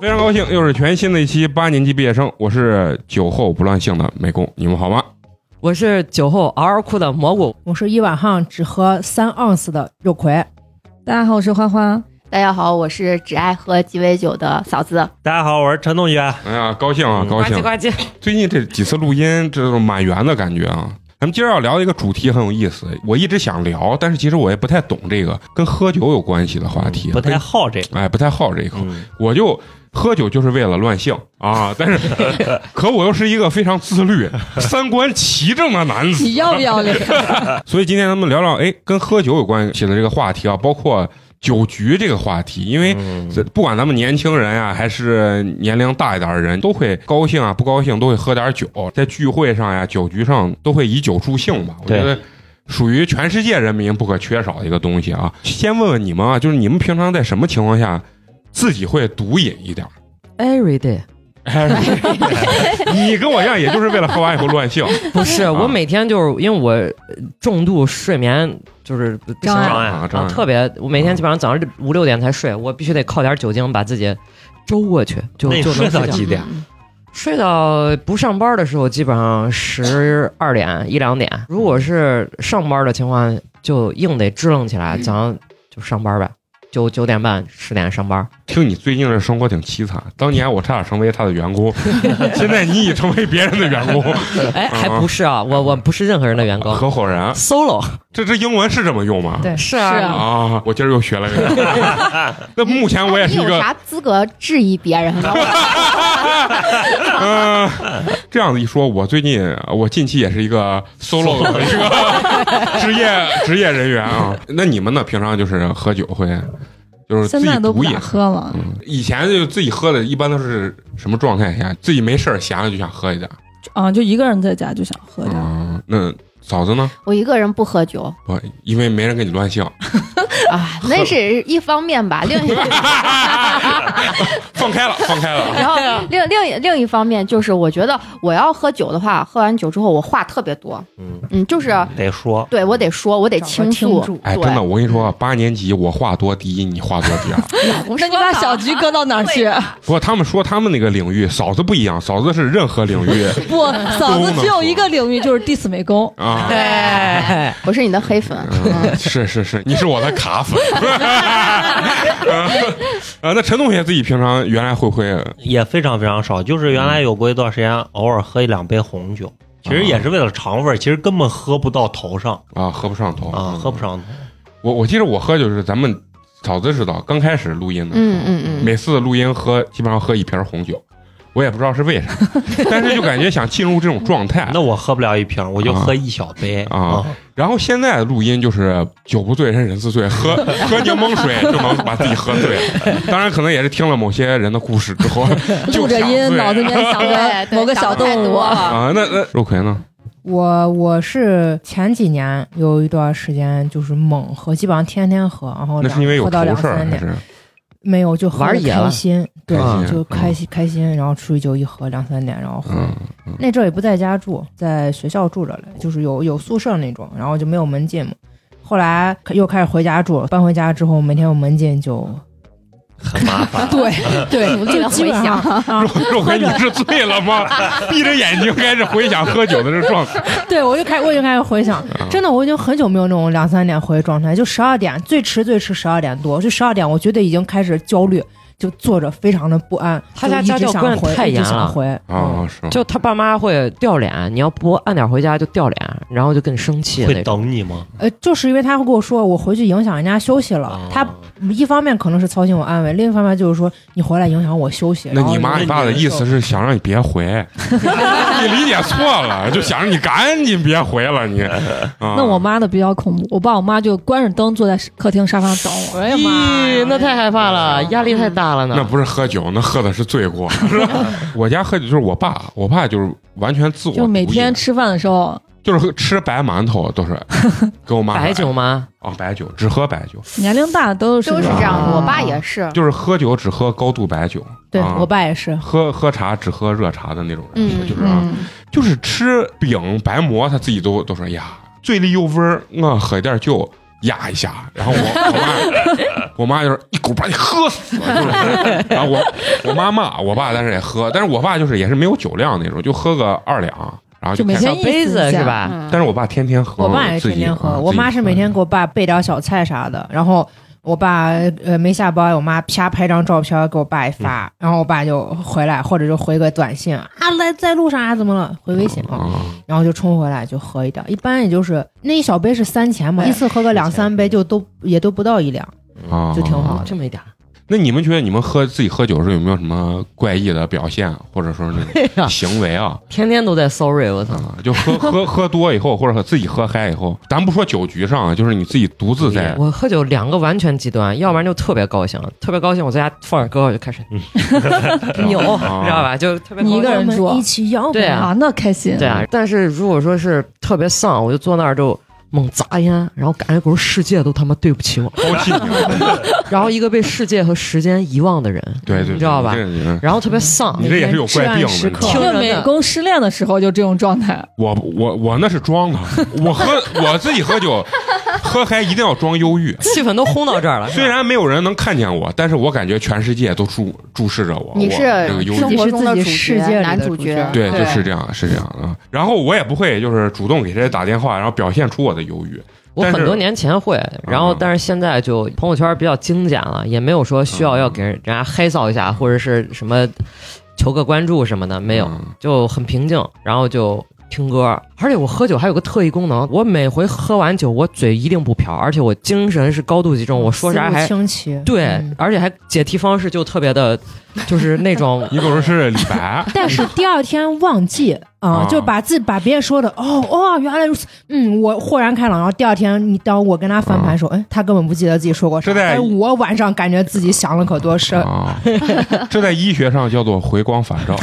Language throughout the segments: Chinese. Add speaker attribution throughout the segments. Speaker 1: 非常高兴，又是全新的一期八年级毕业生，我是酒后不乱性的美工，你们好吗？
Speaker 2: 我是酒后嗷嗷哭的蘑菇，
Speaker 3: 我是一晚上只喝三盎司的肉葵，
Speaker 4: 大家好，我是花花。
Speaker 5: 大家好，我是只爱喝鸡尾酒的嫂子。
Speaker 6: 大家好，我是陈同学。
Speaker 1: 哎呀，高兴啊，
Speaker 6: 嗯
Speaker 1: 高
Speaker 2: 呱唧
Speaker 1: 兴
Speaker 2: 呱！唧。
Speaker 1: 最近这几次录音，这种满员的感觉啊。咱们今儿要聊一个主题很有意思，我一直想聊，但是其实我也不太懂这个跟喝酒有关系的话题，
Speaker 6: 嗯不太
Speaker 1: 跟
Speaker 6: 好这个。
Speaker 1: 哎不太好这一口，
Speaker 6: 嗯，
Speaker 1: 我就喝酒就是为了乱性啊，但是 可我又是一个非常自律、三观齐正的男子，
Speaker 4: 你要不要脸？
Speaker 1: 所以今天咱们聊聊，哎，跟喝酒有关系的这个话题啊，包括酒局这个话题，因为这不管咱们年轻人啊，还是年龄大一点的人，都会高兴啊，不高兴都会喝点酒，在聚会上呀、酒局上都会以酒助兴吧。我觉得。属于全世界人民不可缺少的一个东西啊！先问问你们啊，就是你们平常在什么情况下自己会毒瘾一点儿？
Speaker 2: Every day
Speaker 1: 哎，你跟我一样，也就是为了喝完以后乱性。
Speaker 2: 不是
Speaker 1: 啊
Speaker 2: 我每天就是因为我呃重度睡眠就是不
Speaker 4: 障碍
Speaker 2: 行
Speaker 6: 碍
Speaker 1: 啊，
Speaker 2: 啊，特别我每天基本上早上五六点才睡，我必须得靠点酒精把自己周过去，就
Speaker 6: 那你
Speaker 2: 就能
Speaker 6: 睡到
Speaker 2: 睡觉
Speaker 6: 几点？
Speaker 5: 嗯
Speaker 2: 睡到不上班的时候，基本上十二点一两点。如果是上班的情况，就硬得支棱起来，早上就上班呗，九九点半十点上班。
Speaker 1: 听你最近的生活挺凄惨，当年我差点成为他的员工，现在你已成为别人的员工嗯
Speaker 2: 哎，还不是啊，我我不是任何人的员工
Speaker 1: 合伙人。
Speaker 2: ，solo
Speaker 1: 这这英文是这么用吗？
Speaker 4: 对，
Speaker 2: 是
Speaker 4: 是
Speaker 2: 啊
Speaker 4: 啊。
Speaker 1: 啊，我今儿又学了这个。那目前我也
Speaker 5: 哎你
Speaker 1: 是一
Speaker 5: 有
Speaker 1: 个
Speaker 5: 啥资格质疑别人呢？
Speaker 1: 嗯，这样子一说，我最近呃我近期也是一个 solo 的一个 职业职业人员啊。那你们呢？平常就是喝酒会，就是自 己
Speaker 4: 现在都
Speaker 1: 毒
Speaker 4: 不
Speaker 1: 瘾
Speaker 4: 咋。喝了，
Speaker 1: 以前就自己喝的，一般都是什么状态下？自己没事儿闲了就想喝一点儿。
Speaker 4: 啊，就一个人在家就想喝
Speaker 5: 哦
Speaker 4: 点儿。
Speaker 1: 嗯，那嫂子呢？
Speaker 5: 我一个人不喝 酒
Speaker 1: 不，因为没人跟你乱性，
Speaker 5: 啊，那是一方面吧。 另一，
Speaker 1: 放开了，放开了。
Speaker 5: 然后另另另一方面就是，我觉得我要喝酒的话，喝完酒之后我话特别多，
Speaker 6: 嗯，
Speaker 5: 嗯，就是
Speaker 6: 得说，
Speaker 5: 对我得说，我得
Speaker 3: 找个
Speaker 5: 倾
Speaker 3: 听
Speaker 5: 诉
Speaker 3: 住。
Speaker 1: 哎，
Speaker 5: 对
Speaker 1: 真的，我跟你说啊，八年级我话多第一，你话多第二。
Speaker 5: 胡说
Speaker 4: 那你把
Speaker 5: 呢
Speaker 4: 小菊搁到哪儿去？
Speaker 1: 不过他们说他们那个领域，嫂子不一样，嫂子是任何领域
Speaker 4: 不，嫂子只有一个领域，就是 diss 美工。
Speaker 1: 啊。
Speaker 2: 哎，
Speaker 5: 我是你的黑粉，
Speaker 1: 嗯是是是，你是我的卡粉。 啊，那陈同学自己平常原来会不会？
Speaker 6: 也非常非常少。就是原
Speaker 1: 嗯
Speaker 6: 来有过一段时间，偶尔喝一两杯红酒，其实也是为了尝味儿，其实根本喝不到头上
Speaker 1: 啊，喝不上头
Speaker 6: 啊，喝不。上头。
Speaker 1: 我我记得我喝酒是咱们嫂子知道，刚开始录音的时候，
Speaker 5: 嗯嗯嗯
Speaker 1: 每次录音喝基本上喝一瓶红酒，我也不知道是 为啥，但是就感觉想进入这种状 态。
Speaker 6: 那我喝不了一瓶，我就喝一小杯
Speaker 1: 啊。然后现在录音就是酒不醉人人自醉，喝 喝柠檬水就能把自己喝醉。 当然，可能也是听了某些人的故事之后，啊
Speaker 4: 录着
Speaker 1: 就想
Speaker 4: 音，
Speaker 1: 醉
Speaker 4: 脑子里面想
Speaker 5: 对
Speaker 4: 着
Speaker 5: 对
Speaker 4: 某个
Speaker 5: 想
Speaker 4: 小
Speaker 5: 得太
Speaker 4: 动物
Speaker 5: 多。了。
Speaker 1: 啊，那那肉葵呢？
Speaker 3: 我我是前几年有一段时间就是猛喝，基本上天天喝，然后
Speaker 1: 那是因为有
Speaker 3: 喝到
Speaker 1: 头
Speaker 3: 两
Speaker 1: 事儿
Speaker 3: 三
Speaker 1: 还
Speaker 3: 点，
Speaker 1: 是？
Speaker 3: 没有就喝
Speaker 2: 玩
Speaker 3: 得
Speaker 2: 儿野了
Speaker 3: 开心，对
Speaker 1: 开心，
Speaker 3: 就
Speaker 1: 嗯
Speaker 3: 开心开心，然后出去就一喝两三点，然后喝。
Speaker 1: 嗯，
Speaker 3: 那阵儿也不在家住，在学校住着嘞，就是有有宿舍那种，然后就没有门禁嘛。后来又开始回家住，搬回家之后每天有门禁就
Speaker 6: 很麻烦。
Speaker 3: 对对，
Speaker 5: 努力地
Speaker 3: 就基
Speaker 5: 回
Speaker 3: 本
Speaker 5: 想
Speaker 3: 上啊，
Speaker 1: 肉葵，你是醉了 吗？闭着眼睛开始回想喝酒的这状态。
Speaker 3: 对我就开我就开始回想，
Speaker 6: 嗯
Speaker 3: 真的我已经很久没有那种两三点回状态，就十二点最迟最迟十二点多，就十二点我觉得已经开始焦虑，就坐着非常的不安，
Speaker 2: 他家家
Speaker 3: 就
Speaker 2: 教
Speaker 3: 一直想
Speaker 2: 管得
Speaker 3: 回
Speaker 2: 太
Speaker 3: 一直
Speaker 2: 严
Speaker 3: 想
Speaker 2: 了
Speaker 3: 回
Speaker 6: 哦
Speaker 1: 啊，是吗
Speaker 2: 就他爸妈会掉脸，你要不按点回家就掉脸，然后就跟你生气那
Speaker 6: 会
Speaker 2: 种。
Speaker 6: 等你吗？
Speaker 3: 呃，就是因为他会跟我说我回去影响人家休息了，
Speaker 6: 啊
Speaker 3: 他一方面可能是操心我安危，另一方面就是说你回来影响我休息。
Speaker 1: 那你
Speaker 3: 然后
Speaker 1: 妈你爸的意思是想让你别回，你理解错了，就想让你赶紧别回了你。啊、
Speaker 4: 那我妈的比较恐怖，我爸我妈就关着灯坐在客厅沙发上等我。
Speaker 2: 哎呀妈呀，那太害怕了，压力太大了呢。
Speaker 1: 那不是喝酒，那喝的是醉过。我家喝酒就是我爸，我爸就是完全自我，
Speaker 4: 就每天，吃饭的时候，
Speaker 1: 就是喝吃白馒头都是跟我妈
Speaker 2: 白酒吗？
Speaker 1: 啊，白酒只喝白酒，
Speaker 4: 年龄大的都是
Speaker 5: 都是
Speaker 4: 这
Speaker 5: 这
Speaker 4: 样。
Speaker 5: 样的，我爸
Speaker 1: 嗯
Speaker 5: 也是。
Speaker 1: 就是喝酒只喝高度白酒。
Speaker 3: 对、
Speaker 1: 啊、
Speaker 3: 我爸也是，
Speaker 1: 喝喝茶只喝热茶的那种人，
Speaker 5: 嗯
Speaker 1: 就是啊，
Speaker 4: 嗯，
Speaker 1: 嗯就是吃饼白馍，他自己都都说哎呀，嘴里有味儿，我喝点酒。压一下，然后我我妈我妈就是一股把你喝死，就是，然后我我妈骂我爸，但是也喝，但是我爸就是也是没有酒量那种，就喝个二两，然后
Speaker 4: 就每
Speaker 1: 开始
Speaker 2: 小
Speaker 4: 天
Speaker 2: 杯子是吧？
Speaker 5: 嗯
Speaker 1: 但是我爸天天喝，
Speaker 3: 我爸也
Speaker 1: 自
Speaker 3: 天
Speaker 1: 己
Speaker 3: 天喝，
Speaker 1: 啊
Speaker 3: 我妈是
Speaker 2: 嗯
Speaker 3: 每。天给我爸备点小菜啥的，然后我爸呃没下班，我妈啪拍张照片给我爸一
Speaker 2: 嗯
Speaker 3: 发，然后我爸就回来，或者就回个短信啊，来在路上啊，怎么了？回微
Speaker 1: 自
Speaker 3: 信
Speaker 1: 己喝
Speaker 3: 啊，
Speaker 2: 嗯
Speaker 1: 啊，
Speaker 3: 然后就冲回来就喝一点，一般也就是那一小杯是三钱嘛，
Speaker 5: 对
Speaker 3: 一次喝个两三杯就都也都不到一两，
Speaker 1: 啊
Speaker 3: 就挺好的
Speaker 2: 哦这么一点儿，
Speaker 1: 那你们觉得你们喝自己喝酒的时候有没有什么怪异的表现，或者 说
Speaker 3: 哎
Speaker 1: 那种行为啊？
Speaker 2: 天天都在 sorry，我操！
Speaker 1: 啊，就喝喝 喝多以后，或者自己喝嗨以后，咱不说酒局上啊，就是你自己独自在
Speaker 2: 我喝酒两个完全极端，要不然就特别高兴，特别高兴，我在家放点歌我就开始
Speaker 1: 嗯
Speaker 2: 扭，
Speaker 1: 啊
Speaker 2: 知道吧？就特别高兴
Speaker 4: 你一个人
Speaker 3: 咱们
Speaker 4: 住
Speaker 3: 一起摇
Speaker 2: 对啊
Speaker 4: 啊，那开心。
Speaker 2: 对啊。但是如果说是特别丧，我就坐那儿就猛砸烟，然后感觉股世界都他妈对不起我，
Speaker 1: 抛弃你了，
Speaker 2: 然后一个被世界和时间遗忘的人，
Speaker 1: 对对，对
Speaker 2: 你知道吧
Speaker 1: 这个人
Speaker 2: 然后特别丧
Speaker 1: 你，这也是有怪病的
Speaker 3: 每天
Speaker 1: 你知
Speaker 3: 至暗
Speaker 1: 道
Speaker 3: 时
Speaker 1: 吗。
Speaker 2: 刻
Speaker 4: 因为美工失恋的时候就这种状态，
Speaker 1: 我我我那是装的，我喝我自己喝酒，喝嗨一定要装忧郁。
Speaker 2: 气氛都轰到这儿 了。
Speaker 1: 虽然没有人能看见我，但是我感觉全世界都注注视着我。
Speaker 5: 你
Speaker 1: 我
Speaker 5: 是
Speaker 1: 这个忧
Speaker 5: 生
Speaker 1: 郁，
Speaker 5: 活中的主
Speaker 3: 自己世界
Speaker 5: 角，
Speaker 3: 里的
Speaker 5: 男主
Speaker 3: 主角
Speaker 5: 角，
Speaker 1: 对，就是这样，是这样啊。然后我也不会就是主动给谁打电话，然后表现出我的忧郁。
Speaker 2: 我
Speaker 1: 但
Speaker 2: 很
Speaker 1: 是
Speaker 2: 多年前会，然后
Speaker 1: 嗯
Speaker 2: 但是现在就朋友圈比较精简了，也没有说需
Speaker 1: 啊
Speaker 2: 要要给人家嗨臊一下或者是什么求个关注什么的，没有，
Speaker 1: 嗯
Speaker 2: 就很平静，然后就听歌。而且我喝酒还有个特异功能，我每回喝完酒，我嘴一定不瓢，而且我精神是高度集中，我说啥还。
Speaker 3: 清奇，
Speaker 2: 对
Speaker 3: 嗯，
Speaker 2: 而且还解题方式就特别的，就是那种
Speaker 1: 你可说是李 白
Speaker 3: 但是第二天忘记啊、
Speaker 1: 啊
Speaker 3: 就把自己把别人说的哦哦，原来如此，嗯，我豁然开朗。然后第二天，你当我跟他翻盘的时候，哎、他根本不记得自己说过啥。
Speaker 1: 这在
Speaker 3: 但是我晚上感觉自己想了可多事 儿。
Speaker 1: 啊，这在医学上叫做回光返照，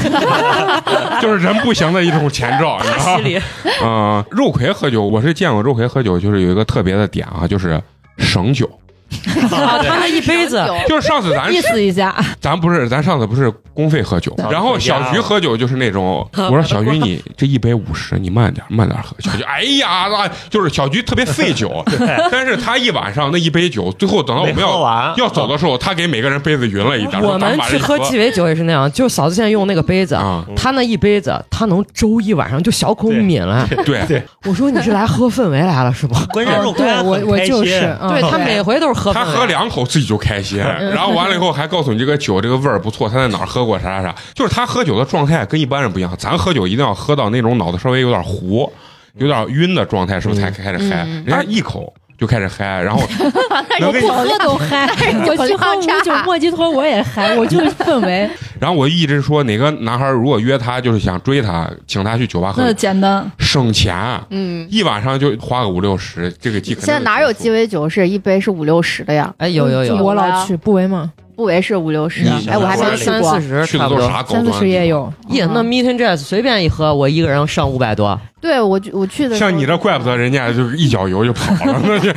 Speaker 1: 就是人不行的一种前兆，你知道
Speaker 2: 犀
Speaker 1: 吗？
Speaker 2: 利，
Speaker 1: 啊、肉葵喝酒，我是见过肉葵喝酒，就是有一个特别的点啊，就是省酒。
Speaker 6: 啊
Speaker 2: 啊他那一杯 子，
Speaker 1: 就是上次 咱
Speaker 4: 意思一下，
Speaker 1: 咱不是咱上次不是公费喝酒，然后小徐喝酒就是那种，我说小徐你这一杯五十，你慢点慢点喝。小徐哎呀，那就是小徐特别费 酒，但是他一晚上那一杯酒，最后等到我
Speaker 6: 没
Speaker 1: 们
Speaker 6: 喝
Speaker 1: 要
Speaker 6: 完
Speaker 1: 要走的时候，他给每个人杯子匀了一点。
Speaker 2: 我
Speaker 1: 说咱
Speaker 2: 们
Speaker 1: 把
Speaker 2: 去
Speaker 1: 这
Speaker 2: 喝
Speaker 1: 一
Speaker 2: 鸡尾酒也是那样，就嫂子现在用那个杯子，
Speaker 1: 啊，
Speaker 2: 他那一杯子，他能周一晚上就小口抿了。
Speaker 1: 对
Speaker 6: 对
Speaker 2: 我说你是来喝氛围来了是吧？哦
Speaker 6: 关键是
Speaker 3: 哦对
Speaker 6: 我
Speaker 3: 我我就是，嗯
Speaker 2: 对他每回都是喝氛
Speaker 1: 他
Speaker 2: 围，
Speaker 1: 喝两口自己就开心，然后完了以后还告诉你这个酒这个味儿不错，他在哪儿喝过啥啥啥，就是他喝酒的状态跟一般人不一样，咱喝酒一定要喝到那种脑子稍微有点糊、有点晕的状态，是不是才开始嗨？人家一口就开始嗨，然后
Speaker 5: 哎
Speaker 1: 能给你，
Speaker 3: 喝都嗨， 我去喝五九莫吉托我也嗨，我就是氛围。
Speaker 1: 然后我一直说哪个男孩如果约他就是想追他，请他去酒吧喝
Speaker 4: 那
Speaker 1: 酒，
Speaker 4: 简单。
Speaker 1: 省钱，
Speaker 5: 嗯，
Speaker 1: 一晚上就花个五六十，这个鸡
Speaker 5: 现在哪有鸡
Speaker 1: 尾？
Speaker 5: 尾酒是一杯是五六十的呀？
Speaker 2: 哎有有有，
Speaker 3: 我老去不为嘛，
Speaker 5: 不为是五六十
Speaker 6: 嗯，
Speaker 5: 哎，我还没
Speaker 2: 三
Speaker 5: 去
Speaker 2: 三
Speaker 5: 过
Speaker 2: 四。十
Speaker 1: 去
Speaker 2: 差
Speaker 1: 的
Speaker 2: 不
Speaker 1: 都是
Speaker 2: 多。
Speaker 1: 啥高
Speaker 3: 三
Speaker 1: 端地
Speaker 3: 四十
Speaker 1: 方？
Speaker 3: 也有。
Speaker 2: 耶，那 Meet and Jazz 随便一喝，我一个人上五百多，
Speaker 5: 对我我去的时候
Speaker 1: 像你这，怪不得人家就是一脚油就跑了，那就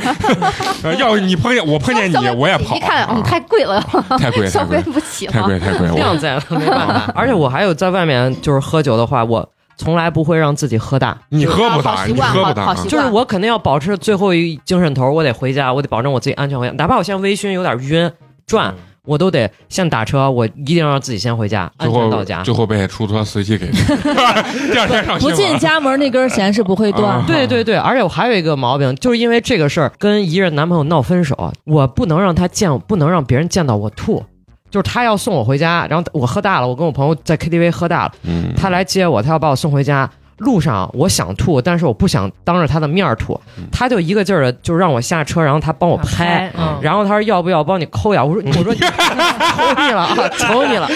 Speaker 1: 呃要是你碰见我碰见你，我也跑。
Speaker 5: 一看，嗯，
Speaker 1: 啊
Speaker 5: 太贵了，
Speaker 1: 太贵，太
Speaker 5: 消费
Speaker 1: 贵，
Speaker 5: 不起
Speaker 1: 太
Speaker 5: 了。
Speaker 1: 贵，太贵。
Speaker 2: 晾
Speaker 1: 我
Speaker 2: 在了没办法。而且我还有在外面就是喝酒的话，我从来不会让自己喝大，
Speaker 1: 你喝不
Speaker 5: 好
Speaker 1: 大，
Speaker 5: 习
Speaker 1: 你
Speaker 5: 惯
Speaker 1: 喝不
Speaker 5: 好
Speaker 1: 大
Speaker 5: 好
Speaker 1: 啊
Speaker 5: 习惯
Speaker 2: 就是我肯定要保持最后一精神头，我得回家，我得保证我自己安全回家，哪怕我现在微醺有点晕转，我都得先打车，我一定让自己先回家，
Speaker 1: 最
Speaker 2: 安全到
Speaker 1: 后
Speaker 2: 家。
Speaker 1: 最后被出租车司机给，第二天上新闻
Speaker 4: 不进家门那根弦是不会断
Speaker 1: 啊。
Speaker 2: 对对对，而且我还有一个毛病，就是因为这个事儿跟一任男朋友闹分手，我不能让他见，不能让别人见到我吐。就是他要送我回家，然后我喝大了，我跟我朋友在 KTV 喝大了，
Speaker 1: 嗯，
Speaker 2: 他来接我，他要把我送回家。路上我想吐，但是我不想当着他的面儿吐，他就一个劲儿的就让我下车，然后他帮我拍，
Speaker 3: 嗯，
Speaker 2: 然后他说要不要帮你 抠呀？我说我说求你了啊，求你了！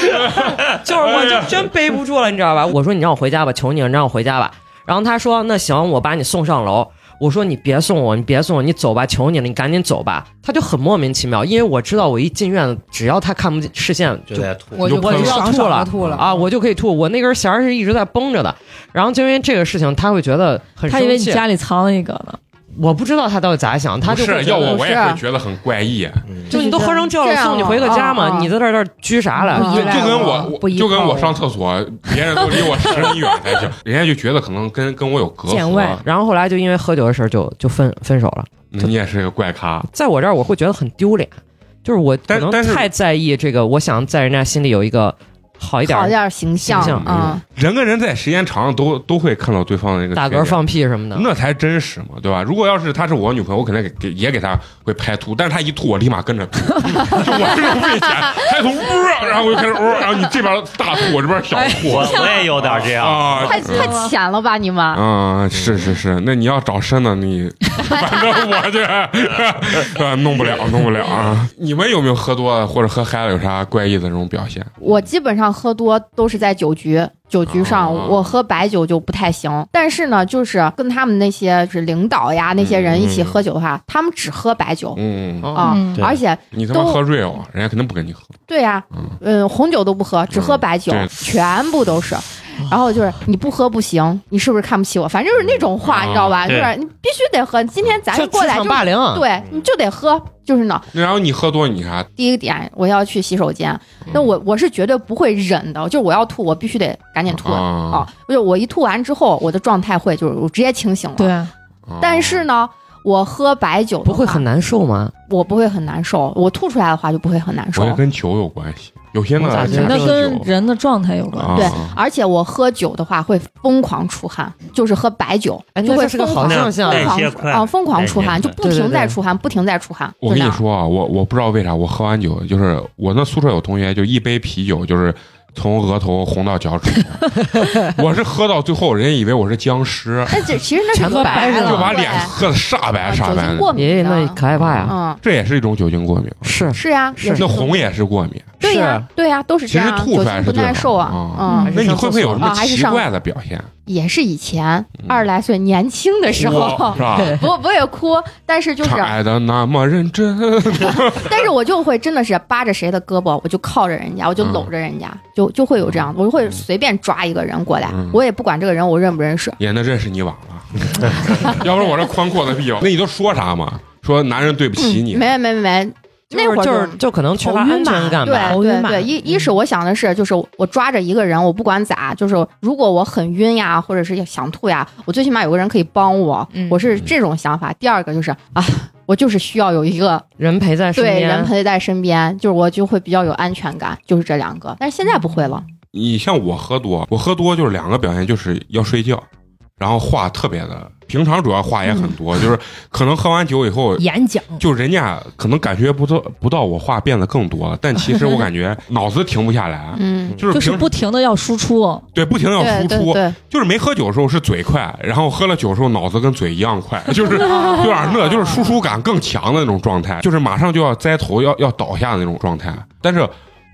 Speaker 2: 就是我就真背不住了，你知道吧？我说你让我回家吧，求你了，你让我回家吧。然后他说那行，我把你送上楼。我说你别送我，你别送我，你走吧，求你了，你赶紧走吧。他就很莫名其妙，因为我知道我一进院子，只要他看不见视线
Speaker 6: 就
Speaker 2: 就
Speaker 6: 在吐。
Speaker 3: 我就
Speaker 1: 我
Speaker 3: 我
Speaker 1: 就
Speaker 3: 就
Speaker 2: 要
Speaker 3: 爽
Speaker 2: 吐
Speaker 3: 爽
Speaker 2: 了
Speaker 3: 的吐了
Speaker 2: 啊，我就可以吐。我那根弦儿是一直在绷着的，然后就因为这个事情，他会觉得很
Speaker 4: 他以为
Speaker 2: 生
Speaker 4: 你
Speaker 2: 气。
Speaker 4: 家里藏了一个呢，
Speaker 2: 我不知道他到底咋想，他
Speaker 1: 不
Speaker 2: 就是会
Speaker 1: 要
Speaker 2: 觉得
Speaker 1: 我我也
Speaker 5: 是
Speaker 1: 会觉得很怪异，啊
Speaker 6: 嗯
Speaker 2: 就你都喝成这
Speaker 5: 这
Speaker 2: 了，
Speaker 5: 样
Speaker 2: 送你回个家
Speaker 5: 啊
Speaker 2: 嘛，
Speaker 5: 啊
Speaker 2: 你在这儿这儿拘啥了？
Speaker 3: 嗯
Speaker 1: 就
Speaker 3: 依赖
Speaker 1: 就跟
Speaker 3: 我
Speaker 1: 我
Speaker 3: 不
Speaker 1: 我
Speaker 3: 依
Speaker 1: 就跟
Speaker 3: 靠
Speaker 1: 我
Speaker 3: 我
Speaker 1: 上厕所，别人都离我十米远才行，人家就觉得可能跟跟我有隔
Speaker 3: 见
Speaker 1: 阂
Speaker 3: 外。
Speaker 2: 然后后来就因为喝酒的事儿就就分分手了。
Speaker 1: 你也是个怪咖。
Speaker 2: 在我这儿我会觉得很丢脸，就是我可
Speaker 1: 但
Speaker 2: 能
Speaker 1: 但是
Speaker 2: 太在意这个，我想在人家心里有一个好一点
Speaker 5: 好
Speaker 2: 儿，
Speaker 5: 点儿形象
Speaker 2: 形象
Speaker 5: 啊，
Speaker 1: 人跟人在时间长了都都会看到对方的那个
Speaker 2: 打
Speaker 1: 缺
Speaker 2: 嗝
Speaker 1: 点
Speaker 2: 放屁什么的。
Speaker 1: 那才真实嘛，对吧？如果要是她是我女朋友，我肯定给给也给她会拍吐，但是她一吐，我立马跟着吐，就 我这种危险，她一吐呜，然后我就开始呜，然后你这边大吐，我这边小吐，
Speaker 6: 我我也有点这样，
Speaker 1: 啊
Speaker 5: 太太浅了吧你们？
Speaker 1: 啊，是是是，那你要找深的，你反正我这 啊弄不了，弄不了啊！你们有没有喝多或者喝嗨了有啥怪异的这种表现？
Speaker 5: 我基本上喝多都是在酒局，酒局上
Speaker 1: 哦
Speaker 5: 我喝白酒就不太行。但是呢，就是跟他们那些就是领导呀那些人一起喝酒的话，他们只喝白酒
Speaker 1: 嗯，
Speaker 2: 哦
Speaker 5: 啊
Speaker 4: 嗯，
Speaker 6: 对
Speaker 5: 而且
Speaker 1: 你他妈
Speaker 5: 都
Speaker 1: 喝醉了，人家肯定不跟你喝。
Speaker 5: 对呀，嗯，红酒都不喝，只喝白酒
Speaker 1: 对，
Speaker 5: 全部都是。然后就是你不喝不行，你是不是看不起我？反正就是那种话，
Speaker 1: 啊
Speaker 5: 你知道吧？就
Speaker 6: 对
Speaker 5: 是你必须得喝，今天咱
Speaker 2: 就
Speaker 5: 过
Speaker 2: 职
Speaker 5: 来就
Speaker 2: 场霸凌，
Speaker 5: 对，你就得喝，就是呢。
Speaker 1: 然后你喝多，你啥？
Speaker 5: 第一个点，我要去洗手间，
Speaker 1: 嗯
Speaker 5: 那我我是绝对不会忍的，就是我要吐，我必须得赶紧吐啊！
Speaker 1: 啊，
Speaker 5: 就是我一吐完之后，我的状态会就是我直接清醒了。
Speaker 4: 对，
Speaker 1: 啊
Speaker 5: 但是呢，我喝白酒的
Speaker 2: 不会
Speaker 5: 话
Speaker 2: 很，难受吗？
Speaker 5: 我不会很难受，我吐出来的话就不会很难受
Speaker 1: 我觉。得跟酒有关系，有些呢
Speaker 2: 我咋觉
Speaker 1: 假
Speaker 2: 得
Speaker 4: 那
Speaker 1: 喝
Speaker 4: 跟
Speaker 1: 酒
Speaker 4: 人的状态有关。
Speaker 1: 啊
Speaker 5: 对，而且我喝酒的话会疯狂出汗，就是喝白酒
Speaker 2: 哎，
Speaker 5: 就
Speaker 2: 那
Speaker 5: 会
Speaker 2: 这是
Speaker 5: 疯
Speaker 2: 个好
Speaker 5: 狂
Speaker 2: 现象
Speaker 6: 代
Speaker 5: 疯
Speaker 6: 谢
Speaker 5: 狂
Speaker 6: 快
Speaker 5: 啊，疯狂出汗，
Speaker 6: 代谢
Speaker 5: 就
Speaker 6: 快
Speaker 5: 不停在出汗，不停在出汗。
Speaker 1: 我跟
Speaker 5: 就那
Speaker 1: 你
Speaker 5: 样，
Speaker 1: 说啊，我我不知道为啥我喝完酒，就是我那宿舍有同学就一杯啤酒就是从额头红到脚趾头， 我是喝到最后，人家以为我是僵尸，
Speaker 5: 那这其实那是
Speaker 2: 全都
Speaker 5: 喝
Speaker 2: 白
Speaker 5: 了，
Speaker 2: 了
Speaker 1: 就把
Speaker 5: 对
Speaker 1: 脸喝的煞白
Speaker 5: 啊
Speaker 1: 煞
Speaker 5: 酒
Speaker 1: 白哎
Speaker 5: 精过
Speaker 1: 的。
Speaker 5: 敏
Speaker 2: 爷爷那
Speaker 5: 的
Speaker 2: 可害怕呀，
Speaker 5: 嗯，
Speaker 1: 这也是一种酒精过敏，
Speaker 2: 是
Speaker 5: 是呀，
Speaker 2: 是
Speaker 5: 也是
Speaker 1: 那红也是过敏。
Speaker 5: 对呀，对呀，都是这
Speaker 1: 其实
Speaker 5: 样，
Speaker 1: 吐出
Speaker 5: 酒
Speaker 1: 来
Speaker 5: 精
Speaker 1: 是
Speaker 5: 不
Speaker 1: 最
Speaker 5: 耐
Speaker 1: 好
Speaker 5: 受
Speaker 1: 啊
Speaker 5: 啊，
Speaker 2: 还是
Speaker 5: 嗯，
Speaker 1: 那你
Speaker 2: 上
Speaker 1: 会不
Speaker 2: 厕
Speaker 1: 会有
Speaker 2: 所
Speaker 1: 什么
Speaker 5: 啊还是
Speaker 1: 奇
Speaker 5: 上
Speaker 1: 怪的表现？
Speaker 5: 也是以前
Speaker 1: 嗯
Speaker 5: 二十来岁年轻的时
Speaker 1: 哇
Speaker 5: 候
Speaker 1: 是。吧？
Speaker 5: 不不会哭，但是就是
Speaker 1: 唱，爱的那么认 真，
Speaker 5: 但是我就会真的是扒着谁的胳膊，我就靠着人家，我就搂着人家，就就会有这样，我就会随便抓一个人过来，
Speaker 1: 嗯
Speaker 5: 我也不管这个人我认不认识，
Speaker 1: 也那认识你晚了， 要不然我这宽阔的屁股。那你都说啥嘛？说男人对不起你，
Speaker 5: 嗯没没没没，那
Speaker 2: 就是
Speaker 5: 会儿
Speaker 2: 就是就可能缺乏
Speaker 4: 头晕
Speaker 2: 安全感吧。
Speaker 4: 头
Speaker 5: 对
Speaker 4: 晕
Speaker 5: 对
Speaker 4: 嘛
Speaker 5: 对，一
Speaker 2: 嗯
Speaker 5: 一是我想的是，就是我抓着一个人，我不管咋，就是如果我很晕呀，或者是想吐呀，我最起码有个人可以帮我，
Speaker 4: 嗯
Speaker 5: 我是这种想法。第二个就是啊，我就是需要有一个
Speaker 2: 人陪在身
Speaker 5: 对
Speaker 2: 边，
Speaker 5: 人陪在身边，就是我就会比较有安全感，就是这两个。但是现在不会了，
Speaker 1: 你像我喝多，我喝多就是两个表现，就是要睡觉，然后话特别的。平常主要话也
Speaker 5: 嗯
Speaker 1: 很多，就是可能喝完酒以后，
Speaker 3: 演讲
Speaker 1: 就人家可能感觉不到不到我话变得更多了，但其实我感觉脑子停不下来，
Speaker 5: 嗯，
Speaker 1: 就是
Speaker 4: 就是
Speaker 1: 平
Speaker 4: 不停的要输出，
Speaker 1: 对不停地要
Speaker 5: 对
Speaker 1: 输
Speaker 5: 对
Speaker 1: 出，
Speaker 5: 对，
Speaker 1: 就是没喝酒的时候是嘴快，然后喝了酒的时候脑子跟嘴一样快，就是 有点那，就是输出感更强的那种状态，就是马上就要栽头要要倒下的那种状态。但是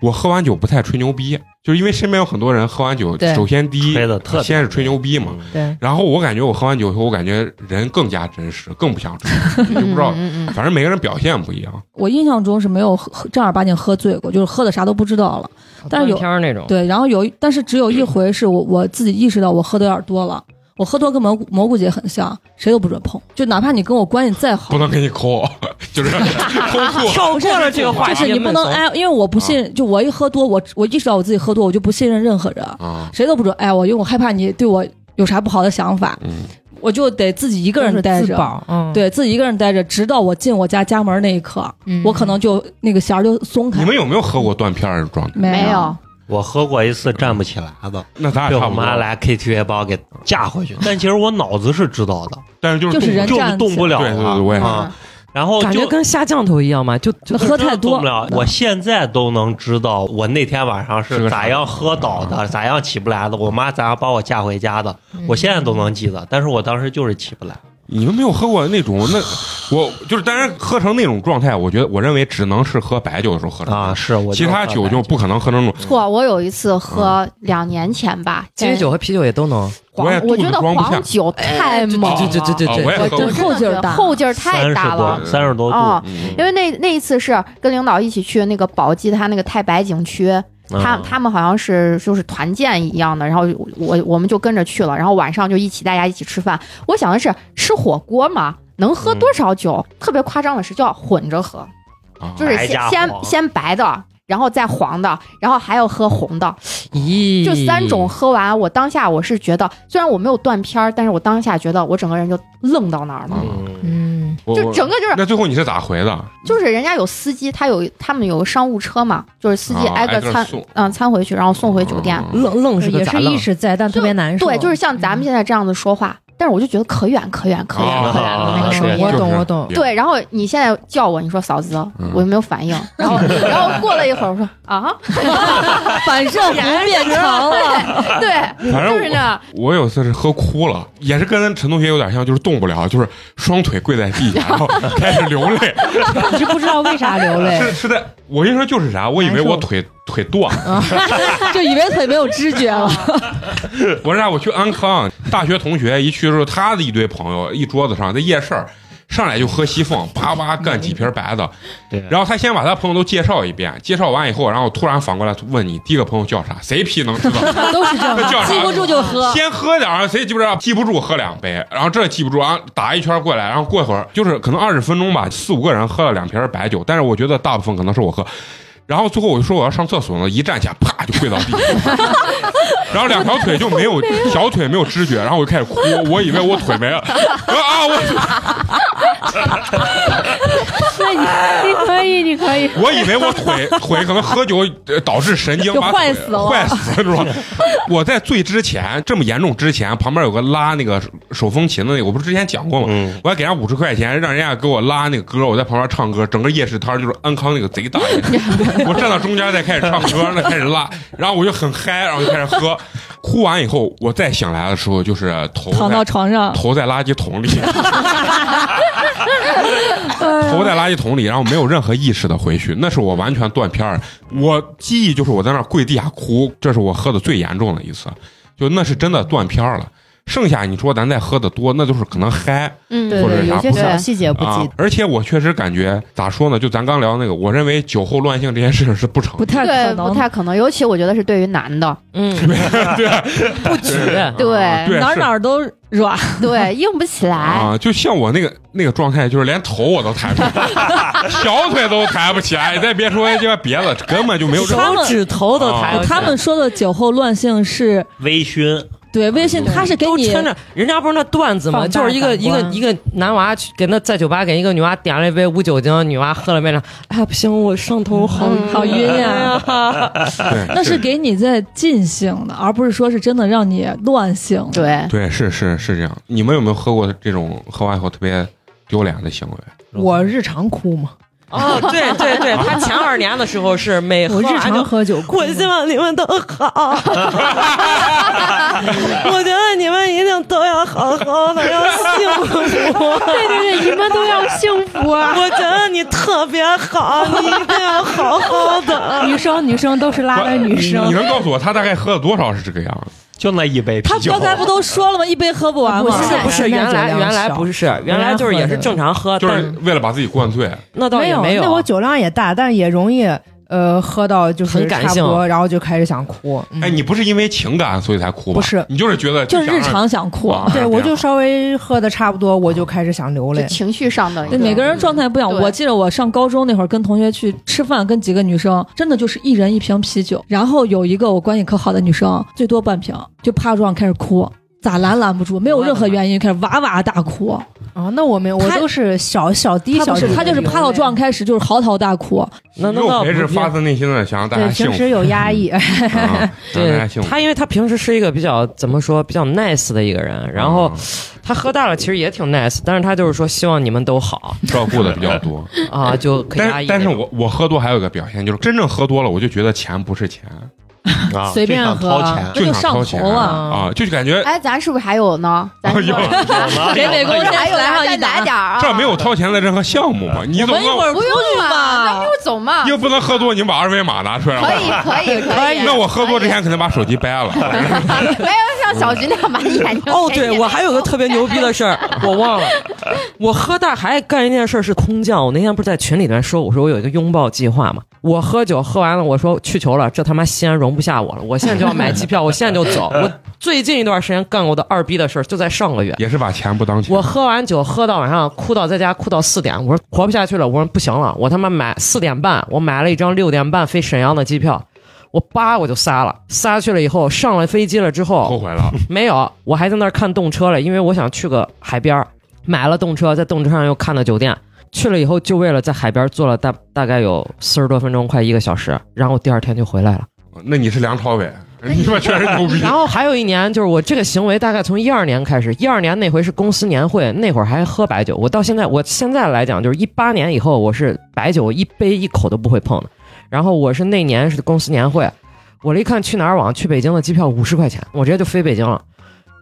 Speaker 1: 我喝完酒不太吹牛逼，就是因为身边有很多人喝完酒，
Speaker 3: 对
Speaker 1: 首先第一
Speaker 6: 吹的特别
Speaker 1: 先是吹牛逼嘛，
Speaker 3: 对，
Speaker 1: 然后我感觉我喝完酒以后，我感觉人更加真实，更不想吹，你就不知道，
Speaker 5: 嗯嗯嗯
Speaker 1: 反正每个人表现不一样。
Speaker 4: 我印象中是没有喝正儿八经喝醉过，就是喝的啥都不知道了。但是有
Speaker 2: 天儿那种，
Speaker 4: 对，然后有一，但是只有一回是我 我自己意识到我喝的有点多了。我喝多跟蘑菇蘑菇姐很像，谁都不准碰，就哪怕你跟我关系再好
Speaker 1: 不，能给你抠， 就是抠住。
Speaker 2: 跳过了这个话
Speaker 4: 就
Speaker 2: 题，
Speaker 4: 是你不能哎，因为我不信，就我一喝多，我我意识到我自己喝多，我就不信任任何人，
Speaker 1: 啊，
Speaker 4: 谁都不准哎我，因为我害怕你对我有啥不好的想法，
Speaker 1: 嗯，
Speaker 4: 我就得自己一个人待
Speaker 3: 都是自
Speaker 4: 着，
Speaker 3: 保，嗯，
Speaker 4: 对自己一个人待着，直到我进我家家门那一刻，
Speaker 3: 嗯
Speaker 4: 我可能就那个弦儿就松开。
Speaker 1: 你们有没有喝过断片儿的状态？
Speaker 5: 没有，
Speaker 6: 我喝过一次站不起来的，
Speaker 1: 那咱
Speaker 6: 被
Speaker 1: 俩
Speaker 6: 我
Speaker 1: 啊差不多
Speaker 6: 妈
Speaker 1: 了，
Speaker 6: 来 KTV 把我给架回去，但其实我脑子是知道的，
Speaker 1: 但是就是
Speaker 4: 就
Speaker 1: 动不了
Speaker 4: 是人
Speaker 6: 就是动不了
Speaker 1: 对对对，
Speaker 6: 了
Speaker 1: 我也是。
Speaker 6: 啊。然后
Speaker 2: 感觉
Speaker 6: 就
Speaker 2: 跟下降头一样嘛，就就
Speaker 4: 喝太
Speaker 6: 动
Speaker 4: 多
Speaker 6: 不了，我现在都能知道我那天晚上
Speaker 1: 是
Speaker 6: 是
Speaker 1: 个啥
Speaker 6: 咋样喝倒的，咋样起不来的，我妈咋样把我架回家的，
Speaker 3: 嗯
Speaker 6: 我现在都能记得，但是我当时就是起不来。
Speaker 1: 你们没有喝过那种那，我就是当然喝成那种状态，我觉得我认为只能是喝白酒的时候喝成
Speaker 6: 啊，是我
Speaker 1: 其他酒就不可能喝成那种。
Speaker 5: 错，我有一次喝两年前吧，
Speaker 2: 鸡尾
Speaker 5: 在
Speaker 2: 酒和啤酒也都能，
Speaker 1: 我也
Speaker 5: 黄，我
Speaker 1: 肚
Speaker 5: 觉
Speaker 1: 子
Speaker 5: 得
Speaker 1: 装不下
Speaker 5: 黄，酒太猛了，
Speaker 2: 对对对对
Speaker 1: 啊
Speaker 2: 对
Speaker 1: 我也
Speaker 2: 对，
Speaker 1: 喝
Speaker 5: 我
Speaker 1: 过
Speaker 5: 真的
Speaker 4: 后劲儿
Speaker 5: 觉得
Speaker 4: 大
Speaker 5: 后劲儿太
Speaker 6: 三
Speaker 5: 大
Speaker 6: 十
Speaker 5: 了
Speaker 6: 多，。三十多度，
Speaker 5: 哦
Speaker 1: 嗯
Speaker 5: 因为那那一次是跟领导一起去那个宝鸡，他那个太白景区，他
Speaker 6: 嗯
Speaker 5: 他们好像是就是团建一样的，然后我我们就跟着去了，然后晚上就一起大家一起吃饭。我想的是吃火锅嘛，能
Speaker 1: 嗯
Speaker 5: 喝多少酒？特别夸张的是，就要混着喝，
Speaker 1: 啊
Speaker 5: 就是
Speaker 6: 白
Speaker 5: 先
Speaker 6: 加
Speaker 5: 先
Speaker 6: 黄
Speaker 5: 先白的，然后再黄的，然后还要喝红的，
Speaker 2: 咦，
Speaker 5: 就三种喝完，我当下我是觉得，虽然我没有断片儿，但是我当下觉得我整个人就愣到那儿了。
Speaker 6: 嗯
Speaker 3: 嗯，
Speaker 1: 啊我
Speaker 5: 就
Speaker 1: 我
Speaker 5: 整个就是
Speaker 1: 那最后你是咋回的？
Speaker 5: 就是人家有司机，他有他们有商务车嘛，就是司机
Speaker 1: 啊
Speaker 5: 挨
Speaker 1: 挨
Speaker 5: 个
Speaker 1: 个
Speaker 5: 餐
Speaker 1: 送
Speaker 5: 嗯餐回去，然后送回酒店。
Speaker 1: 嗯
Speaker 2: 愣愣是个
Speaker 3: 也
Speaker 2: 咋
Speaker 3: 是
Speaker 2: 愣
Speaker 3: 意？识在，但特别
Speaker 1: 哦
Speaker 3: 难受。
Speaker 5: 对，就是像咱们现在这样子说话，但是我就觉得可远可远可远
Speaker 1: 哦
Speaker 5: 可远了那个声
Speaker 3: 嗯
Speaker 5: 音
Speaker 1: 啊
Speaker 3: 我。懂
Speaker 1: 就是
Speaker 3: 我懂
Speaker 1: 别
Speaker 5: 对，然后你现在叫我，你说嫂子，
Speaker 1: 嗯
Speaker 5: 我又没有反应，然后然后过了一会儿，我说啊，
Speaker 4: 反射弧 变长了，
Speaker 5: 对，
Speaker 1: 反正
Speaker 5: 就是那样，
Speaker 1: 我有一次是喝哭了，也是跟陈同学有点像，就是动不了，就是双腿跪在地下，然后 开始流泪。
Speaker 3: 你是不知道为啥流泪，
Speaker 1: 是是在，我跟你说就是啥，我以为我腿腿断，
Speaker 4: 就以为腿没有知觉 了。
Speaker 1: 我啊让我去安康，大学同学一去的时候，他的一堆朋友一桌子上在夜市儿上来就喝西凤，叭叭干几瓶白的，
Speaker 6: 对，
Speaker 1: 然后他先把他朋友都介绍一遍，介绍完以后，然后突然反过来问你第一个朋友叫啥，谁屁能知道？
Speaker 4: 都是这样
Speaker 1: 那叫啥
Speaker 4: 记不住就喝。
Speaker 1: 先喝点儿，谁记不着？记不住喝两杯，然后这记不住，然后打一圈过来，然后过一会儿就是可能二十分钟吧，四五个人喝了两瓶白酒，但是我觉得大部分可能是我喝。然后最后我就说我要上厕所呢，一站起来啪就跪到地上， 然后两条腿就没有小腿没有知觉，然后我就开始哭，我以为我腿没了，我说啊 我
Speaker 3: 那你你可以，你可以。
Speaker 1: 我以为我腿腿可能喝酒呃导致神经
Speaker 4: 就
Speaker 1: 把腿
Speaker 4: 坏死了
Speaker 1: 坏死是吧？我在醉之前这么严重之前，旁边有个拉那个手手风琴的那个，我不是之前讲过吗？
Speaker 6: 嗯，
Speaker 1: 我还给人家五十块钱，让人家给我拉那个歌，我在旁边唱歌，整个夜市摊儿就是安康那个贼大 爷，我站到中间再开始唱歌，那开始拉，然后我就很嗨，然后就开始喝，哭完以后，我再醒来的时候就是头
Speaker 4: 躺
Speaker 1: 在
Speaker 4: 到床上，
Speaker 1: 头在垃圾桶
Speaker 4: 哎
Speaker 1: 里，头在垃圾桶里，然后没有任何意识的回去，那是我完全断片儿。我记忆就是我在那儿跪地下哭，这是我喝的最严重的一次，就那是真的断片儿了。剩下你说咱再喝的多，那就是可能嗨，
Speaker 5: 嗯，
Speaker 3: 对
Speaker 1: 或者
Speaker 3: 对，
Speaker 1: 是啥
Speaker 3: 有些
Speaker 1: 不
Speaker 3: 小
Speaker 5: 对
Speaker 3: 细节不记
Speaker 1: 啊。而且我确实感觉咋说呢，就咱刚聊那个，我认为酒后乱性这件事情是不成
Speaker 4: 不
Speaker 1: 立的。
Speaker 4: 太可
Speaker 5: 对，不
Speaker 4: 能。
Speaker 5: 太可能，尤其我觉得是对于男的，
Speaker 2: 嗯，不举，
Speaker 1: 啊对
Speaker 5: 对
Speaker 4: 哪儿
Speaker 1: 是
Speaker 4: 哪儿都软，
Speaker 5: 对，硬不起来，
Speaker 1: 啊，就像我那个那个状态，就是连头我都抬不起来， 小腿都抬不起来，你再别说一些别的，根本就没有这
Speaker 4: 他们哦
Speaker 2: 手指头都抬不起来，
Speaker 4: 他们说的酒后乱性是
Speaker 6: 微醺，
Speaker 4: 对微信，他是给
Speaker 2: 都
Speaker 4: 你
Speaker 2: 抻着，人家不是那段子吗？
Speaker 3: 放大
Speaker 2: 就是一个
Speaker 3: 感
Speaker 2: 一个
Speaker 3: 官
Speaker 2: 一个男娃去给那在酒吧给一个女娃点了一杯无酒精，女娃喝了杯了，哎呀不行，我上头好
Speaker 5: 嗯
Speaker 4: 好晕呀、
Speaker 1: 哎对，
Speaker 4: 那是给你在尽兴的，而不是说是真的让你乱性。，
Speaker 5: 对，
Speaker 1: 对，是是是这样。你们有没有喝过这种喝完以后特别丢脸的行为？
Speaker 3: 我日常哭嘛，
Speaker 2: 哦， 对对对，他前二年的时候是每喝
Speaker 3: 我日
Speaker 2: 完
Speaker 3: 常
Speaker 2: 就
Speaker 3: 喝酒哭。
Speaker 2: 我希望你们都好，我觉得你们一定都要好好的，要幸福。
Speaker 3: 对对对，你们都要幸福 啊！
Speaker 2: 我觉得你特别好，你一定要好好的。
Speaker 3: 女生女生都是拉着女
Speaker 1: 你
Speaker 3: 生，
Speaker 1: 能告诉我他大概喝了多少是这个样子？
Speaker 6: 就那一杯
Speaker 4: 他
Speaker 6: 啤酒，
Speaker 4: 刚才不都说了吗？一杯喝不完
Speaker 3: 不
Speaker 4: 吗？
Speaker 2: 不是
Speaker 3: 现在
Speaker 2: 不是，
Speaker 3: 现在
Speaker 2: 原来
Speaker 3: 酒量
Speaker 2: 原来
Speaker 3: 少
Speaker 2: 不是，原来就是也是正常喝，
Speaker 1: 就是
Speaker 2: 呃但嗯
Speaker 1: 为了把自己灌醉，
Speaker 2: 那倒也
Speaker 3: 没
Speaker 2: 有。
Speaker 3: 那我酒量也大，但也容易呃喝到就是
Speaker 2: 很感
Speaker 3: 差不
Speaker 2: 性
Speaker 3: 多，然后就开始想哭。嗯
Speaker 1: 哎，你不是因为情感所以才哭吧？
Speaker 3: 不是
Speaker 1: 你就是觉得
Speaker 4: 就是
Speaker 1: 想
Speaker 4: 日
Speaker 1: 让
Speaker 4: 常想哭。
Speaker 1: 啊
Speaker 3: 对我就
Speaker 1: 这样
Speaker 3: 稍微喝的差不多，我就开始想流
Speaker 5: 就
Speaker 3: 泪。
Speaker 5: 情绪上的一
Speaker 4: 对，每个人状态不一样。
Speaker 5: 对
Speaker 4: 我记得我上高中那会儿，跟同学去吃饭，跟几个女生，真的就是一人一瓶啤酒，然后有一个我关系可好的女生，最多半瓶，就趴桌上开始哭，咋拦拦不住，没有任何原因，开始哇哇大哭。
Speaker 3: 啊，那我没有，我
Speaker 4: 他
Speaker 3: 都是小小滴
Speaker 4: 她
Speaker 3: 小
Speaker 4: 不
Speaker 3: 滴
Speaker 4: 是，
Speaker 3: 的
Speaker 4: 她就是
Speaker 3: 流
Speaker 4: 趴到
Speaker 3: 泪
Speaker 4: 桌上开始就是嚎啕大哭。
Speaker 2: 那那
Speaker 1: 肉
Speaker 2: 那
Speaker 1: 培
Speaker 2: 不
Speaker 1: 是
Speaker 2: 一
Speaker 1: 发自内心的想让大
Speaker 3: 对
Speaker 1: 家幸
Speaker 3: 平
Speaker 1: 福
Speaker 3: 时有压抑，
Speaker 1: 啊，让大家
Speaker 2: 对
Speaker 1: 幸福。
Speaker 2: 他，因为他平时是一个比较怎么说比较 nice 的一个人，然后
Speaker 1: 啊
Speaker 2: 他喝大了其实也挺 nice，但是他就是说希望你们都好
Speaker 1: 照顾的比较多，
Speaker 2: 啊，就可以压
Speaker 1: 但
Speaker 2: 抑那
Speaker 1: 但
Speaker 2: 种。
Speaker 1: 是我我喝多还有一个表现，就是真正喝多了，我就觉得钱不是钱，
Speaker 6: 啊
Speaker 3: 随便
Speaker 6: 就想
Speaker 3: 喝
Speaker 6: 掏钱，
Speaker 4: 那就
Speaker 1: 想掏
Speaker 4: 上
Speaker 1: 钱
Speaker 4: 头了
Speaker 1: 啊，就感觉
Speaker 5: 哎，咱是不是还有呢？咱
Speaker 1: 哎
Speaker 5: 是
Speaker 1: 呦
Speaker 5: 不是
Speaker 4: 给美工
Speaker 5: 还
Speaker 4: 先
Speaker 5: 有咱
Speaker 4: 来上
Speaker 5: 再来
Speaker 4: 一打，
Speaker 5: 点儿啊！
Speaker 1: 这没有掏钱的任何项目嘛，你
Speaker 4: 我
Speaker 1: 总
Speaker 4: 们一会
Speaker 1: 不
Speaker 4: 儿
Speaker 5: 不用啊嘛，那
Speaker 4: 吧
Speaker 5: 不。如走嘛，
Speaker 1: 又不能喝多，你把二维码拿出来。
Speaker 5: 可以可以可以。
Speaker 1: 那我喝多之前肯定把手机掰了，
Speaker 5: 没有像小菊那样把眼睛
Speaker 2: 哦，对，我还有个特别牛逼的事儿，我忘了。我喝大还干一件事儿是空降。我那天不是在群里面说，我说我有一个拥抱计划嘛。我喝酒喝完了，我说去球了，这他妈西安容不下我了，我现在就要买机票，我现在就 走。我最近一段时间干过的二逼的事儿，就在上个 月。
Speaker 1: 也是把钱不当钱。
Speaker 2: 我喝完酒喝到晚上，哭到在家哭到四点，我说活不下去了，我说不行了，我他妈买四点半，我买了一张六点半飞沈阳的机票，我叭我就撒了，撒去了以后
Speaker 1: 哦
Speaker 2: 上了飞机了之后，
Speaker 1: 后悔了，
Speaker 2: 没有，我还在那儿看动车了，因为我想去个海边儿。买了动车，在动车上又看到酒店，去了以后就为了在海边坐了大大概有四十多分钟，快一个小时，然后第二天就回来了。
Speaker 1: 那你是梁朝伟，你们全是牛逼
Speaker 2: 然。后还有一年，就是我这个行为大概从一二年开始，一二年那回是公司年会，那会儿还喝白酒。我到现在，我现在来讲，就是一八年以后，我是白酒一杯一口都不会碰的。然后我是那年是公司年会，我这一看去哪儿网去北京的机票五十块钱，我直接就飞北京了。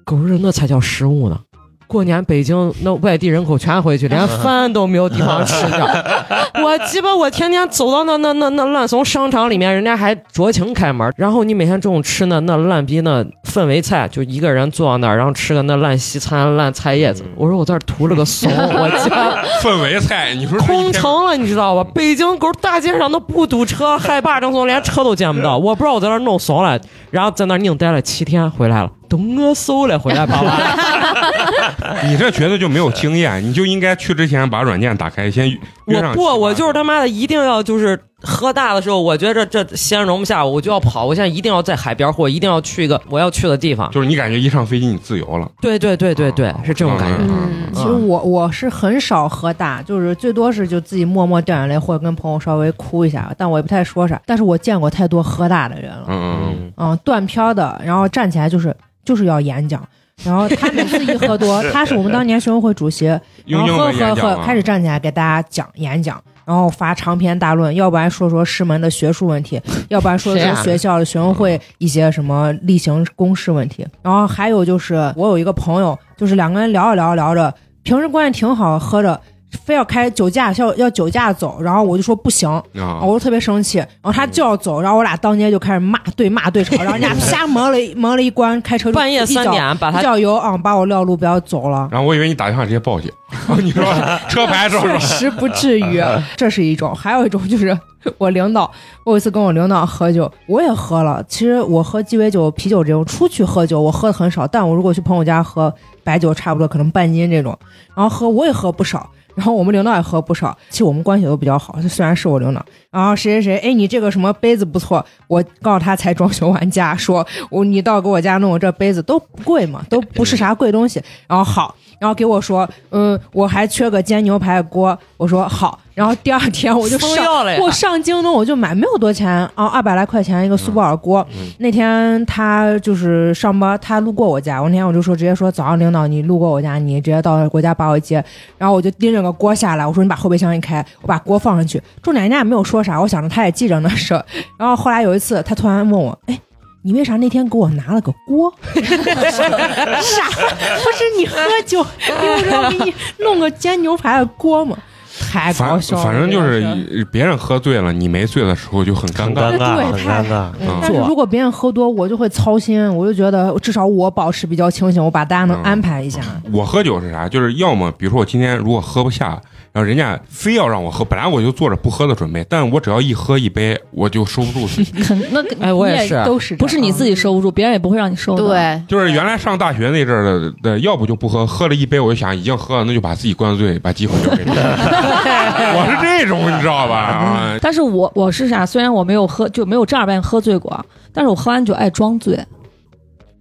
Speaker 2: 狗日那才叫失误呢！过年北京那外地人口全回 去，连饭都没有地方吃了。我鸡巴我天天走到那那那那烂怂商场里面，人家还酌情开门，然后你每天中午吃那那烂逼那氛围菜，就一个人坐到那儿，然后吃个那烂西餐烂菜叶
Speaker 1: 嗯
Speaker 2: 子。我说我这儿图了 个怂，我鸡巴。
Speaker 1: 氛围菜，你说这一天
Speaker 2: 空城了，你知道吧？北京狗大街上都不堵车，害怕正宗，连车都见不到。我不知道我在那儿弄怂了，然后在那儿硬待了七天，回来了，都饿馊了，回来吧。
Speaker 1: 你这绝对就没有经验，你就应该去之前把软件打开，先约
Speaker 2: 我
Speaker 1: 上。
Speaker 2: 不，我就是他妈的一定要就是喝大的时候，我觉着这西安容不下我，我就要跑。我现在一定要在海边，或者一定要去一个我要去的地方。
Speaker 1: 就是你感觉一上飞机你自由了，
Speaker 2: 对对对对对，是这种感觉。
Speaker 5: 嗯，
Speaker 3: 其实我我是很少喝大，就是最多是就自己默默掉眼泪，或者跟朋友稍微哭一下，但我也不太说啥。但是我见过太多喝大的人了，
Speaker 1: 嗯嗯
Speaker 3: 嗯，断片的，然后站起来就是就是要演讲，然后他每次一喝多，他是我们当年学生啊会主席，
Speaker 1: 嗯，
Speaker 3: 然
Speaker 1: 用
Speaker 3: 后
Speaker 1: 英文
Speaker 3: 喝喝
Speaker 1: 演讲
Speaker 2: 啊
Speaker 3: 喝，
Speaker 1: 嘛
Speaker 3: 开始站起来给大家讲演讲，然后发长篇大论，要不然说说师门的学术问 题，要不然说
Speaker 2: 谁
Speaker 3: 说
Speaker 2: 啊
Speaker 3: 学校的学生会一些什么例行公事问题。然后还有就是，我有一个朋友，就是两个人聊着聊着聊着，平时关系挺好，喝着。非要开酒驾，要要酒驾走，然后我就说不行，
Speaker 1: 啊
Speaker 3: 我，就特别生气，然后他就要走，然后我俩当街就开始骂对骂对吵，然后人 家啪蒙了一蒙了一关，开车就
Speaker 2: 半夜
Speaker 3: 一脚
Speaker 2: 三点把
Speaker 3: 一
Speaker 2: 他
Speaker 3: 脚油啊、把我撂路边走了。
Speaker 1: 然后我以为你打电话直接报警， 然后你说车牌是不
Speaker 3: 确
Speaker 1: 是？
Speaker 3: 实不至于，啊这是一种。还有一种就是 我领导，我有一次跟我领导喝酒，我也喝了。其实我喝鸡尾酒、啤酒这种，出去喝酒我喝的很少，但我如果去朋友家喝白酒，差不多可能半斤这种，然后喝我也喝不少。然后我们领导也喝不少，其实我们关系都比较好。就虽然是我领导，然后谁谁谁，哎，你这个什么杯子不错，我告诉他才装修完家，说我你到给我家弄我这杯子都不贵嘛，都不是啥贵东西。然后好，然后给我说，嗯，我还缺个煎牛排锅，我说好。然后第二天我就
Speaker 2: 疯
Speaker 3: 上
Speaker 2: 掉了呀
Speaker 3: 我上京东我就买，没有多钱啊，二百来块钱一个苏泊尔锅。
Speaker 2: 嗯
Speaker 3: 那天他就是上班，他路过我家，我那天我就说直接说早上领导你路过我家，你直接到我家把我接，然后我就拎着个锅下来，我说你把后备箱一开，我把锅放上去。重点人家也没有说啥，我想着他也记着那事儿。然后后来有一次，他突然问我，哎。你为啥那天给我拿了个锅？ 傻，不是你喝酒，你不是要给你弄个煎牛排的锅吗？太搞
Speaker 1: 反
Speaker 3: 笑了，
Speaker 1: 反正就
Speaker 3: 这个事儿
Speaker 1: 是别人喝醉了，你没醉的时候就很尴
Speaker 6: 很
Speaker 1: 尬
Speaker 6: 尴。尬，
Speaker 3: 对
Speaker 6: 很
Speaker 3: 太
Speaker 6: 尴尬。
Speaker 1: 嗯
Speaker 3: 但是如果别人喝多，我就会操心，我就觉得至少我保持比较清醒，我把大家能安排一下。
Speaker 1: 我喝酒是啥？就是要么比如说我今天如果喝不下，然后人家非要让我喝，本来我就做着不喝的准备，但我只要一喝一杯，我就收不住自己。
Speaker 4: 肯那
Speaker 2: 哎我也
Speaker 4: 你
Speaker 2: 是
Speaker 3: 都是这样啊
Speaker 4: 不是你自己收不住，别人也不会让你收的。，
Speaker 5: 对，
Speaker 1: 就是原来上大学那阵儿的的，要不就不喝，喝了一杯我就想已经喝了，那就把自己灌醉，把机会留给你。我是这种，你知道吧？啊，
Speaker 4: 但是我我是啥？虽然我没有喝，就没有正儿八经喝醉过啊，但是我喝完酒爱装醉。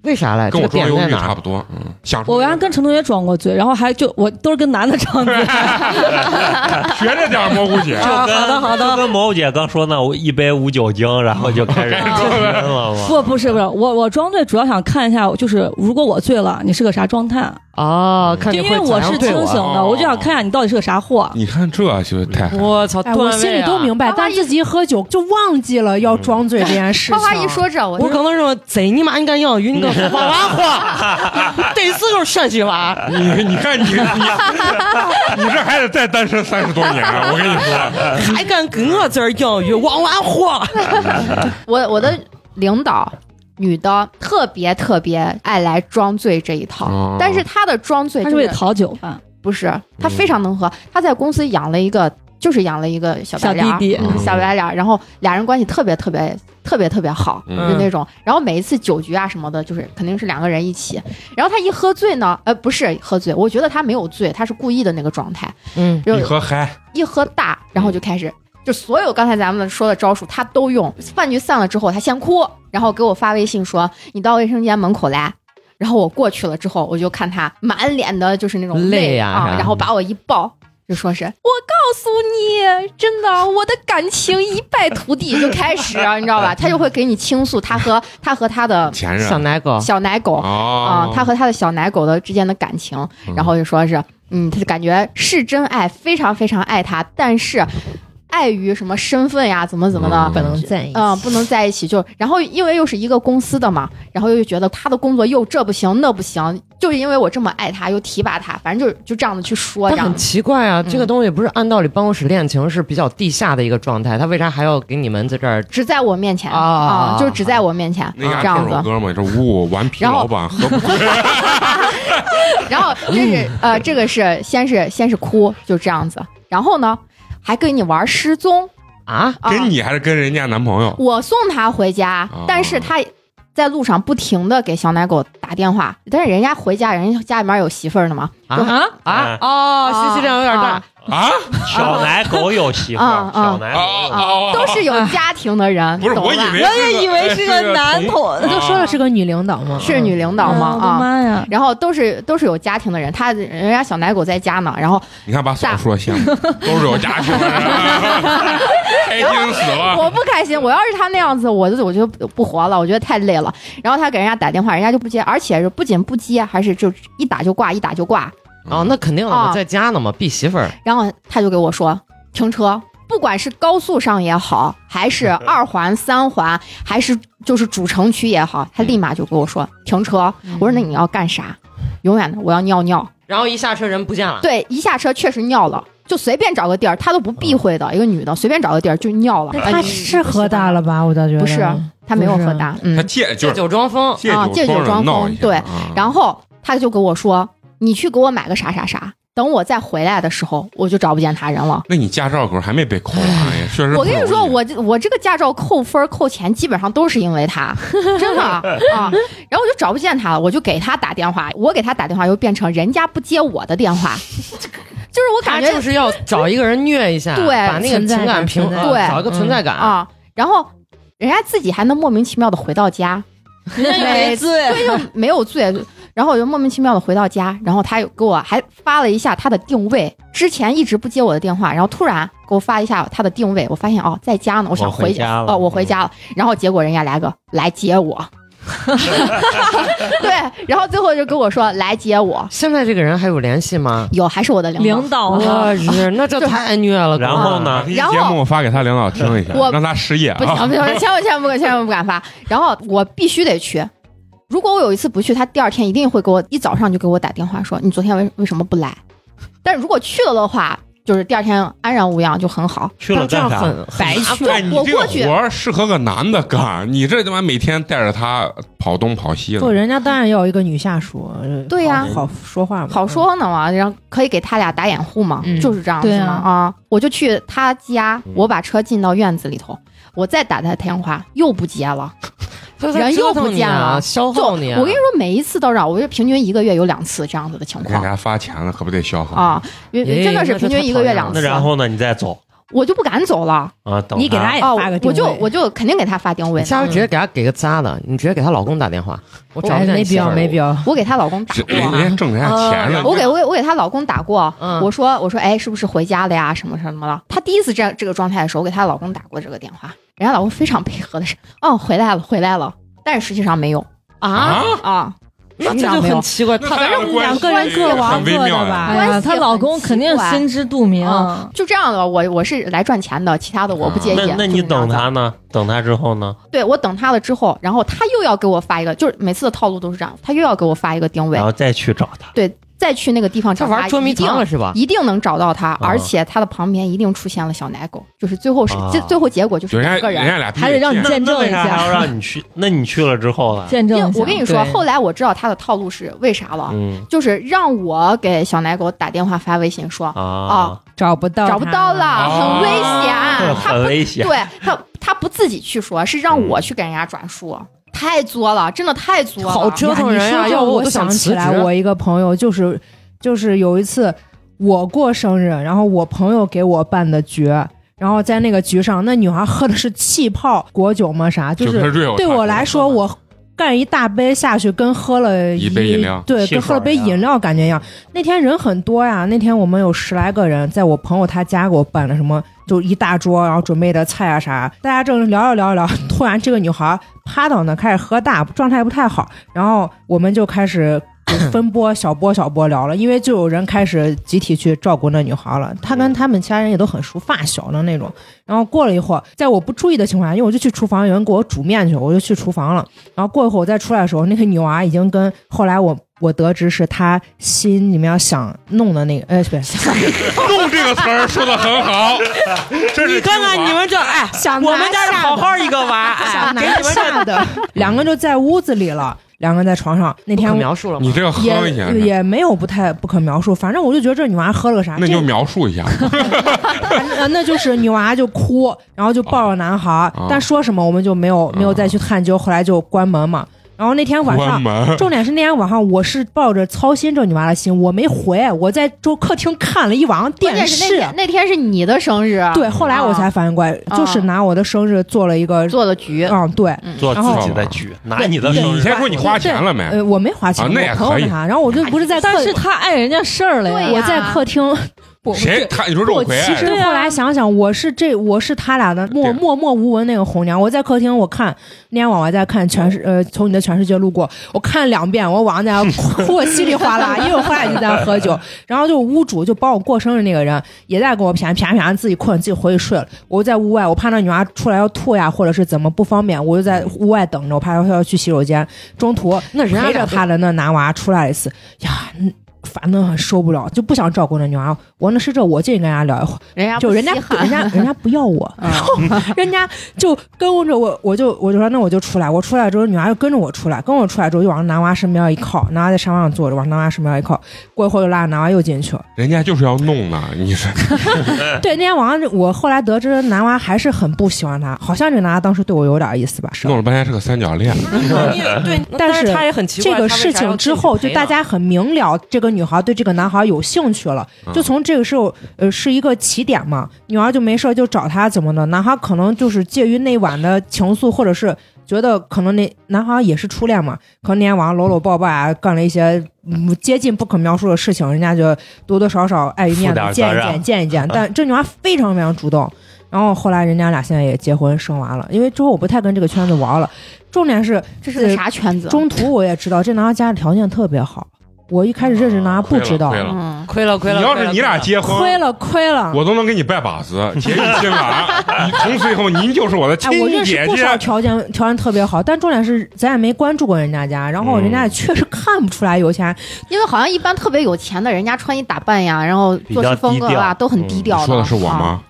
Speaker 2: 为啥嘞？
Speaker 1: 跟
Speaker 2: 哎这
Speaker 1: 我
Speaker 2: 个
Speaker 1: 装
Speaker 2: 点
Speaker 1: 忧
Speaker 2: 在
Speaker 1: 郁
Speaker 2: 哪
Speaker 1: 差
Speaker 2: 儿？
Speaker 1: 不多。嗯，想
Speaker 4: 我原来跟陈同学装过醉，然后还就我 都是跟男的装醉。
Speaker 1: 学着点儿蘑菇姐，
Speaker 4: 啊好的好
Speaker 6: 就
Speaker 4: 的。
Speaker 6: 跟某姐刚说那我一杯无酒精，然后就开始抽烟了 嘛。
Speaker 4: 不，不是，不是，我我装醉主要想看一下，就是如果我醉了，你是个啥状态？啊
Speaker 2: 哦，看
Speaker 4: 就
Speaker 2: 你
Speaker 4: 因
Speaker 2: 会
Speaker 4: 为
Speaker 2: 怎
Speaker 4: 我
Speaker 2: 样
Speaker 4: 是
Speaker 2: 对
Speaker 4: 清
Speaker 2: 我
Speaker 4: 醒的，
Speaker 1: 哦
Speaker 4: 我就哦想看一下你到底是个啥
Speaker 5: 啊
Speaker 4: 货。
Speaker 1: 你看这就太狠
Speaker 2: 我操，
Speaker 3: 哎，我心里都明
Speaker 2: 白。
Speaker 3: 白，
Speaker 5: 段位啊
Speaker 3: 但自己一喝酒就忘记了要装醉这件事情。
Speaker 5: 花花一说这，我
Speaker 2: 我
Speaker 5: 就
Speaker 2: 可能是贼你妈应该要有一个娃娃话，得是个陕西娃。
Speaker 1: 你你看你你你这还得再单身三十多年，啊 我跟你说，
Speaker 2: 还敢跟我这儿养鱼娃娃话？
Speaker 5: 我我的领导。女的特别特别爱来装醉这一套，
Speaker 1: 哦嗯
Speaker 5: 但是她的装醉
Speaker 4: 他
Speaker 5: 就是是
Speaker 4: 为讨酒吧？
Speaker 5: 不是她非常能喝，她在公司养了一个，就是养了一个小白
Speaker 4: 小
Speaker 5: 脸儿，
Speaker 4: 弟弟，
Speaker 1: 嗯
Speaker 5: 小白脸儿，然后俩人关系特别特别特别特别好，就
Speaker 2: 嗯
Speaker 5: 那种。然后每一次酒局啊什么的，就是肯定是两个人一起。然后他一喝醉呢，呃，不是喝醉，我觉得他没有醉，他是故意的那个状态，
Speaker 2: 嗯，
Speaker 5: 就
Speaker 1: 一喝嗨，
Speaker 5: 一喝大，然后就开始。就所有刚才咱们说的招数，他都用。饭局散了之后，他先哭，然后给我发微信说：“你到卫生间门口来。”然后我过去了之后，我就看他满脸的就是那种
Speaker 2: 泪呀啥
Speaker 5: 啊，
Speaker 2: 的
Speaker 5: 然后把我一抱。就说是我告诉你，真的，我的感情一败涂地，就开始、啊你知道吧？他就会给你倾诉他和他和他 的
Speaker 1: 前任
Speaker 2: 小奶狗，
Speaker 5: 小奶狗啊、
Speaker 1: 哦，
Speaker 5: 他和他的小奶狗的之间的感情，然后就说是，嗯，他就感觉是真爱，非常非常爱他，但是碍于什么身份呀，怎么怎么的，
Speaker 1: 嗯
Speaker 3: 不能在意。
Speaker 5: 嗯，不能在一起就，然后因为又是一个公司的嘛，然后又觉得他的工作又这不行那不行，就是因为我这么爱他，又提拔他，反正就就这样的去 说，这
Speaker 2: 但
Speaker 5: 样
Speaker 2: 很奇怪啊，这个东西不是按道理办公室恋情是比较地下的一个状态，他为啥还要给你们在这儿？
Speaker 5: 只在我面前
Speaker 2: 啊
Speaker 5: 啊、就是只在我面前、
Speaker 1: 那
Speaker 5: 这
Speaker 1: 个
Speaker 5: 样
Speaker 1: 唱
Speaker 5: 子
Speaker 1: 首，歌嘛，这呜，顽皮
Speaker 5: 然后嗯
Speaker 1: 老板何不
Speaker 5: 然后这是、呃，这个是先是先是哭，就这样子，然后呢还跟你玩失踪
Speaker 2: 啊，
Speaker 5: 啊，
Speaker 1: 跟你还是跟人家男朋友？
Speaker 5: 我送他回家，
Speaker 1: 哦
Speaker 5: 但是他在路上不停的给小奶狗打电话，但是人家回家，人家家里面有媳妇儿呢嘛，
Speaker 2: 啊啊
Speaker 6: 哎
Speaker 2: 哦，信息量有点大
Speaker 5: 啊，
Speaker 1: 啊
Speaker 6: 小奶狗有媳妇
Speaker 5: 啊
Speaker 6: 儿，
Speaker 5: 啊
Speaker 6: 小奶
Speaker 1: 啊
Speaker 6: 狗
Speaker 1: 啊
Speaker 6: 有媳妇
Speaker 5: 啊
Speaker 6: 儿
Speaker 1: 啊！
Speaker 5: 都是有家庭的人，
Speaker 1: 不是，
Speaker 5: 懂
Speaker 1: 我以
Speaker 5: 吧
Speaker 1: 为
Speaker 4: 我也以为
Speaker 1: 是
Speaker 4: 是个男
Speaker 1: 同
Speaker 4: 同，
Speaker 3: 他就说了是个女领导嘛，
Speaker 5: 是女领导嘛
Speaker 2: 嗯
Speaker 4: 我的
Speaker 5: 啊。
Speaker 4: 妈哎呀！
Speaker 5: 然后都是都是有家庭的人，他人家小奶狗在家呢，然后
Speaker 1: 你看把嫂说 羡慕，都是有家庭的 人，开心死了。
Speaker 5: 我不开心，我要是他那样子，我就我就不活了，我觉得太累了。然后他给人家打电话，人家就不接，而且是不仅不接，还是就一打就挂，一打就挂。
Speaker 1: 嗯
Speaker 2: 哦，那肯定的，
Speaker 5: 啊
Speaker 2: 我在家呢嘛，避媳妇儿，
Speaker 5: 然后他就给我说停车，不管是高速上也好，还是二环、三环，还是就是主城区也好，他立马就给我说停车。我说那你要干啥？永远的，我要尿尿。
Speaker 2: 然后一下车人不见了，
Speaker 5: 对，一下车确实尿了，就随便找个地儿，他都不避讳的，一个女的随便找个地儿就尿了
Speaker 3: 那。他是喝大了吧？我倒觉得
Speaker 5: 嗯不是，他没有喝大，
Speaker 1: 他
Speaker 5: 嗯。
Speaker 1: 借就
Speaker 2: 借
Speaker 1: 是
Speaker 2: 酒装疯，
Speaker 1: 借
Speaker 5: 啊借酒
Speaker 1: 装
Speaker 5: 装
Speaker 1: 着闹
Speaker 5: 疯
Speaker 1: 一下
Speaker 5: 对
Speaker 1: 啊
Speaker 5: 然后他就跟我说：“你去给我买个啥啥啥，等我再回来的时候，我就找不见他人了。”
Speaker 1: 那你驾照可是还没被扣 完，也确实不
Speaker 5: 我
Speaker 1: 容易。啊
Speaker 5: 跟你说，我这我这个驾照扣分儿扣钱，基本上都是因为他，真的啊。然后我就找不见他了，我就给他打电话，我给他打电话又变成人家不接我的电话， 就是我
Speaker 2: 他
Speaker 5: 感觉
Speaker 2: 就是要找一个人虐一下，
Speaker 5: 对
Speaker 2: 把那个
Speaker 3: 存在
Speaker 2: 情
Speaker 3: 感
Speaker 2: 感平，
Speaker 3: 存在
Speaker 2: 呃
Speaker 5: 感
Speaker 2: 找一个存在感。
Speaker 5: 啊，然后人家自己还能莫名其妙的回到家，
Speaker 4: 没罪，
Speaker 5: 没有罪。然后我就莫名其妙的回到家，然后他又给我还发了一下他的定位，之前一直不接我的电话，然后突然给我发一下他的定位，我发现哦在家呢，我想
Speaker 6: 我回家了嗯
Speaker 5: 哦我回家了，然后结果人家来个来接 我，对，然后最后就跟我说来接我，
Speaker 2: 现在这个人还有联系吗？
Speaker 5: 有还是我的领
Speaker 4: 领
Speaker 5: 导，
Speaker 4: 导啊
Speaker 2: 我
Speaker 4: 呢？
Speaker 2: 日，那这
Speaker 5: 就
Speaker 2: 太虐了。
Speaker 6: 然
Speaker 2: 哥
Speaker 6: 后呢？
Speaker 1: 这期
Speaker 5: 然后
Speaker 1: 节目我发给他领导听一下，
Speaker 5: 我
Speaker 1: 让他失业
Speaker 5: 不
Speaker 1: 啊
Speaker 5: 行！不行，千万千万不敢，千万不敢发。然后我必须得去，如果我有一次不去，他第二天一定会给我一早上就给我打电话说你昨天为为什么不来？但如果去了的话，就是第二天安然无恙就很好。
Speaker 6: 去了
Speaker 2: 这样
Speaker 6: 干啥？
Speaker 2: 很
Speaker 5: 白
Speaker 2: 很麻
Speaker 5: 去
Speaker 2: 烦
Speaker 1: 哎，你
Speaker 5: 我
Speaker 1: 这个
Speaker 5: 过去
Speaker 1: 活儿适合个男的干，你这他妈每天带着他跑东跑西
Speaker 3: 不，
Speaker 1: 的，
Speaker 3: 人家当然要有一个女下属，呃
Speaker 5: 对呀
Speaker 3: 好好说话嘛，嗯
Speaker 5: 好说呢嘛，然后可以给他俩打掩护嘛，
Speaker 2: 嗯
Speaker 5: 就是这样子
Speaker 4: 对
Speaker 5: 嘛
Speaker 4: 啊
Speaker 5: 啊我就去他家，
Speaker 1: 嗯
Speaker 5: 我把车进到院子里头，我再打他电话又不接了，
Speaker 2: 他他
Speaker 5: 人又
Speaker 2: 折腾
Speaker 5: 不
Speaker 2: 你
Speaker 5: 见
Speaker 2: 啊
Speaker 5: 了
Speaker 2: 消
Speaker 5: 就
Speaker 2: 耗你啊。
Speaker 5: 我跟你说每一次都让我就平均一个月有两次这样子的情
Speaker 1: 你看给
Speaker 5: 况
Speaker 1: 他发钱了，可不得消耗？
Speaker 5: 啊，因为
Speaker 2: 哎
Speaker 5: 真的是
Speaker 2: 那这
Speaker 5: 平均
Speaker 2: 太
Speaker 5: 一个月
Speaker 2: 讨厌了
Speaker 5: 两
Speaker 6: 那
Speaker 5: 次，
Speaker 6: 然后呢？你再走
Speaker 5: 我就不敢走了
Speaker 6: 啊？等
Speaker 3: 你给他
Speaker 2: 哎
Speaker 6: 他
Speaker 3: 也
Speaker 5: 哦
Speaker 3: 发个，定
Speaker 5: 我就
Speaker 3: 位
Speaker 5: 我就肯定给他发定位
Speaker 2: 你下
Speaker 5: 呢，
Speaker 2: 回直接给他给个渣的，你直接给她老公打电话，我找
Speaker 3: 哎
Speaker 2: 不见
Speaker 3: 没
Speaker 2: 你
Speaker 3: 必
Speaker 2: 媳妇
Speaker 3: 要
Speaker 2: 儿
Speaker 3: 没必要，
Speaker 5: 我给他老公打
Speaker 1: 这
Speaker 5: 过
Speaker 1: 人
Speaker 5: 啊。
Speaker 1: 家挣人家钱了，
Speaker 5: 我给我给我给她老公打过，
Speaker 2: 嗯
Speaker 5: 我说我说哎，是不是回家了呀？什么什么了？她第一次这样这个状态的时候，我给她老公打过这个电话，人家老公非常配合的是，哦，回来了，回来了，但是实际上没有
Speaker 1: 啊，
Speaker 5: 啊，
Speaker 2: 那
Speaker 5: 实际
Speaker 2: 这
Speaker 5: 上
Speaker 2: 就
Speaker 5: 没有
Speaker 2: 很。奇怪。他
Speaker 1: 俩的关
Speaker 3: 两
Speaker 1: 系
Speaker 3: 个人各
Speaker 1: 很
Speaker 3: 玩
Speaker 1: 微
Speaker 3: 各
Speaker 1: 妙
Speaker 3: 的
Speaker 1: 呀
Speaker 3: 吧。
Speaker 4: 哎呀，
Speaker 5: 关系
Speaker 4: 她老
Speaker 5: 很
Speaker 4: 公
Speaker 5: 奇
Speaker 4: 肯定
Speaker 5: 怪
Speaker 4: 心知肚明，
Speaker 5: 啊，就这样的，我我是来赚钱的，其他的我不介意。
Speaker 6: 啊那那你
Speaker 5: 就是这样
Speaker 6: 等
Speaker 5: 子
Speaker 6: 他呢？等他之后呢？
Speaker 5: 对我等他了之后，然后他又要给我发一个，就是每次的套路都是这样，他又要给我发一个定位
Speaker 6: 然，后再去找他。
Speaker 5: 对，再去那个地方
Speaker 2: 他
Speaker 5: 找
Speaker 2: 玩捉迷
Speaker 5: 一定
Speaker 2: 藏了是
Speaker 6: 啊
Speaker 2: 吧？
Speaker 5: 一定能找到他，而且他的旁边一定出现了小奶狗，就是最后是
Speaker 6: 啊
Speaker 5: 这最后结果就
Speaker 1: 就是人
Speaker 5: 两
Speaker 1: 家
Speaker 5: 个
Speaker 1: 人
Speaker 5: 人。
Speaker 1: 家俩必须
Speaker 4: 还得让你
Speaker 1: 见
Speaker 4: 见
Speaker 6: 那
Speaker 4: 证
Speaker 6: 为
Speaker 4: 一
Speaker 6: 啥还要
Speaker 4: 下，
Speaker 6: 让你去？那你去了之后呢？
Speaker 4: 见
Speaker 5: 因
Speaker 4: 证一
Speaker 5: 为
Speaker 4: 下。
Speaker 5: 我跟你说，
Speaker 2: 对
Speaker 5: 后来我知道他的套路是为啥了，
Speaker 6: 嗯
Speaker 5: 就是让我给小奶狗打电话发微信说
Speaker 6: 啊，
Speaker 3: 找不到
Speaker 5: 找不到了，
Speaker 3: 他
Speaker 5: 很危险，
Speaker 6: 这
Speaker 5: 他
Speaker 6: 很危 险。
Speaker 5: 对他他不自己去说，是让我去给人家转述，
Speaker 6: 嗯
Speaker 5: 太作了，真的太作了，
Speaker 2: 好折腾人
Speaker 3: 呀
Speaker 2: 呀！
Speaker 3: 你说
Speaker 2: 要
Speaker 3: 这
Speaker 2: 不
Speaker 3: 我
Speaker 2: 都
Speaker 3: 想
Speaker 2: 辞
Speaker 3: 起来，
Speaker 2: 职。
Speaker 3: 我一个朋友就是就是有一次我过生日，然后我朋友给我办的局，然后在那个局上，那女孩喝的是气泡果酒嘛啥，就
Speaker 1: 酒瓶
Speaker 3: 是
Speaker 1: 坠，
Speaker 3: 对我来说我。干一大杯下去，跟喝了
Speaker 1: 一杯饮料
Speaker 3: 对，
Speaker 6: 汽水
Speaker 3: 跟喝了杯饮料感觉一样。那天人很多呀，那天我们有十来个人，在我朋友他家给我办了什么，就一大桌，然后准备的菜啊啥，大家正聊着啊聊着聊，突然这个女孩趴到那开始喝大，状态不太好，然后我们就开始。就 分波小波小波聊了，因为就有人开始集体去照顾那女孩了。她跟他们其他人也都很熟，发小的那种。然后过了一会儿，在我不注意的情况下，因为我就去厨房，有人给我煮面去，我就去厨房了。然后过一会儿我再出来的时候，那个女娃已经跟后来我我得知是她心里面想弄的那个，呃，不对，
Speaker 1: 弄这个词儿说的很好， 这是
Speaker 2: 你看看
Speaker 1: 精华
Speaker 2: 你们这，哎，
Speaker 3: 想
Speaker 2: 我们家是好好一个 娃，哎
Speaker 3: 想，
Speaker 2: 给
Speaker 3: 拿
Speaker 2: 你们这
Speaker 3: 下 的，两个就在屋子里了，两个人在床上。那
Speaker 2: 不
Speaker 3: 天
Speaker 2: 可
Speaker 3: 我
Speaker 2: 描述 了吗？
Speaker 1: 你这要哼一下
Speaker 3: 也，也没有不太不可描述，反正我就觉得这女娃喝了个啥，
Speaker 1: 那你
Speaker 3: 这
Speaker 1: 就描述一下。
Speaker 3: 呃，那就是女娃就哭，然后就抱着男孩儿
Speaker 1: 啊，
Speaker 3: 但说什么我们就没有没有再去探究，后来就关门嘛。然后那天晚
Speaker 1: 关
Speaker 3: 上，
Speaker 1: 门，
Speaker 3: 重点是那天晚上我是抱着操心这女娃的心，我没回，我在周客厅看了一晚上
Speaker 5: 关
Speaker 3: 电
Speaker 5: 键是那啊
Speaker 3: 视。啊
Speaker 5: 天那天是你的生日，，
Speaker 3: 对，后来我才反应过来，
Speaker 5: 啊
Speaker 3: 就是拿我的生日做了一个，
Speaker 5: 做的局，
Speaker 3: 嗯，对，
Speaker 6: 做
Speaker 3: 然后
Speaker 6: 自己的局，拿你的
Speaker 3: 对
Speaker 6: 生
Speaker 1: 你
Speaker 6: 日
Speaker 1: 先说你花钱了没？
Speaker 3: 呃，我没花钱，
Speaker 1: 啊那也
Speaker 3: 我朋
Speaker 1: 可以
Speaker 3: 友那啥，然后我就不是在客，
Speaker 4: 哎但是他碍人家事儿了
Speaker 5: 对
Speaker 4: 呀。
Speaker 5: 呀
Speaker 3: 我在客 厅，我
Speaker 1: 谁他？你说肉
Speaker 3: 我
Speaker 1: 葵？
Speaker 3: 其实
Speaker 4: 对啊
Speaker 3: 后来想想，我是这我是他俩的默
Speaker 1: 对
Speaker 3: 默默无闻那个红娘。我在客厅，我看那天晚上我在看全世呃从你的全世界路过，我看两遍，我晚上在那哭哭我稀里哗啦，因为我后来一直在喝酒。然后就屋主就帮我过生日那个人也在跟我谝谝谝，自己困自己回去睡了。我在屋外，我怕那女娃出来要吐呀，或者是怎么不方便，我就在屋外等着，我怕她要去洗手间。中途
Speaker 2: 那人家
Speaker 3: 陪着
Speaker 2: 俩都
Speaker 3: 他的那男娃出来一次，呀，嗯烦的很，受不了，就不想照顾那女娃。我那是这，我就应跟人家聊一会儿，
Speaker 5: 人家不
Speaker 3: 就人家
Speaker 5: 稀罕
Speaker 3: 人 家人家不要我，然后 人家就跟着我，我就我就说那我就出来，我出来之后，女娃就跟着我出来，跟我出来之后就往男娃身边一靠，男娃在沙发上坐着，往男娃身边一靠，过一会儿就拉着男娃又进去了。
Speaker 1: 人家就是要弄呢，你是
Speaker 3: 对，那天晚上我后来得知男娃还是很不喜欢她，好像这男娃当时对我有点意思吧，是吧
Speaker 1: 弄了半天是个三角恋，
Speaker 2: 对，
Speaker 3: 但
Speaker 2: 但
Speaker 3: 是
Speaker 2: 他也很奇怪，
Speaker 3: 这个
Speaker 2: 他为
Speaker 3: 事
Speaker 2: 啥要
Speaker 3: 情之
Speaker 2: 进去
Speaker 3: 后，
Speaker 2: 陪
Speaker 3: 就
Speaker 2: 呢
Speaker 3: 大家很明了，这个女孩对这个男孩有兴趣了，
Speaker 1: 嗯
Speaker 3: 就从这个时候，呃，是一个起点嘛。女孩就没事儿就找他怎么的，男孩可能就是介于那晚的情愫，或者是觉得可能那男孩也是初恋嘛，可能那天晚上搂搂抱抱啊，干了一些嗯接近不可描述的事情，人家就多多少少碍于面子
Speaker 6: 负点
Speaker 3: 见
Speaker 6: 责
Speaker 3: 一
Speaker 6: 任
Speaker 3: 见见一见，但这女孩非常非常主动。然后后来人家俩现在也结婚生娃了，因为之后我不太跟这个圈子玩了。重点是
Speaker 5: 这是个啥圈子？啊
Speaker 3: 中途我也知道，这男孩家里条件特别好。我一开始认识男孩不知道
Speaker 1: 亏，了。
Speaker 5: 嗯，
Speaker 2: 亏了亏了。
Speaker 1: 你要
Speaker 2: 亏
Speaker 1: 是
Speaker 2: 了
Speaker 1: 你俩
Speaker 2: 亏了
Speaker 1: 结婚，
Speaker 3: 亏了亏了。
Speaker 1: 我都能给你拜把子，结你亲 娃。你从此以后，您就是我的亲
Speaker 3: 哎，我认识
Speaker 1: 姐
Speaker 3: 不
Speaker 1: 姐。
Speaker 3: 少条件条件特别好，但重点是咱也没关注过人家家，然后
Speaker 1: 嗯
Speaker 3: 人家也确实看不出来 有钱。
Speaker 5: 因为好像一般特别有钱的人家穿衣打扮呀，然后做事风格
Speaker 6: 比较低
Speaker 5: 啊，
Speaker 6: 调嗯
Speaker 5: 都很低调
Speaker 1: 你说的是我
Speaker 5: 啊
Speaker 1: 吗？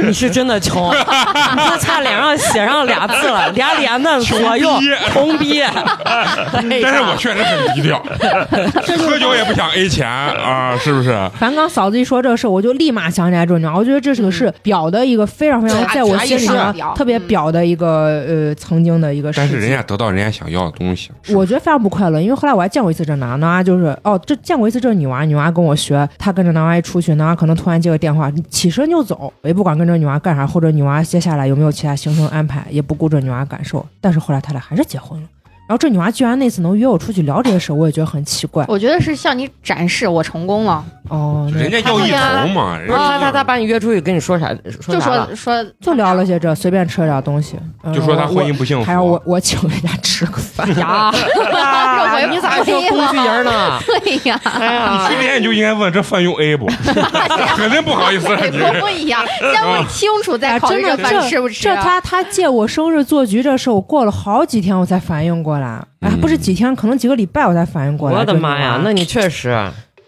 Speaker 2: 你是真的穷，你这差脸上写上俩 字了，俩脸嫩左右
Speaker 1: 穷逼
Speaker 2: 穷逼。哎
Speaker 1: 但是
Speaker 2: 呀
Speaker 1: 我确实很低 调，喝酒也不想 A 钱啊，是不是？
Speaker 3: 反正刚嫂子一说这事，我就立马想起来这种鸟，我觉得这是个
Speaker 1: 嗯
Speaker 3: 是表的一个非常非常
Speaker 5: 嗯
Speaker 3: 在我心里
Speaker 5: 茶茶艺上
Speaker 3: 面
Speaker 5: 表
Speaker 3: 特别表的一个呃曾经的一个事
Speaker 1: 但
Speaker 3: 情。
Speaker 1: 是人家得到人家想要的东西，
Speaker 3: 我觉得非常不快乐，因为后来我还见过一次这男的啊，就是哦，这见过一次这女娃，女娃跟我学，她跟着男娃一出去，男娃可能突然接个电话，起身就走，也不管跟这女娃干啥，或者女娃接下来有没有其他行程安排，也不顾这女娃感受。但是后来他俩还是结婚了，然后这女娃居然那次能约我出去聊这些事，我也觉得很奇怪。
Speaker 5: 我觉得是向你展示我成功了，
Speaker 3: 哦，那
Speaker 1: 人家要一头嘛。人
Speaker 2: 不是他
Speaker 1: 家
Speaker 2: 他他把你约出去，跟你说啥？说
Speaker 5: 就
Speaker 2: 啥 了
Speaker 5: 说说
Speaker 3: 就聊了些这，随便吃了点东西，嗯
Speaker 1: 就说他
Speaker 3: 我
Speaker 1: 婚姻不幸
Speaker 3: 还让我
Speaker 1: 福，
Speaker 3: 我请人家吃个饭，
Speaker 2: 呀，
Speaker 5: 回
Speaker 2: 你咋是个工具人呢？
Speaker 5: 对呀，
Speaker 2: 哎呀
Speaker 1: 你，今天你就应该问这饭用 A 不？ 肯定不好意思啊了，
Speaker 5: 美
Speaker 1: 你
Speaker 5: 国不一样，先问清楚再
Speaker 3: 哎
Speaker 5: 考虑
Speaker 3: 真的
Speaker 5: 这饭吃不吃。啊
Speaker 3: 这他他借我生日做局这事，我过了好几天我才反应过来，哎，
Speaker 1: 嗯
Speaker 3: 不是几天，可能几个礼拜我才反应过来。
Speaker 2: 我的
Speaker 3: 这女
Speaker 2: 妈呀
Speaker 3: 娃，
Speaker 2: 那你确实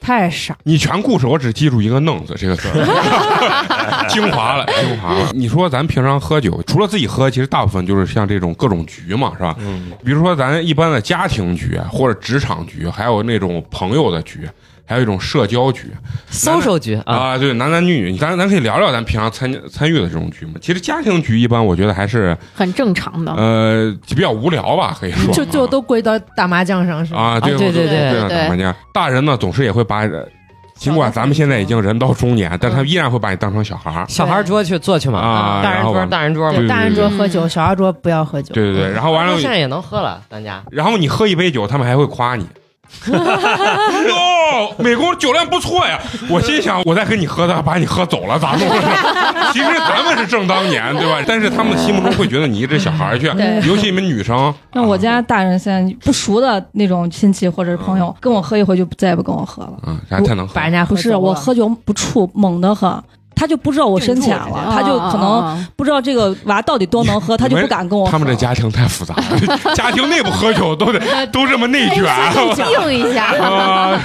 Speaker 3: 太傻！
Speaker 1: 你全故事我只记住一个“弄”字这个字 儿，精华了，精华了。你说咱平常喝酒，除了自己喝，其实大部分就是像这种各种局嘛，是吧？
Speaker 6: 嗯，
Speaker 1: 比如说咱一般的家庭局啊或者职场局，还有那种朋友的局，还有一种社交局
Speaker 2: 搜手局啊，
Speaker 1: 啊，对，男男女女，咱咱可以聊聊咱平常参参与的这种局嘛。其实家庭局一般我觉得还是
Speaker 5: 很正常的，
Speaker 1: 呃比较无聊吧，可以说
Speaker 3: 就就都归到打麻将上是吧？
Speaker 1: 啊，对
Speaker 2: 啊对对
Speaker 1: 对
Speaker 2: 对
Speaker 1: 对，打麻将，大人呢总是也会把。尽管咱们现在已经人到中年，但他们依然会把你当成小孩儿。
Speaker 2: 小孩桌去坐去嘛，
Speaker 1: 啊
Speaker 2: 大
Speaker 1: 然
Speaker 2: 人
Speaker 1: 后
Speaker 2: 桌
Speaker 1: 吧
Speaker 2: 大人桌嘛
Speaker 1: 对，
Speaker 3: 大人桌喝
Speaker 5: 嗯
Speaker 3: 酒，小孩桌不要喝酒。
Speaker 1: 对对对，然后完了
Speaker 2: 现，在也能喝了，咱家
Speaker 1: 然后你喝一杯酒，他们还会夸你。哟，美工酒量不错呀！我心想，我再跟你喝的，把你喝走了咋弄？其实咱们是正当年，对吧？但是他们心目中会觉得你一直小孩儿去，
Speaker 5: 对
Speaker 1: 尤其你们女生。
Speaker 4: 那我家大人现在不熟的那种亲戚或者是朋友，跟我喝一回就再也不跟我喝了。
Speaker 1: 啊，啥太能喝
Speaker 3: 把。人家喝
Speaker 4: 不是
Speaker 3: 走
Speaker 4: 我
Speaker 3: 了
Speaker 4: 喝酒不怵，猛得很，他就不知道我深浅
Speaker 2: 顶住
Speaker 4: 了，
Speaker 2: 了
Speaker 4: 他就可
Speaker 5: 啊
Speaker 4: 能
Speaker 5: 啊啊
Speaker 4: 不知道这个娃到底多 能喝，他就不敢跟我喝。
Speaker 1: 他们这家庭太复杂了，家庭内部喝酒都得都这么内卷。
Speaker 5: 静一下，
Speaker 1: 啊，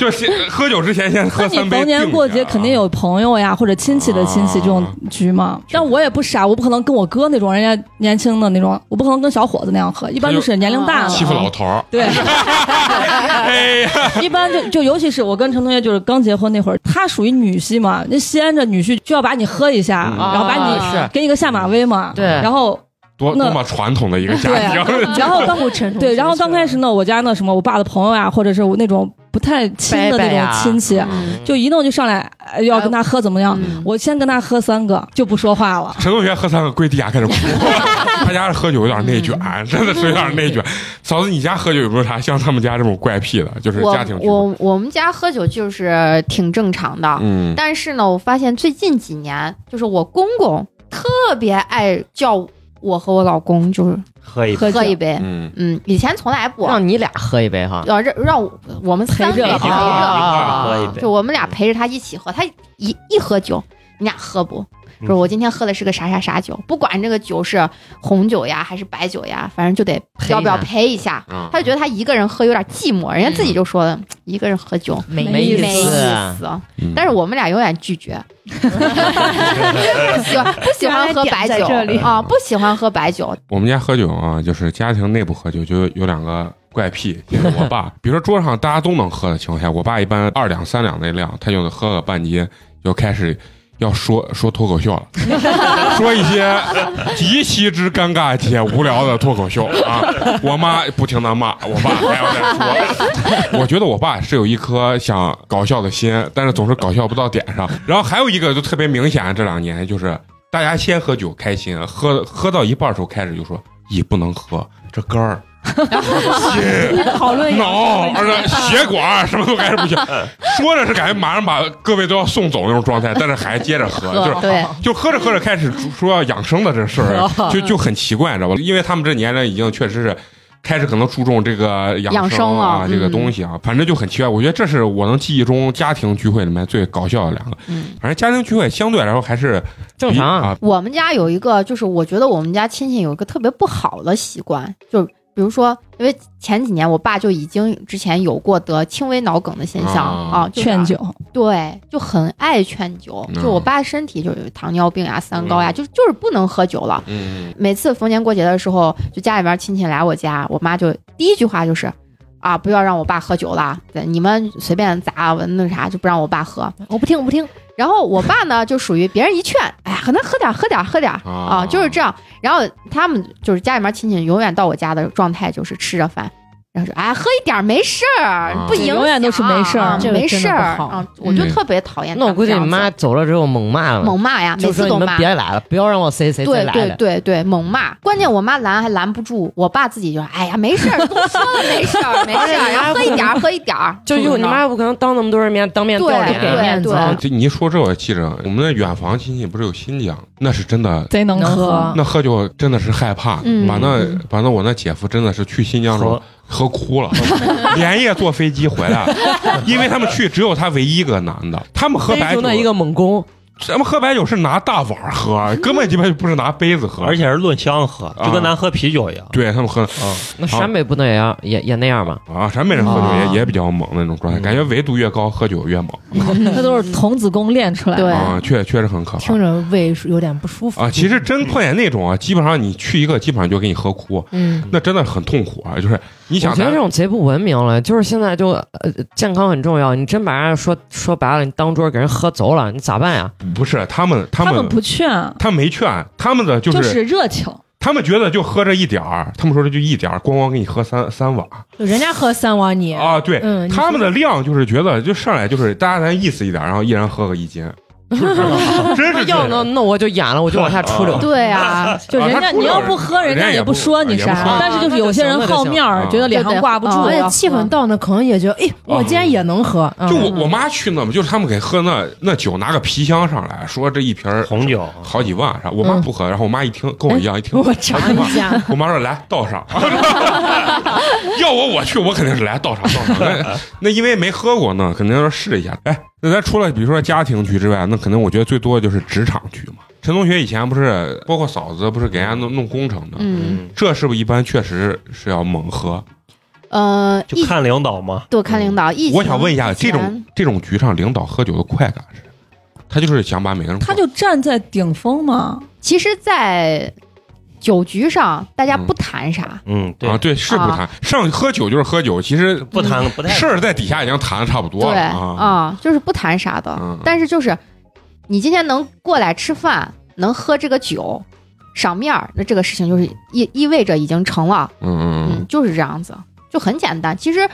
Speaker 1: 就先喝酒之前先喝
Speaker 4: 那你
Speaker 1: 三杯。啊
Speaker 4: 逢年过节肯定。有朋友呀，或者亲戚的亲戚这种局嘛。但我也不傻，我不可能跟我哥那种人家年轻的那种，我不可能跟小伙子那样喝，一般就是年龄
Speaker 2: 啊
Speaker 4: 大了。
Speaker 1: 欺负老头儿，
Speaker 4: 对， 啊
Speaker 1: 哎呀，
Speaker 4: 一般就就尤其是我跟陈同学就是刚结婚那会儿，他属于女婿嘛，那西安这女婿就要把你喝一下，
Speaker 1: 嗯
Speaker 4: 然后把你
Speaker 2: 啊是
Speaker 4: 给你个下马威嘛。
Speaker 2: 对
Speaker 4: 然后
Speaker 1: 多
Speaker 4: 那
Speaker 1: 多么传统的一个
Speaker 4: 对啊
Speaker 1: 家庭，
Speaker 4: 然后刚
Speaker 3: 不沉重
Speaker 4: 对，
Speaker 3: 是
Speaker 4: 然后
Speaker 3: 不
Speaker 4: 刚
Speaker 3: 是
Speaker 4: 开始呢，我家那什么，我爸的朋友啊，或者是我那种不太亲的
Speaker 2: 伯伯
Speaker 4: 那
Speaker 2: 呀
Speaker 4: 种亲戚，
Speaker 5: 嗯
Speaker 4: 就一弄就上来呃要跟他喝怎么样？
Speaker 5: 嗯
Speaker 4: 我先跟他喝三个，就不说话了。
Speaker 1: 陈同学喝三个跪地下开始哭， 他家喝酒有点内卷，
Speaker 4: 嗯
Speaker 1: 真的是有点内卷。嫂子，你家喝酒有没有啥像他们家这种怪癖的？ 就是
Speaker 5: 我
Speaker 1: 家庭聚会
Speaker 5: 我我们家喝酒就是挺正常的，
Speaker 1: 嗯，
Speaker 5: 但是呢，我发现最近几年，就是我公公特别爱叫我和我老公就是
Speaker 6: 喝一杯
Speaker 4: 喝酒
Speaker 5: 喝一杯，
Speaker 1: 嗯，
Speaker 5: 嗯，以前从来不，
Speaker 2: 让你俩喝一杯哈。
Speaker 5: 要让让我们三
Speaker 4: 陪着
Speaker 5: 个人
Speaker 4: 喝
Speaker 5: 陪
Speaker 2: 啊
Speaker 5: 着，
Speaker 6: 喝一杯，
Speaker 5: 就我们俩陪着他一起喝，他一一喝酒，你俩喝不？
Speaker 6: 嗯
Speaker 5: 就是我今天喝的是个啥啥啥酒，不管这个酒是红酒呀还是白酒呀，反正就得
Speaker 2: 陪一下
Speaker 5: 要不要陪一下。
Speaker 1: 啊
Speaker 5: 他就觉得他一个人喝有点寂寞，人家自己就说了，一个人喝酒
Speaker 2: 没
Speaker 4: 没意
Speaker 2: 意
Speaker 4: 思
Speaker 5: 没意
Speaker 2: 思，
Speaker 5: 思。
Speaker 1: 嗯
Speaker 5: 但是我们俩永远拒 绝，不喜欢不喜欢喝
Speaker 3: 原来
Speaker 5: 白
Speaker 3: 点在这里哦
Speaker 5: 酒啊，不喜欢喝白酒。
Speaker 1: 我们家喝酒啊，就是家庭内部喝酒，就有两个怪癖。就是我爸，比如说桌上大家都能喝的情况下，我爸一般二两三两那量，他就得喝个半斤，就开始要说说脱口秀了，说一些极其之尴尬且无聊的脱口秀啊。我妈不停的骂，我爸还要再说。我觉得我爸是有一颗想搞笑的心，但是总是搞笑不到点上。然后还有一个就特别明显，这两年就是大家先喝酒开心，喝喝到一半的时候开始就说：“咦，不能喝这肝儿。”心、
Speaker 3: 讨论一下
Speaker 1: 脑、而且血管什么都开始不 行，说着是感觉马上把各位都要送走那种状态，但是还接着 喝，就是
Speaker 5: 对，
Speaker 1: 就喝着喝着开始说要养生的这事 儿，啊就就很奇怪，你知道吧？因为他们这年龄已经确实是。开始可能注重这个养
Speaker 5: 养生
Speaker 1: 啊，
Speaker 5: 了
Speaker 1: 这个
Speaker 5: 嗯
Speaker 1: 东西啊，反正就很奇怪。我觉得这是我能记忆中家庭聚会里面最搞笑的两个。
Speaker 5: 嗯，
Speaker 1: 反正家庭聚会相对来说还是
Speaker 2: 正
Speaker 1: 比
Speaker 2: 常。
Speaker 1: 啊，
Speaker 5: 我们家有一个，就是我觉得我们家亲戚有一个特别不好的习惯，就比如说，因为前几年我爸就已经之前有过得轻微脑梗的现象
Speaker 1: 啊
Speaker 5: 啊，就是
Speaker 4: 劝酒，
Speaker 5: 对，就很爱劝酒。
Speaker 1: 嗯
Speaker 5: 就我爸身体就是糖尿病呀、三高呀，就就是不能喝酒了。
Speaker 1: 嗯，
Speaker 5: 每次逢年过节的时候，就家里边亲戚来我家，我妈就第一句话就是。啊！不要让我爸喝酒啦！对你们随便咋那啥就不让我 爸喝。
Speaker 3: 我不听，我不听，
Speaker 5: 然后我爸呢，就属于别人一劝，哎呀，可能喝点儿，喝点儿，喝点儿
Speaker 1: 啊
Speaker 5: 啊，就是这样。然后他们就是家里面亲戚，永远到我家的状态就是吃着饭，然后说，哎，喝一点儿没事儿
Speaker 1: 啊，
Speaker 5: 不影响，
Speaker 4: 永远都是没事儿
Speaker 5: 啊
Speaker 3: 这个
Speaker 5: 没事
Speaker 3: 真的
Speaker 5: 儿
Speaker 3: 不好
Speaker 5: 啊。我就
Speaker 1: 嗯
Speaker 5: 特别讨厌他
Speaker 2: 那我
Speaker 5: 们
Speaker 2: 估
Speaker 5: 这
Speaker 2: 计
Speaker 5: 样
Speaker 2: 你
Speaker 5: 子。
Speaker 2: 妈走了之后猛骂了，
Speaker 5: 猛骂呀，每
Speaker 2: 就说
Speaker 5: 次
Speaker 2: 你
Speaker 5: 都
Speaker 2: 们
Speaker 5: 骂。
Speaker 2: 别来了，不要让我谁谁谁
Speaker 5: 对
Speaker 2: 来
Speaker 5: 对
Speaker 2: 了。
Speaker 5: 对对，猛骂！关键我妈拦还拦不住，我爸自己就说：“哎呀，没事儿，跟我说了没事儿，没事儿，然后喝一点儿，喝一点儿。”
Speaker 2: 就又你妈不可能当那么多人面当面
Speaker 5: 对
Speaker 2: 掉
Speaker 5: 对
Speaker 3: 给
Speaker 2: 脸，
Speaker 3: 面子
Speaker 5: 对
Speaker 3: 啊，
Speaker 1: 这你一说这，我记着我们的远房亲戚不是有新疆，那是真的，
Speaker 4: 贼能
Speaker 3: 能
Speaker 4: 喝
Speaker 3: 喝。
Speaker 1: 那喝酒真的是害怕，
Speaker 5: 嗯
Speaker 1: 把那把那我那姐夫真的是去新疆的时候喝
Speaker 6: 喝
Speaker 1: 哭 了， 连夜坐飞机回来了，因为他们去只有他唯一一个男的，他们喝
Speaker 2: 背
Speaker 1: 白
Speaker 2: 就
Speaker 1: 酒，
Speaker 2: 那一个猛攻，
Speaker 1: 咱们喝白酒是拿大碗儿喝，根本鸡巴就不是拿杯子喝，
Speaker 6: 而且是论箱喝，就
Speaker 1: 啊
Speaker 6: 跟咱喝啤酒一样。
Speaker 1: 对他们喝
Speaker 6: 嗯，
Speaker 2: 那陕北不那样也也那样吧？
Speaker 1: 啊，陕北人喝酒也、
Speaker 2: 啊
Speaker 1: 也比较猛的那种状态，
Speaker 6: 嗯
Speaker 1: 感觉维度越高喝酒越猛
Speaker 4: 那都是童子功练出来
Speaker 5: 嗯
Speaker 4: 的。
Speaker 5: 对
Speaker 1: 啊，确确实很可怕
Speaker 3: 听。着胃有点不舒服
Speaker 1: 啊，其实真碰见那种啊，基本上你去一个，基本上就给你喝哭，
Speaker 3: 嗯，
Speaker 1: 那真的很痛苦啊。就是你想
Speaker 2: 我觉得
Speaker 1: 咱
Speaker 2: 这种贼不文明了，就是现在就呃健康很重要，你真把人家说说白了，你当桌给人喝走了，你咋办呀？
Speaker 1: 不是他们，他
Speaker 4: 他
Speaker 1: 们
Speaker 4: 们不劝，啊
Speaker 1: 他没劝，他们的就啊
Speaker 4: 就是是热情。
Speaker 1: 他们觉得就喝这一点儿，他们说这就一点儿，咣咣给你喝三三碗
Speaker 3: 就人家喝三碗你，
Speaker 1: 啊，对，
Speaker 3: 嗯，你
Speaker 1: 他们的量就是觉得就上来就是大家咱意思一点，然后一人喝个一斤，就是这样真是这
Speaker 2: 要那
Speaker 1: 样。
Speaker 2: 那我就演了，我就往下出溜。
Speaker 5: 对 啊，
Speaker 4: 就人家
Speaker 1: 啊他出
Speaker 4: 你
Speaker 1: 了
Speaker 4: 要不喝，
Speaker 1: 人
Speaker 4: 人
Speaker 1: 家
Speaker 4: 家
Speaker 1: 也不啊
Speaker 4: 不说你
Speaker 1: 也不说
Speaker 4: 啥。但是就是有些人好面儿
Speaker 1: 啊，
Speaker 4: 觉得脸上挂不住
Speaker 5: 对，对
Speaker 3: 而
Speaker 5: 对
Speaker 4: 要
Speaker 3: 且
Speaker 4: 喝
Speaker 3: 哎气氛到那，可能也觉得，哎，我竟然也能喝，嗯
Speaker 1: 就我我妈去那嘛，就是他们给喝那那酒，拿个皮箱上来说这一瓶儿
Speaker 6: 红酒，
Speaker 1: 好几万啥，我妈
Speaker 3: 嗯
Speaker 1: 不喝，然后我妈一听跟我一样，一听
Speaker 3: 我
Speaker 1: 好
Speaker 5: 啊
Speaker 3: 尝
Speaker 1: 几万
Speaker 3: 一，下，
Speaker 1: 我妈说来倒上，要我我去，我肯定是来倒上倒上。那那因为没喝过呢，肯定要试一下。哎，那咱除了比如说家庭局之外，那可能我觉得最多就是职场局嘛。陈同学以前不是，包括嫂子不是给人家弄弄工程的，
Speaker 5: 嗯
Speaker 6: 嗯，
Speaker 1: 这是不是一般确实是要猛喝？
Speaker 5: 呃，
Speaker 6: 嗯就
Speaker 5: 疫
Speaker 6: 看领导嘛，
Speaker 5: 对看领导，疫情
Speaker 1: 嗯我想问一下，
Speaker 5: 之
Speaker 1: 这
Speaker 5: 前
Speaker 1: 种这种局上领导喝酒的快感是？他就是想把每个人灌，
Speaker 4: 他就站在顶峰嘛，
Speaker 5: 其实，在酒局上大家不谈啥，
Speaker 6: 嗯，对
Speaker 1: 啊，，对，是不
Speaker 5: 啊
Speaker 1: 谈、上喝酒就是喝酒，其实
Speaker 6: 不谈不太
Speaker 1: 事儿在底下已经谈的差不多
Speaker 5: 对
Speaker 1: 了啊。
Speaker 5: 就是不谈啥的。
Speaker 1: 嗯
Speaker 5: 但是就是你今天能过来吃饭，能喝这个酒，赏面儿，那这个事情就是意意味着已经成了，
Speaker 1: 嗯嗯嗯
Speaker 5: 嗯，就是这样子，就很简单。其实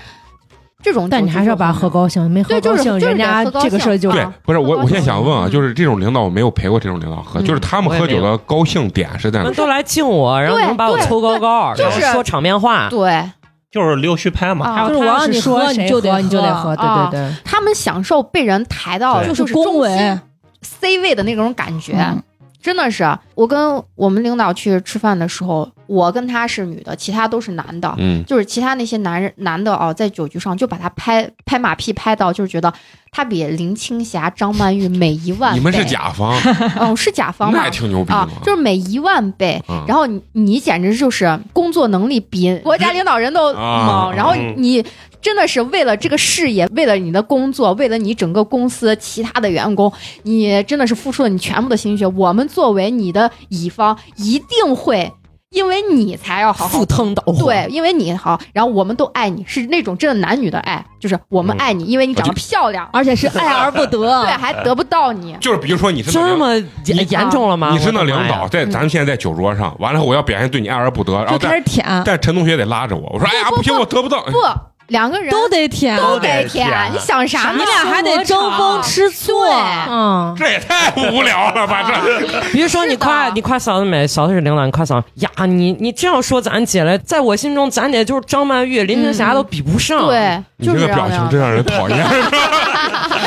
Speaker 5: 这种，
Speaker 3: 但你还是要把它喝。高兴，没喝
Speaker 5: 对就
Speaker 3: 高
Speaker 5: 是
Speaker 3: 兴，
Speaker 5: 就是
Speaker 3: 人家
Speaker 5: 得喝高
Speaker 3: 这个事儿就
Speaker 5: 兴
Speaker 1: 对
Speaker 5: 啊，
Speaker 1: 不是我，
Speaker 5: 喝
Speaker 1: 我现在
Speaker 5: 酒
Speaker 1: 想问啊，
Speaker 5: 嗯
Speaker 1: 就是这种领导，我没有陪过这种领导喝，
Speaker 2: 嗯
Speaker 1: 就是他们喝酒的高兴点是在哪
Speaker 2: 那？都来敬我，然后能把我
Speaker 5: 对
Speaker 2: 抽高高，
Speaker 5: 对
Speaker 2: 然
Speaker 5: 就是
Speaker 2: 后说场面
Speaker 1: 啊
Speaker 2: 话。
Speaker 5: 对
Speaker 6: 就是溜须拍嘛，
Speaker 3: 啊
Speaker 4: 就是我
Speaker 3: 他要
Speaker 4: 让
Speaker 3: 是
Speaker 4: 你
Speaker 3: 说
Speaker 4: 喝
Speaker 3: 谁
Speaker 4: 你就得
Speaker 3: 喝你就得
Speaker 4: 喝
Speaker 3: 喝，对
Speaker 5: 啊
Speaker 3: 对对。
Speaker 5: 他们享受被人抬到
Speaker 6: 对
Speaker 4: 就
Speaker 5: 就是
Speaker 4: 恭维。
Speaker 5: C 位的那种感觉，
Speaker 4: 嗯
Speaker 5: 真的是。我跟我们领导去吃饭的时候，我跟他是女的，其他都是男的。
Speaker 1: 嗯，
Speaker 5: 就是其他那些男人男的哦，在酒局上就把他拍拍马屁拍到，就是觉得他比林青霞、张曼玉美一万倍。
Speaker 1: 你们是，甲方，
Speaker 5: 嗯，是甲 方
Speaker 1: 那
Speaker 5: 嘛
Speaker 1: 也？挺牛逼的
Speaker 5: 啊
Speaker 1: 嘛。，
Speaker 5: 就是美一万倍。
Speaker 4: 啊
Speaker 1: 嗯
Speaker 5: 然后你你简直就是工作能力比国家领导人都
Speaker 1: 啊
Speaker 5: 猛，然后
Speaker 6: 嗯
Speaker 5: 你真的是为了这个事业，为了你的工作，为了你整个公司其他的员工，你真的是付出了你全部的心血。我们作为你的乙方，一定会因为你才要好好
Speaker 2: 赴汤蹈火，
Speaker 5: 对，因为你好，然后我们都爱你，是那种真的男女的爱，就是我们爱你，因为你长得漂亮，
Speaker 4: 而且是爱而不得
Speaker 5: 对，。啊还得不到你。
Speaker 4: 嗯
Speaker 1: 就是比如说你是那
Speaker 2: 这
Speaker 1: 领
Speaker 2: 么严严重了吗？
Speaker 1: 你是
Speaker 2: 我
Speaker 1: 那
Speaker 2: 的
Speaker 1: 领
Speaker 2: 妈呀
Speaker 1: 导，
Speaker 5: 嗯
Speaker 1: 在咱们现在在酒桌上，完了我要表现对你爱而不得，然后
Speaker 4: 就开
Speaker 1: 但
Speaker 4: 始舔，
Speaker 1: 但陈同学得拉着我，我说哎呀
Speaker 5: 不
Speaker 1: 不行，
Speaker 5: 不
Speaker 1: 我得不到。
Speaker 5: 不，两个人
Speaker 4: 都得舔，
Speaker 5: 都
Speaker 6: 得
Speaker 5: 得舔
Speaker 6: 舔，
Speaker 5: 你想啥呢？
Speaker 4: 你俩还得争风吃醋。
Speaker 5: 对，
Speaker 3: 嗯，
Speaker 1: 这也太无聊了吧！啊
Speaker 5: 啊
Speaker 1: 这
Speaker 2: 比如说你夸
Speaker 5: 是的
Speaker 2: 你夸嫂子美，嫂子是领导，你夸嫂子呀，你你这样说咱姐了，在我心中咱姐就是张曼玉、林青霞都比不上。，
Speaker 5: 对，
Speaker 1: 你
Speaker 5: 就
Speaker 1: 这
Speaker 5: 是
Speaker 1: 个
Speaker 5: 这样
Speaker 1: 表情
Speaker 5: 的啊
Speaker 1: 真，让人讨 厌，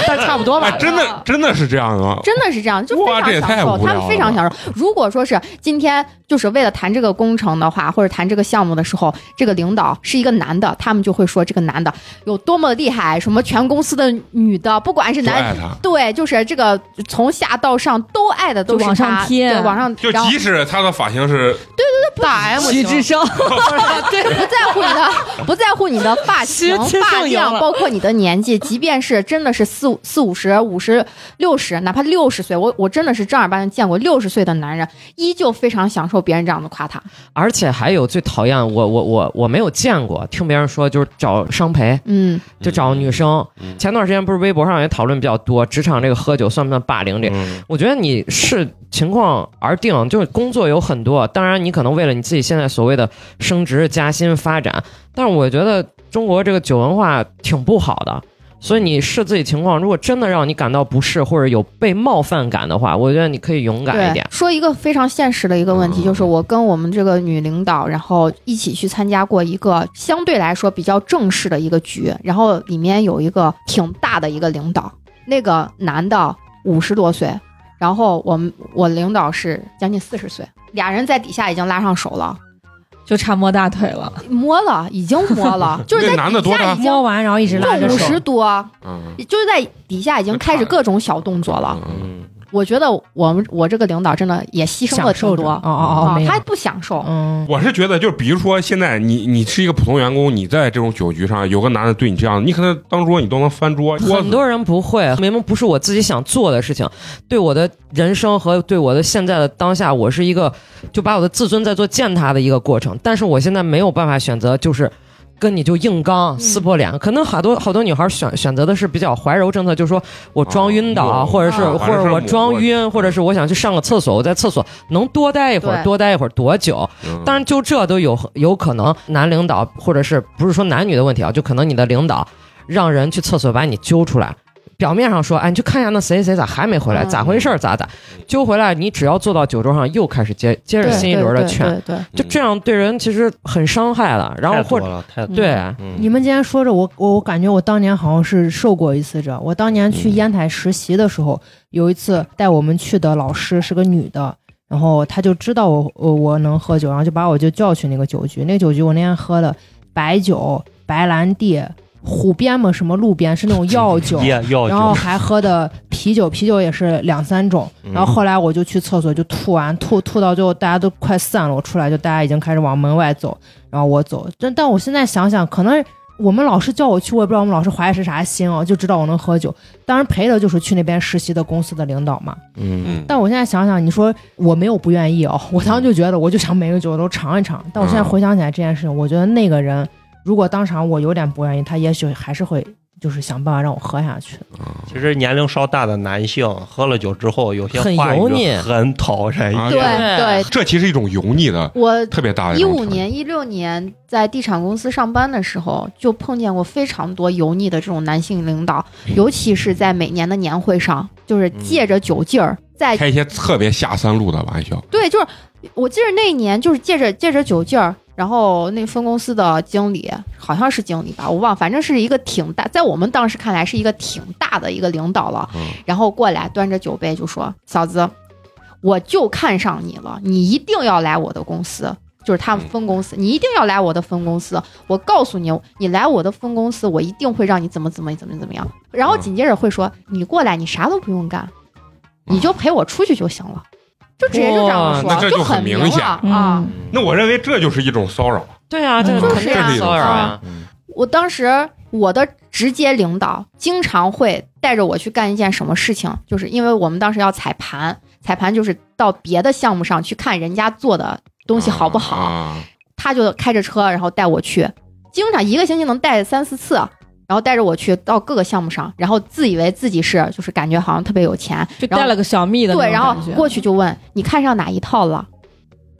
Speaker 2: 但差不多吧
Speaker 1: 哎，。真的真的是这样的吗？
Speaker 5: 真的是嗯这样，就
Speaker 1: 哇这也
Speaker 5: 非
Speaker 1: 太
Speaker 5: 常享
Speaker 1: 无
Speaker 5: 受，
Speaker 1: 聊
Speaker 5: 他们非常
Speaker 1: 了
Speaker 5: 享受。如果说是今天就是为了谈这个工程的话，或者谈这个项目的时候，这个领导是一个男的，他们就会说这个男的有多么厉害，什么全公司的女的，不管是
Speaker 1: 不
Speaker 5: 男
Speaker 1: 爱他，
Speaker 5: 对，就是这个从下到上都爱的都是
Speaker 4: 就往上
Speaker 5: 他
Speaker 4: 贴
Speaker 5: 对，往上
Speaker 1: 就
Speaker 5: 然后
Speaker 1: 即使他的发型是
Speaker 5: 大 M
Speaker 4: 徐志胜， 对，
Speaker 5: 不在乎你的，不在乎你的发型、
Speaker 2: 其实
Speaker 5: 发
Speaker 2: 上瘾
Speaker 5: 量，
Speaker 2: 了
Speaker 5: 包括你的年纪，即便是真的是四五四五十、五十六十，哪怕六十岁，我我真的是正儿八经见过六十岁的男人，依旧非常享受别人这样的夸他。
Speaker 2: 而且还有最讨厌我我我我没有见过，听别人说就是找商陪，
Speaker 5: 嗯，
Speaker 2: 就找女生。前段时间不是微博上也讨论比较多，职场这个喝酒算不算霸凌这
Speaker 6: 嗯，
Speaker 2: 我觉得你视情况而定，就是工作有很多，当然你可能为了你自己现在所谓的升职、加薪、发展，但是我觉得中国这个酒文化挺不好的，所以你视自己情况，如果真的让你感到不适或者有被冒犯感的话，我觉得你可以勇敢一
Speaker 5: 对
Speaker 2: 点，。
Speaker 5: 说一个非常现实的一个问
Speaker 1: 嗯
Speaker 5: 题，就是我跟我们这个女领导，然后一起去参加过一个相对来说比较正式的一个局，然后里面有一个挺大的一个领导，那个男的五十多岁，然后我们我领导是将近四十岁，俩人在底下已经拉上手了，
Speaker 4: 就差摸大腿了。
Speaker 5: 摸了，已经摸 了，就是在
Speaker 1: 那男的
Speaker 5: 底
Speaker 1: 多
Speaker 5: 下
Speaker 1: 大
Speaker 5: 已经
Speaker 3: 摸完然后一直拉着
Speaker 5: 就五
Speaker 3: 手，
Speaker 5: 十多，
Speaker 1: 嗯
Speaker 5: 就是在底下已经开始各种小动作了。
Speaker 1: 嗯
Speaker 6: 嗯，
Speaker 5: 我觉得我们我这个领导真的也牺牲了
Speaker 3: 享
Speaker 5: 挺
Speaker 3: 受着
Speaker 5: 多
Speaker 3: 哦哦哦，
Speaker 5: 啊
Speaker 3: 没，有
Speaker 5: 他不享受。
Speaker 3: 嗯，
Speaker 1: 我是觉得，就是比如说，现在你你是一个普通员工，你在这种酒局上有个男的对你这样，你可能当桌你都能翻桌，桌
Speaker 2: 很
Speaker 1: 子
Speaker 2: 多人不会，明明不是我自己想做的事情，对我的人生和对我的现在的当下，我是一个就把我的自尊在做践踏的一个过程。但是我现在没有办法选择，就是跟你就硬刚撕破脸。可能好多好多女孩选选择的是比较怀柔政策，就是说我装晕倒，
Speaker 1: 啊
Speaker 2: 或者是、
Speaker 1: 啊
Speaker 2: 或者我装晕，或者是我想去上个厕所，我在厕所能多待一会儿，
Speaker 5: 对
Speaker 2: 多待一会儿多久？
Speaker 1: 嗯
Speaker 6: 嗯
Speaker 2: 当然，就这都有有可能男领导，或者是不是说男女的问题啊，就可能你的领导让人去厕所把你揪出来。表面上说，哎，你去看一下那谁谁咋还没回来，
Speaker 5: 嗯
Speaker 2: 咋回事儿，咋咋，
Speaker 6: 嗯
Speaker 2: 揪回来，你只要坐到酒桌上，又开始接接着
Speaker 5: 对
Speaker 2: 新一轮的劝，
Speaker 5: 对对对
Speaker 2: 就这样对人其实很伤害了。然后
Speaker 6: 太
Speaker 2: 或
Speaker 6: 多
Speaker 2: 者
Speaker 6: 了，太多。
Speaker 2: 对，
Speaker 6: 嗯
Speaker 3: 你们今天说着我，我我感觉我当年好像是受过一次这。我当年去
Speaker 6: 嗯
Speaker 3: 烟台实习的时候，有一次带我们去的老师是个女的，然后她就知道我我我能喝酒，然后就把我就叫去那个酒局。那个酒局我那天喝的白酒、白兰地、湖边嘛，什么路边是那种药酒。
Speaker 6: 也要
Speaker 3: 然后
Speaker 6: 酒，
Speaker 3: 还喝的啤酒，啤酒也是两三种。
Speaker 6: 嗯
Speaker 3: 然后后来我就去厕所就吐完，吐吐到最后大家都快散了，我出来就大家已经开始往门外走，然后我走。但但我现在想想，可能我们老师叫我去，我也不知道我们老师怀的是啥心啊，就知道我能喝酒。当然陪的就是去那边实习的公司的领导嘛。
Speaker 6: 嗯，
Speaker 3: 但我现在想想，你说我没有不愿意哦，我当时就觉得我就想每个酒都尝一尝。但我现在回想起来这件事情，我觉得那个人如果当场我有点不愿意，他也许还是会就是想办法让我喝下去。
Speaker 6: 其实年龄稍大的男性喝了酒之后，有些
Speaker 2: 很
Speaker 6: 话
Speaker 2: 油腻
Speaker 6: 语很讨人厌。
Speaker 1: 啊
Speaker 5: 对
Speaker 2: 对
Speaker 5: 对，
Speaker 1: 这其实一种油腻的
Speaker 5: 我
Speaker 1: 特别大的
Speaker 5: 一
Speaker 1: 种
Speaker 5: 五
Speaker 1: 成
Speaker 5: 年、一六年在地产公司上班的时候，就碰见过非常多油腻的这种男性领导，
Speaker 3: 嗯
Speaker 5: 尤其是在每年的年会上，就是借着酒劲
Speaker 3: 嗯
Speaker 5: 儿，在
Speaker 1: 开一些特别下三路的玩笑，
Speaker 5: 对，就是我记得那一年就是借着借着酒劲儿，然后那分公司的经理好像是经理吧，我忘了，反正是一个挺大，在我们当时看来是一个挺大的一个领导了，
Speaker 1: 嗯
Speaker 5: 然后过来端着酒杯就说：“嫂子，我就看上你了，你一定要来我的公司。”就是
Speaker 1: 嗯
Speaker 5: 他们分公司，你一定要来我的分公司。我告诉你，你来我的分公司，我一定会让你怎么怎么怎么怎么样。然
Speaker 1: 嗯
Speaker 5: 后紧接着会说，你过来，你啥都不用干，你就陪我出去就行了，就直接就这样
Speaker 1: 哇
Speaker 5: 说，
Speaker 1: 那这就
Speaker 5: 就
Speaker 1: 很
Speaker 5: 明
Speaker 1: 明
Speaker 5: 了
Speaker 1: 显
Speaker 5: 啊！
Speaker 4: 嗯
Speaker 1: 那我认为这就是一种骚扰。
Speaker 2: 对啊，这
Speaker 3: 就是
Speaker 2: 肯定
Speaker 5: 呀
Speaker 2: 是骚扰啊。
Speaker 5: 我当时我的直接领导经常会带着我去干一件什么事情，就是因为我们当时要踩盘，踩盘就是到别的项目上去看人家做的东西好不好，
Speaker 1: 啊
Speaker 5: 他就开着车，然后带我去，经常一个星期能带三四次。然后带着我去到各个项目上，然后自以为自己是，就是感觉好像特别有钱，
Speaker 4: 就
Speaker 5: 然后
Speaker 4: 带了个小蜜的那
Speaker 5: 对，
Speaker 4: 种
Speaker 5: 然后
Speaker 4: 感觉
Speaker 5: 过去就问你看上哪一套了，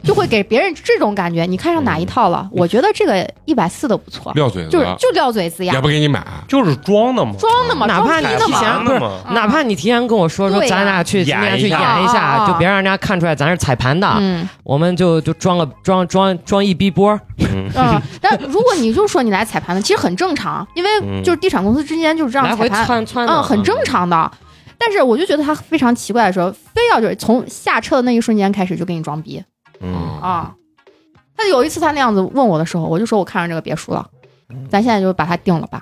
Speaker 5: 就会给别人这种感觉，你看上哪一套了？我觉得这个一百四的不错，
Speaker 1: 撂嘴子
Speaker 5: 就是就撂嘴子呀
Speaker 1: 也，不给你买，
Speaker 6: 就是装的嘛，
Speaker 5: 装的嘛，
Speaker 2: 哪怕
Speaker 5: 装逼
Speaker 2: 你
Speaker 5: 的
Speaker 2: 提
Speaker 5: 嘛
Speaker 2: 前
Speaker 6: 装的嘛，
Speaker 5: 啊
Speaker 2: 哪怕你提前跟我说说，
Speaker 5: 对呀
Speaker 2: 咱俩去今
Speaker 6: 演
Speaker 2: 天
Speaker 6: 一
Speaker 2: 去
Speaker 6: 下
Speaker 2: 演一
Speaker 5: 啊
Speaker 2: 下，
Speaker 5: 啊
Speaker 2: 就别让人家看出来咱是彩盘的，
Speaker 5: 嗯
Speaker 2: 我们就就装个装装装一逼波。
Speaker 6: 嗯
Speaker 5: 嗯，但如果你就说你来踩盘的，其实很正常，因为
Speaker 6: 嗯
Speaker 5: 就是地产公司之间就是这样
Speaker 2: 来回
Speaker 5: 踩盘，
Speaker 2: 窜窜
Speaker 5: 嗯，
Speaker 2: 的，
Speaker 5: 很正常的。但是我就觉得他非常奇怪的时候，非要就是从下车的那一瞬间开始就给你装逼
Speaker 6: 嗯，
Speaker 5: 啊。他有一次他那样子问我的时候，我就说我看上这个别墅了，
Speaker 6: 嗯
Speaker 5: 咱现在就把它定了吧，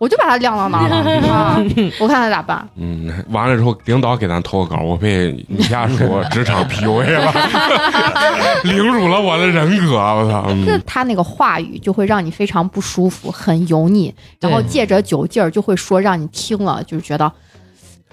Speaker 5: 我就把它晾到那儿 了啊，我看他咋办。
Speaker 1: 嗯，完了之后，领导给咱投个稿，我被你下属职场 PUA 了， 凌辱了我的人格，我操！
Speaker 5: 那
Speaker 1: 嗯
Speaker 5: 他那个话语就会让你非常不舒服，很油腻，
Speaker 2: 对
Speaker 5: 然后借着酒劲儿就会说让你听了就是觉得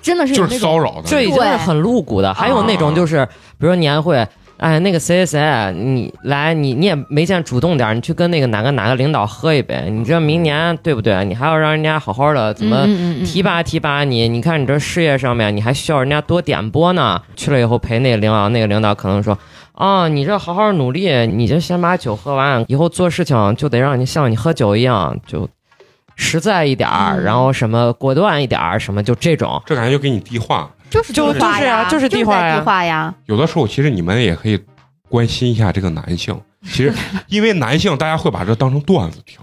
Speaker 5: 真的是有
Speaker 1: 就
Speaker 5: 那
Speaker 1: 是
Speaker 5: 种
Speaker 1: 骚扰的，
Speaker 2: 这已经是很露骨的。还有那
Speaker 5: 哦
Speaker 2: 种就是，比如说年会，哎，那个谁谁谁，你来，你你也没见主动点儿，你去跟那个哪个哪个领导喝一杯，你这明年对不对？你还要让人家好好的怎么
Speaker 5: 嗯嗯嗯嗯
Speaker 2: 提拔提拔你？你看你这事业上面，你还需要人家多点拨呢。去了以后陪那个领导，那个领导可能说。啊、你这好好努力，你就先把酒喝完，以后做事情就得让你像你喝酒一样，就实在一点儿，
Speaker 5: 嗯
Speaker 2: 然后什么果断一点儿，什么就这种。
Speaker 1: 这感觉就给你递话。
Speaker 5: 就是
Speaker 2: 就
Speaker 5: 地化
Speaker 2: 就是呀就是
Speaker 5: 是
Speaker 2: 地化
Speaker 5: 在
Speaker 2: 呀
Speaker 5: 地化呀，
Speaker 1: 有的时候，其实你们也可以关心一下这个男性。其 实，因为男性大家会把这当成段子听，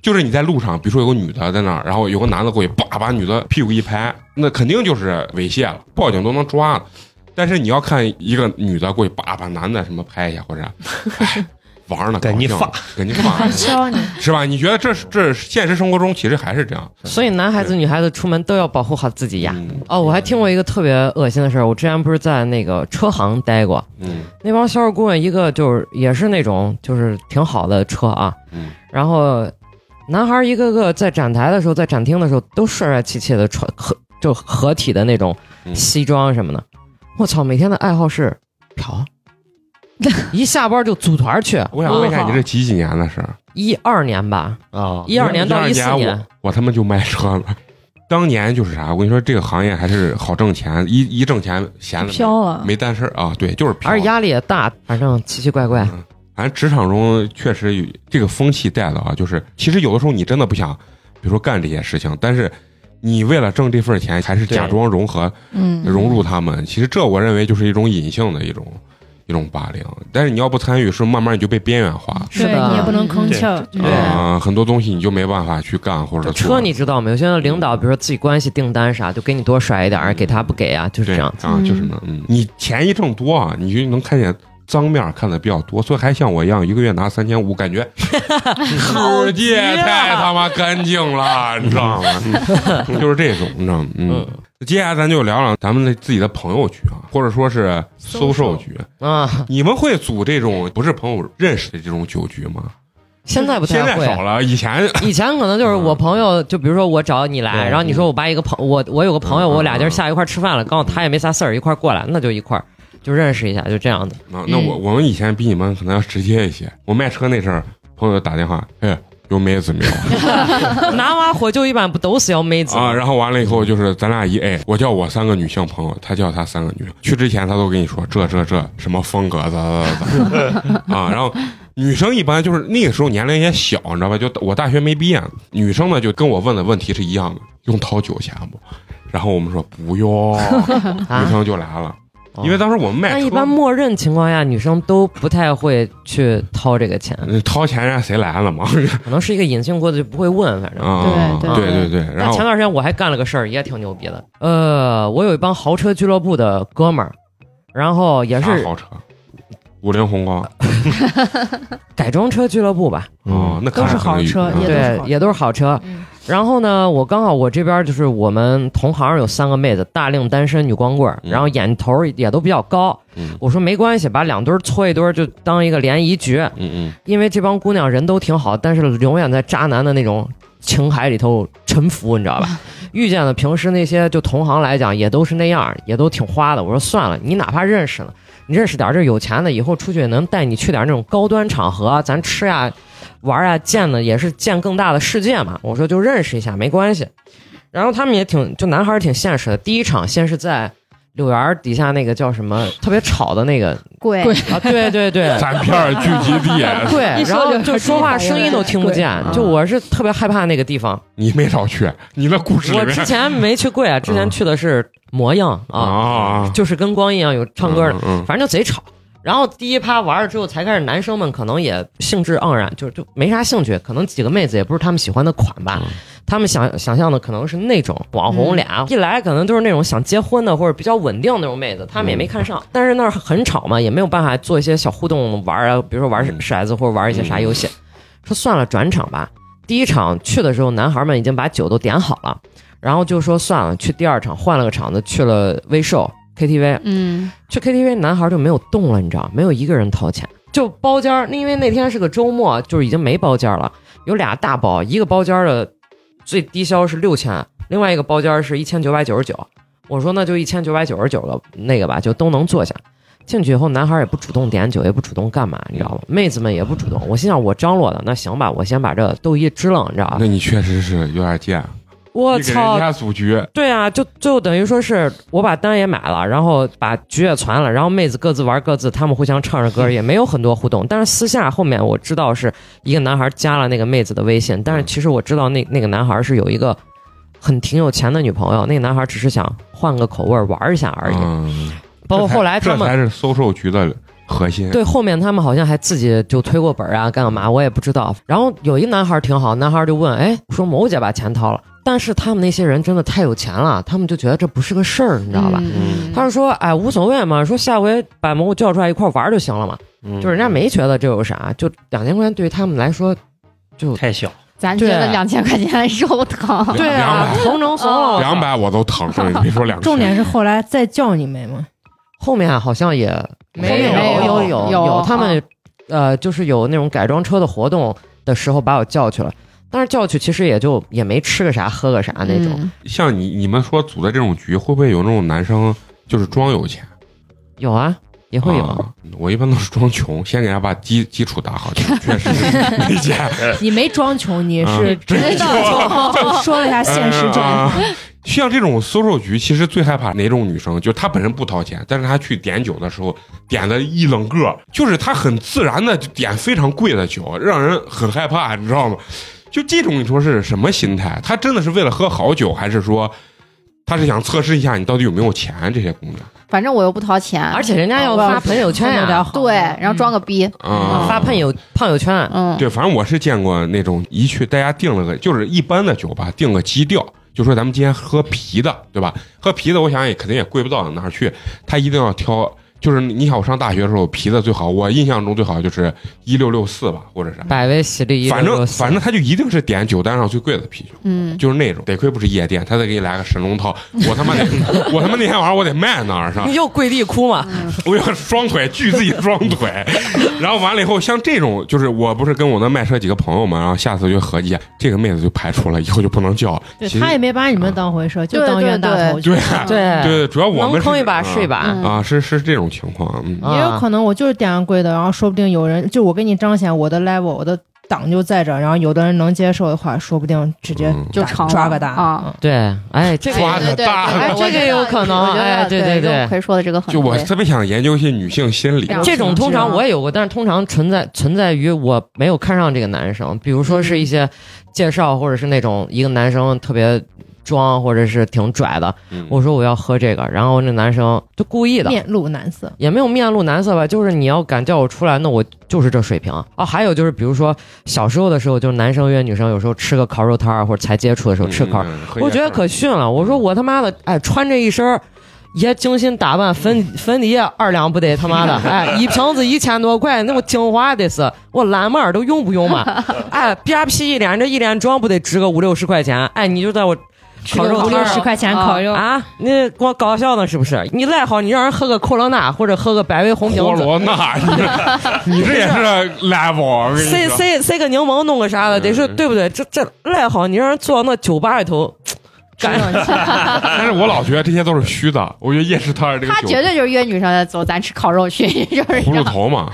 Speaker 1: 就是你在路上，比如说有个女的在那儿，然后有个男的过去，叭把女的屁股一拍，那肯定就是猥亵了，报警都能抓了。但是你要看一个女的过去，叭把男的什么拍一下，或 者，哎，玩儿呢，
Speaker 6: 给你
Speaker 1: 高兴
Speaker 6: 发，
Speaker 1: 给你发，
Speaker 3: 教你。
Speaker 1: 是吧？你觉得这是这是现实生活中其实还是这样？
Speaker 2: 嗯所以男孩子、女孩子出门都要保护好自己呀。
Speaker 1: 嗯
Speaker 2: 哦，我还听过一个特别恶心的事儿，我之前不是在那个车行待过，
Speaker 1: 嗯
Speaker 2: 那帮销售顾问一个就是也是那种就是挺好的车啊，
Speaker 1: 嗯
Speaker 2: 然后男孩一个个在展台的时候，在展厅的时候都帅帅气气的穿合就合体的那种
Speaker 1: 嗯
Speaker 2: 西装什么的，我操，每天的爱好是嫖。一下班就组团去。
Speaker 1: 我想问一下，
Speaker 2: 啊
Speaker 1: 你这几几年的事儿？
Speaker 2: 一二年吧，
Speaker 6: 啊，
Speaker 2: 一二年到
Speaker 1: 12
Speaker 2: 一四年，
Speaker 1: 我他妈就卖车了。当年就是啥，我跟你说，这个行业还是好挣钱，一一挣钱闲了没
Speaker 4: 飘了，
Speaker 1: 没担事儿啊，对，就是飘
Speaker 2: 而且。压力也大，反正奇奇怪怪。
Speaker 1: 反正职场中确实有这个风气带的啊，就是其实有的时候你真的不想，比如说干这些事情，但是你为了挣这份钱，还是假装融合
Speaker 4: 嗯，
Speaker 1: 融入他们。其实这我认为就是一种隐性的一种一种霸凌，但是你要不参与，是慢慢你就被边缘化。
Speaker 2: 是
Speaker 3: 对
Speaker 2: 的
Speaker 3: 你也不能吭气儿，
Speaker 4: 对
Speaker 3: 嗯
Speaker 1: 啊、很多东西你就没办法去干或者做
Speaker 2: 车你知道没有？现在领
Speaker 1: 嗯
Speaker 2: 导比如说自己关系订单啥，就给你多甩一点儿，给他不给啊，就是
Speaker 1: 对
Speaker 2: 这样。
Speaker 1: 啊，就是呢，嗯，你钱一挣多啊，你就能看见脏面儿看的比较多，所以还像我一样一个月拿三千五，感 觉世界
Speaker 2: 啊
Speaker 1: 太他妈干净了，你知道吗？就是这种，你知道吗？嗯
Speaker 2: 嗯。
Speaker 1: 接下来咱就聊聊咱们的自己的朋友局啊，或者说是搜售局。
Speaker 2: 啊，
Speaker 1: 你们会组这种不是朋友认识的这种酒局吗？
Speaker 2: 现在不
Speaker 1: 现
Speaker 2: 太
Speaker 1: 在
Speaker 2: 会啊
Speaker 1: 少。了，以前啊
Speaker 2: 以前可能就是我朋友，就比如说我找你来，
Speaker 1: 对
Speaker 2: 然后你说我把一个朋我我有个朋
Speaker 1: 嗯
Speaker 2: 友，
Speaker 1: 嗯嗯
Speaker 2: 我俩今儿下一块儿吃饭了，刚好他也没啥事儿，一块儿过来，那就一块儿就认识一下，就这 样的。
Speaker 1: 啊，那我我们以前比你们可能要直接一些。我卖车那阵儿，朋友打电话，哎，有妹子没有？
Speaker 2: 男娃火就一般不都是要妹子
Speaker 1: 啊，然后完了以后就是咱俩一 A，我叫我三个女性朋友，他叫他三个女。去之前他都跟你说这这这什么风格咋咋咋咋啊，然后女生一般就是那个时候年龄也小，你知道吧？就我大学没毕业，女生呢就跟我问的问题是一样的，用掏酒钱不？然后我们说不用，女
Speaker 2: 啊？
Speaker 1: 生就来了，因为当时我们
Speaker 2: 那
Speaker 1: 卖
Speaker 2: 一
Speaker 1: 车
Speaker 2: 般。默认情况下，女生都不太会去掏这个钱，
Speaker 1: 呃掏钱人家谁来了嘛？
Speaker 2: 可能是一个隐性过的就不会问，反正。
Speaker 1: 啊，
Speaker 5: 对
Speaker 1: 对对
Speaker 5: 对
Speaker 1: 对，然
Speaker 2: 但前
Speaker 1: 后
Speaker 2: 段时间我还干了个事儿，也挺牛逼的。呃，我有一帮豪车俱乐部的哥们儿，然后也
Speaker 1: 啥
Speaker 2: 是
Speaker 1: 豪车？五菱宏光
Speaker 2: 改装车俱乐部吧，
Speaker 1: 哦，那
Speaker 3: 都是豪车也都是
Speaker 2: 对
Speaker 3: 好，车
Speaker 2: 也都是好车。
Speaker 5: 嗯
Speaker 2: 然后呢，我刚好我这边就是我们同行有三个妹子，大龄单身女光棍儿，
Speaker 1: 嗯
Speaker 2: 然后眼头儿也都比较高。
Speaker 1: 嗯
Speaker 2: 我说没关系，把两堆儿搓一堆儿，就当一个联谊局。
Speaker 1: 嗯嗯
Speaker 2: 因为这帮姑娘人都挺好，但是永远在渣男的那种情海里头沉浮，你知道吧？遇见了平时那些就同行来讲，也都是那样，也都挺花的。我说算了，你哪怕认识了，你认识点这有钱的，以后出去也能带你去点那种高端场合啊，咱吃呀、玩呀、见的也是见更大的世界嘛。我说就认识一下没关系。然后他们也挺，就男孩儿挺现实的。第一场先是在柳园儿底下那个叫什么特别吵的那个
Speaker 5: 贵
Speaker 4: 贵
Speaker 2: 啊，对对 对，
Speaker 1: 散片儿聚集 地，
Speaker 2: 对，
Speaker 4: 一
Speaker 2: 然
Speaker 4: 说
Speaker 2: 后
Speaker 4: 就
Speaker 2: 就说话声音都听不见，
Speaker 1: 对
Speaker 2: 就我是特别害怕那个地方。
Speaker 1: 你没少去，你那故事里
Speaker 2: 我
Speaker 1: 面
Speaker 2: 之前没去贵啊，之前去的是模样啊，
Speaker 1: 啊，
Speaker 2: 就是跟光一样有唱歌的，
Speaker 1: 嗯，
Speaker 2: 反正就贼吵。然后第一趴玩了之后，才开始男生们可能也兴致盎然，就就没啥兴趣，可能几个妹子也不是他们喜欢的款吧
Speaker 1: 嗯，
Speaker 2: 他们想想象的可能是那种网红俩，一来可能就是那种想结婚的或者比较稳定的那种妹子，他们也没
Speaker 1: 嗯
Speaker 2: 看上，但是那儿很吵嘛，也没有办法做一些小互动玩儿啊，比如说玩
Speaker 1: 嗯
Speaker 2: 骰子或者玩一些啥游戏，说算了，转场吧。第一场去的时候，男孩们已经把酒都点好了，然后就说算了，去第二场换了个场子，去了威兽 KTV，
Speaker 5: 嗯，
Speaker 2: 去 KTV 男孩就没有动了，你知道，没有一个人掏钱，就包间儿。因为那天是个周末，就是已经没包间儿了，有俩大包，一个包间儿的最低消是六千，另外一个包间儿是一千九百九十九。我说那就一千九百九十九个那个吧，就都能坐下。进去以后，男孩也不主动点酒，也不主动干嘛，你知道吗？妹子们也不主动。我心想，我张罗的，那行吧，我先把这豆一支楞，你知道吧
Speaker 1: 那？你确实是有点贱，
Speaker 2: 啊我
Speaker 1: 你给人
Speaker 2: 操，
Speaker 1: 家组局，
Speaker 2: 对啊，就就等于说是我把单也买了，然后把局也传了，然后妹子各自玩各自，他们互相唱着歌，也没有很多互动。但是私下后面我知道是一个男孩加了那个妹子的微信，但是其实我知道那那个男孩是有一个很挺有钱的女朋友，那个男孩只是想换个口味儿玩一下而已。
Speaker 1: 嗯，
Speaker 2: 哎包括后来他
Speaker 1: 这才这
Speaker 2: 们
Speaker 1: 才是搜售局的核心，
Speaker 2: 对后面他们好像还自己就推过本儿啊，干嘛我也不知道。然后有一男孩挺好，男孩就问，哎，说某姐把钱掏了。但是他们那些人真的太有钱了，他们就觉得这不是个事儿，你知道吧？
Speaker 5: 嗯
Speaker 2: 他是说，哎，无所谓嘛，说下回把蘑菇叫出来一块儿玩儿就行了嘛。
Speaker 6: 嗯
Speaker 2: 就人家没觉得这有啥，就两千块钱对于他们来说，就
Speaker 6: 嗯太小，
Speaker 5: 咱觉得
Speaker 2: 对
Speaker 5: 两千块钱肉疼，
Speaker 1: 对啊200
Speaker 2: 同城怂了。
Speaker 1: 两百我都疼，所以你别说两千，
Speaker 3: 重点是后来再叫你没吗？
Speaker 2: 后面好像也
Speaker 5: 没
Speaker 2: 有
Speaker 5: 有
Speaker 2: 有
Speaker 5: 没
Speaker 2: 有
Speaker 5: 有有
Speaker 2: 他们呃就是有那种改装车的活动的时候把我叫去了，但是叫去其实也就也没吃个啥喝个啥啊那种，
Speaker 5: 嗯
Speaker 1: 像你你们说组的这种局，会不会有那种男生就是装有钱？
Speaker 2: 有啊，也会有。
Speaker 1: 啊我一般都是装穷，先给他把基基础打好，确实是没 钱。
Speaker 3: 你没装穷，你是
Speaker 1: 嗯
Speaker 3: 真的穷，说了一下现实状
Speaker 1: 啊
Speaker 3: 况。
Speaker 1: 像这种搜售局，其实最害怕哪种女生？就是她本身不掏钱，但是她去点酒的时候点了一冷个儿，就是她很自然的点非常贵的酒，让人很害怕，你知道吗？就这种，你说是什么心态？她真的是为了喝好酒，还是说她是想测试一下你到底有没有钱？这些姑娘
Speaker 5: 反正我又不掏钱，哦
Speaker 2: 而且人家要
Speaker 5: 我要
Speaker 2: 发朋友圈
Speaker 3: 有点
Speaker 2: 呀，
Speaker 3: 好
Speaker 5: 对，然后装个逼，
Speaker 1: 啊，
Speaker 2: 发朋友朋友圈，啊
Speaker 5: 嗯，
Speaker 1: 对，反正我是见过那种一去大家定了个，就是一般的酒吧定个基调，就说咱们今天喝啤的，对吧？喝啤的，我想也肯定也贵不到哪儿去，他一定要挑。就是你想我上大学的时候啤的最好，我印象中最好就是一六六四吧，或者是，
Speaker 2: 百威喜力，
Speaker 1: 反正反正他就一定是点酒单上最贵的啤酒，
Speaker 5: 嗯，
Speaker 1: 就是那种。得亏不是夜店，他得给你来个神龙套，我他妈得我他妈那天晚上我得卖那儿上
Speaker 2: 你，又跪地哭嘛，
Speaker 1: 我要双腿锯自己双腿，然后完了以后，像这种就是我不是跟我那卖车几个朋友嘛，然后下次就合计，这个妹子就排除了，以后就不能叫。
Speaker 3: 对
Speaker 1: 其实
Speaker 3: 他也没把你们当回事，就当冤大头去
Speaker 1: 对
Speaker 3: 了。
Speaker 1: 对
Speaker 2: 对
Speaker 1: 对，主要我
Speaker 2: 能
Speaker 1: 们
Speaker 2: 坑
Speaker 1: 是
Speaker 2: 一把是一把，
Speaker 5: 嗯
Speaker 1: 啊，是是这种情况，嗯，
Speaker 2: 啊
Speaker 3: 也有可能我就是点个贵的，然后说不定有人就我给你彰显我的 level，我的档就在这儿，然后有的人能接受的话，说不定直接
Speaker 1: 嗯
Speaker 5: 就
Speaker 3: 打
Speaker 5: 成了
Speaker 3: 抓个大
Speaker 5: 啊
Speaker 3: 嗯
Speaker 2: 对，哎，这个
Speaker 1: 抓
Speaker 2: 也
Speaker 1: 个大
Speaker 5: 对对对
Speaker 2: 哎
Speaker 5: 我觉得
Speaker 2: 这个有可能
Speaker 5: 我觉得
Speaker 2: 哎对
Speaker 5: 对
Speaker 2: 对对
Speaker 5: 用奎说的这个很
Speaker 1: 就我
Speaker 5: 对
Speaker 1: 特别想研究一些女性心理，
Speaker 2: 这种通常我也有过，但是通常存在存在于我没有看上这个男生，比如说是一些介绍，或者是那种一个男生特别装，或者是挺拽的，
Speaker 1: 嗯
Speaker 2: 我说我要喝这个，然后那男生就故意的，
Speaker 3: 面露难色。
Speaker 2: 也没有面露难色吧，就是你要敢叫我出来，那我就是这水平啊。还有就是，比如说小时候的时候，就是男生约女生，有时候吃个烤肉摊儿或者才接触的时候吃烤，
Speaker 1: 嗯嗯
Speaker 2: 我觉得可逊了。我说我他妈的，哎，穿这一身儿也精心打扮，粉
Speaker 1: 嗯
Speaker 2: 粉底液二两不得 他妈的，哎，一瓶子一千多块，那我精华得是我蓝妹儿都用不 用嘛？哎，BRP 一脸这一脸妆不得值个五六十块钱？哎，你就在我烤肉
Speaker 3: 五
Speaker 2: 摊
Speaker 3: 六
Speaker 2: 儿
Speaker 3: 十
Speaker 2: 啊。
Speaker 3: 块钱
Speaker 5: 啊
Speaker 3: 烤肉，
Speaker 2: 啊，你光搞笑呢是不是？你赖好，你让人喝个科罗娜或者喝个百威红瓶
Speaker 1: 波
Speaker 2: 子，
Speaker 1: 罗那， 你这你这也是 level，我跟你
Speaker 2: 塞
Speaker 1: 说，
Speaker 2: 塞塞个柠檬弄个啥的，得是
Speaker 1: 嗯
Speaker 2: 对不对？这这赖好，你让人坐到那酒吧里 头，干
Speaker 1: 但是我老觉得这些都是虚的，我觉得夜市摊儿这个
Speaker 5: 他
Speaker 1: 酒
Speaker 5: 绝对就是约女生走，咱吃烤肉去， 就是
Speaker 1: 葫芦头嘛，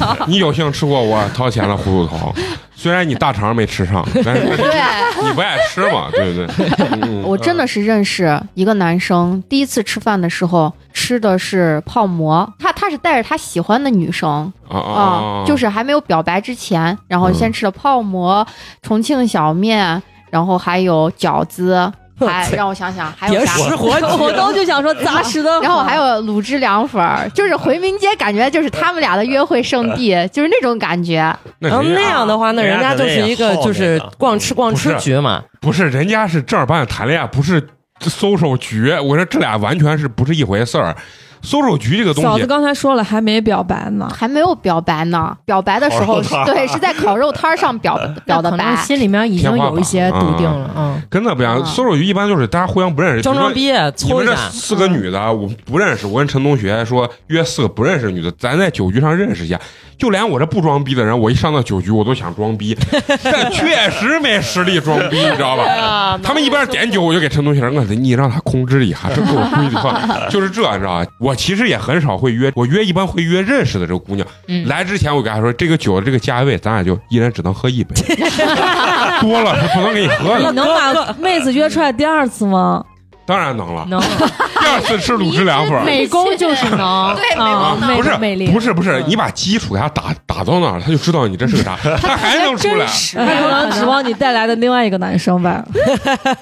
Speaker 5: 哎
Speaker 1: 你有幸吃过我掏钱的葫芦 头，虽然你大肠没吃上，但是
Speaker 5: 对。
Speaker 1: 你不爱吃嘛，对不 对？嗯
Speaker 5: 我真的是认识一个男生，第一次吃饭的时候吃的是泡馍，他他是带着他喜欢的女生
Speaker 1: 啊啊
Speaker 5: 啊、
Speaker 1: 啊，
Speaker 5: 就是还没有表白之前，然后
Speaker 1: 嗯
Speaker 5: 先吃的泡馍、重庆小面，然还有饺子，还让我想想还 有
Speaker 2: 别
Speaker 5: 啥。，
Speaker 2: 失火
Speaker 4: 我都就想说杂食的
Speaker 5: 然后还有卤汁凉粉儿，就是回民街，感觉就是他们俩的约会圣地，就是那种感觉。
Speaker 1: 那
Speaker 2: 然后
Speaker 1: 人家
Speaker 2: 那样的话，那人
Speaker 6: 人
Speaker 2: 家
Speaker 6: 家
Speaker 2: 就
Speaker 6: 可能
Speaker 2: 是
Speaker 6: 也
Speaker 2: 一个
Speaker 6: 好
Speaker 2: 就是
Speaker 6: 那个
Speaker 2: 逛吃逛吃局嘛。
Speaker 1: 不是人家是正儿八经谈恋爱，不是搜手局。我说这俩完全是不是一回事儿。搜手局这个东
Speaker 4: 嫂子
Speaker 1: 西，
Speaker 4: 刚才说了还没表白呢，
Speaker 5: 还没有表白呢，表白的时候是
Speaker 6: 烤肉摊儿
Speaker 5: 对是在烤肉摊儿上表
Speaker 3: 那
Speaker 5: 表的
Speaker 3: 可
Speaker 5: 白
Speaker 3: 能。心里面已经有一些笃定了啊。
Speaker 1: 真的不一样。
Speaker 5: 嗯
Speaker 1: 搜手局一般就是大家互相不认识，
Speaker 2: 装装
Speaker 1: 比如说。
Speaker 2: 逼，
Speaker 1: 你
Speaker 2: 凑
Speaker 1: 们
Speaker 2: 一
Speaker 1: 这
Speaker 2: 下。嗯
Speaker 1: 四个女的，啊我不认识。我跟陈同学说约四个不认识的女的，咱在酒局上认识一下。就连我这不装逼的人，我一上到酒局，我都想装逼， 但确实没实力装逼，你知道吧？
Speaker 2: 哎
Speaker 1: 他们一边点酒，我就给陈同学说：“我你让他控制一下，这给我规矩 放，就是这，你知道吧？我其实也很少会约，我约一般会约认识的这个姑娘。
Speaker 2: 嗯
Speaker 1: 来之前我跟她说，这个酒的这个价位，咱俩就一人只能喝一 杯，多了她不能给你喝
Speaker 4: 你
Speaker 1: 了。
Speaker 4: 能把妹子约出来第二次吗？
Speaker 1: 当然能了，
Speaker 3: 能，
Speaker 1: 第二次吃卤汁凉粉儿。
Speaker 3: 美工就是能，
Speaker 5: 对
Speaker 3: 啊
Speaker 5: 美工能
Speaker 3: 美
Speaker 1: 不是
Speaker 3: 美丽，
Speaker 1: 不是不
Speaker 5: 嗯
Speaker 1: 是，你把基础给他打打到那儿，他就知道你这是个啥，他还能出来。
Speaker 4: 他可能指哎望你带来的另外一个男生吧。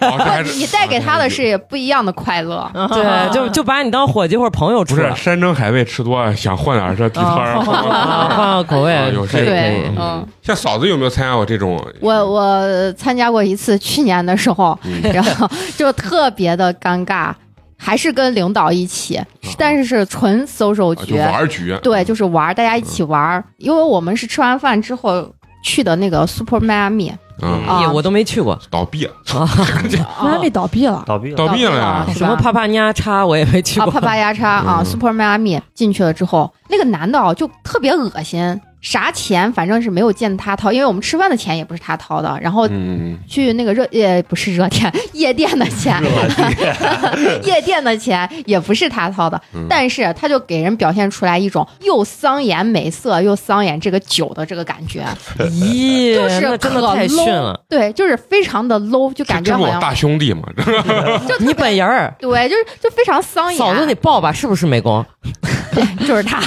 Speaker 1: 哦这还
Speaker 5: 不
Speaker 1: 是
Speaker 5: 你带给他的是也不一样的快乐。
Speaker 2: 对，就就把你当伙计或者朋友
Speaker 1: 不
Speaker 2: 处
Speaker 1: 是
Speaker 5: 啊
Speaker 2: 了。
Speaker 1: 山珍海味吃多了，想换点这地摊
Speaker 5: 哦
Speaker 2: 啊啊，
Speaker 1: 儿？
Speaker 2: 换个口
Speaker 1: 啊
Speaker 2: 味
Speaker 1: 有，
Speaker 2: 可
Speaker 1: 这
Speaker 2: 以
Speaker 1: 个
Speaker 2: 可
Speaker 5: 对
Speaker 2: 以。
Speaker 5: 嗯，
Speaker 1: 像嫂子有没有参加过这种？
Speaker 5: 我我参加过一次，去年的时候，
Speaker 1: 嗯
Speaker 5: 然后就特别的尴尬，还是跟领导一起，但是是纯
Speaker 1: 嗯啊
Speaker 5: social
Speaker 1: 啊就
Speaker 5: 局，
Speaker 1: 玩儿局，
Speaker 5: 对，就是玩儿，大家一
Speaker 1: 嗯
Speaker 5: 起玩儿，因为我们是吃完饭之后去的那个 Super Miami，
Speaker 1: 嗯，
Speaker 5: 啊
Speaker 2: 哎我都没去过，
Speaker 1: 倒闭了，
Speaker 5: 哦
Speaker 4: 妈咪倒闭了，
Speaker 6: 倒闭了。
Speaker 1: 倒闭了呀
Speaker 5: 啊！是
Speaker 2: 什么
Speaker 5: 吧
Speaker 2: 帕帕尼亚叉我也没去
Speaker 5: 啊，
Speaker 2: 过
Speaker 5: 啪。啪牙叉啊
Speaker 1: 嗯
Speaker 5: ，Super Miami 哦进去了之后，那个男的啊就特别恶心，啥钱反正是没有见他掏，因为我们吃饭的钱也不是他掏的，然后
Speaker 1: 嗯，
Speaker 5: 去那个热呃不是热店夜店的钱，夜店的钱也不是他掏的，
Speaker 1: 嗯
Speaker 5: 但是他就给人表现出来一种又桑颜美色又桑颜这个酒的这个感觉，
Speaker 2: 咦，
Speaker 5: 就是
Speaker 2: 那真的
Speaker 5: 可
Speaker 2: 太
Speaker 5: low
Speaker 2: 逊了，
Speaker 5: 对，就是非常的 low，就感
Speaker 1: 这
Speaker 5: 觉
Speaker 1: 不
Speaker 5: 好
Speaker 1: 我
Speaker 5: 像
Speaker 1: 大兄弟嘛，
Speaker 2: 你本人儿。
Speaker 5: 对，就是就非常桑颜，
Speaker 2: 嫂子，你抱吧，是不是美工？
Speaker 5: 就 是他，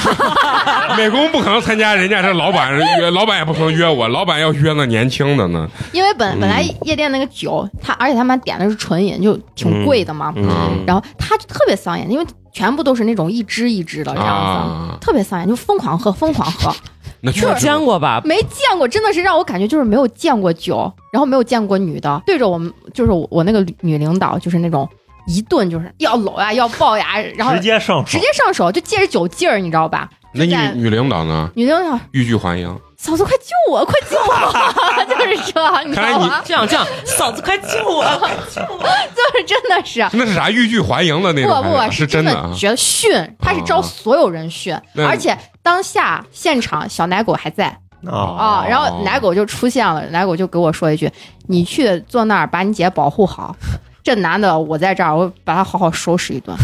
Speaker 1: 美工不可能参加人家这老板约，老板也不可能约我，老板要约那年轻的呢，
Speaker 5: 因为本
Speaker 1: 嗯
Speaker 5: 本来夜店那个酒，他而且他们点的是纯饮，就挺贵的嘛，
Speaker 1: 嗯
Speaker 5: 然后他就特别桑颜，因为全部都是那种一支一支的这样子。
Speaker 1: 啊，
Speaker 5: 特别桑颜，就疯狂喝，疯狂喝，
Speaker 1: 那确
Speaker 2: 你
Speaker 1: 实
Speaker 2: 见过吧？
Speaker 5: 没见过，真的是让我感觉就是没有见过酒，然后没有见过女的，对着我们就是我我那个女领导，就是那种一顿就是要搂呀，要抱呀，然后
Speaker 6: 直接上手
Speaker 5: 直接上手，就借着酒劲儿，你知道吧？
Speaker 1: 那
Speaker 5: 就在
Speaker 1: 女女领导呢，
Speaker 5: 女领导
Speaker 1: 欲拒还迎，
Speaker 5: 嫂子快救我，快救 我，就是这，你知道吗？
Speaker 2: 这样这样，嫂子快救我！
Speaker 5: 就是真的是。
Speaker 1: 那是啥欲拒还迎的那
Speaker 5: 不
Speaker 1: 种感觉，
Speaker 5: 不，
Speaker 1: 是
Speaker 5: 真
Speaker 1: 的啊，
Speaker 5: 觉得训，他是招所有人训，
Speaker 1: 那
Speaker 5: 而且当下现场小奶狗还在
Speaker 1: 哦
Speaker 6: 啊！
Speaker 5: 啊、然后奶狗就出现了，奶狗就给我说一句：“你去坐那儿把你姐保护好，这男的我在这儿，我把他好好收拾一顿。”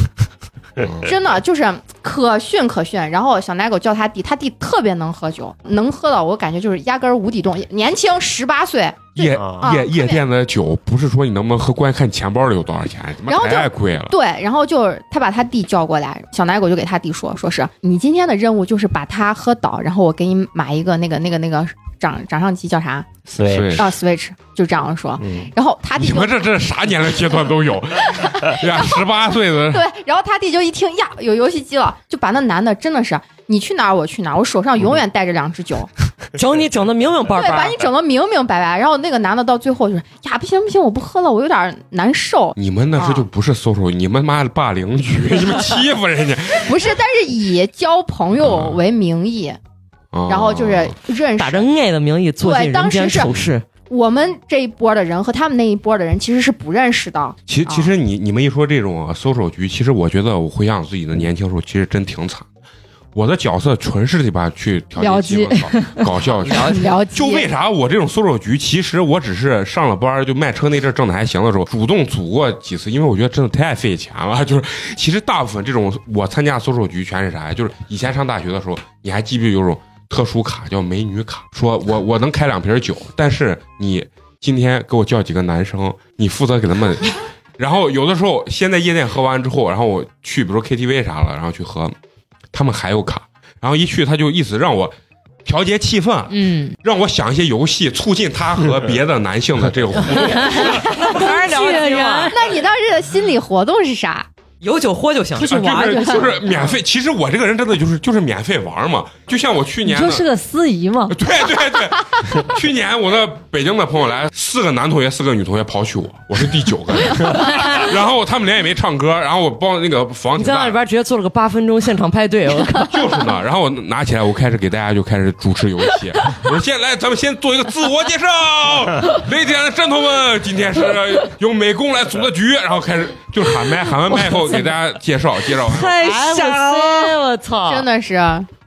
Speaker 1: 哎
Speaker 5: 真的就是可训可训，然后小奶狗叫他弟，他弟特别能喝酒，能喝到我感觉就是压根儿无底洞，年轻十八岁，
Speaker 1: 夜
Speaker 6: 啊
Speaker 1: 夜
Speaker 5: 特别
Speaker 1: 夜店的酒不是说你能不能喝，关键看你钱包里有多少钱，他
Speaker 5: 然后
Speaker 1: 妈
Speaker 5: 就
Speaker 1: 太贵了。
Speaker 5: 对，然后就是他把他弟叫过来，小奶狗就给他弟说，说是你今天的任务就是把他喝倒，然后我给你买一个那个那个那个掌掌上机叫啥啊、
Speaker 6: 对，
Speaker 1: 对，
Speaker 5: Switch，就这样说。
Speaker 6: 嗯，
Speaker 5: 然后他弟
Speaker 1: 你
Speaker 5: 就
Speaker 1: 们这这啥年龄阶段都 有，呀，十八岁的
Speaker 5: 对，然后他弟就一听呀，有游戏机了，就把那男的真的是你去哪儿我去哪儿，我手上永远带着两支酒，
Speaker 2: 整你整的明明白
Speaker 5: 对，把
Speaker 2: 白
Speaker 5: 你，整的明明白白。然后那个男的到最后就是呀，不行不行，我不喝了，我有点难受。
Speaker 1: 你们那时候就不是 social，、你们妈的霸凌 局，你们欺负人家。
Speaker 5: 不是，但是以交朋友为名义，
Speaker 1: 啊
Speaker 5: 然后就是认识
Speaker 2: 打着爱的名义做尽
Speaker 5: 对当
Speaker 2: 人
Speaker 5: 时
Speaker 2: 间
Speaker 5: 是
Speaker 2: 丑事。
Speaker 5: 我们这一波的人和他们那一波的人其实是不认识的。
Speaker 1: 其其实你你们一说这种 social 局，其实我觉得我回想自己的年轻时候，其实真挺惨。我的角色纯是这把去调
Speaker 4: 了
Speaker 1: 节气
Speaker 4: 解
Speaker 1: 氛搞搞笑去。
Speaker 3: 哎
Speaker 5: 了解，
Speaker 1: 就为啥我这种搜手局，其实我只是上了班儿就卖车那阵儿挣的还行的时候，主动组过几次，因为我觉得真的太费钱了。就是其实大部分这种我参加搜手局全是啥呀？就是以前上大学的时候，你还记不记得有种特殊卡叫美女卡？说我我能开两瓶酒，但是你今天给我叫几个男生，你负责给他们。然后有的时候先在夜店喝完之后，然后我去比如说 KTV 啥了，然后去喝，他们还有卡，然后一去他就一直让我调节气氛，
Speaker 2: 嗯，
Speaker 1: 让我想一些游戏，促进他和别的男性的这种互动。
Speaker 2: 还是聊得起嘛，
Speaker 5: 那你当时的心理活动是啥？
Speaker 2: 有酒喝就行。
Speaker 1: 啊就是就是免费，其实我这个人真的就是就是免费玩嘛，就像我去
Speaker 4: 你
Speaker 1: 年
Speaker 4: 说
Speaker 1: 的
Speaker 4: 是个司仪嘛？
Speaker 1: 对对对，去年我那北京的朋友来，四个男同学，四个女同学抛弃我，我是第九个人，然后他们俩也没唱歌，然后我帮那个房
Speaker 2: 你
Speaker 1: 挺
Speaker 2: 在
Speaker 1: 大
Speaker 2: 那里，边直接做了个八分钟现场派对，我靠！
Speaker 1: 就是呢，然后我拿起来，我开始给大家就开始主持游戏， 我说先来，咱们先做一个自我介绍，雷电的战头们，今天是由美工来组的局，然后开始就喊麦，喊完麦以后给大家介绍介绍，
Speaker 2: 太傻了，我操！
Speaker 5: 真的是，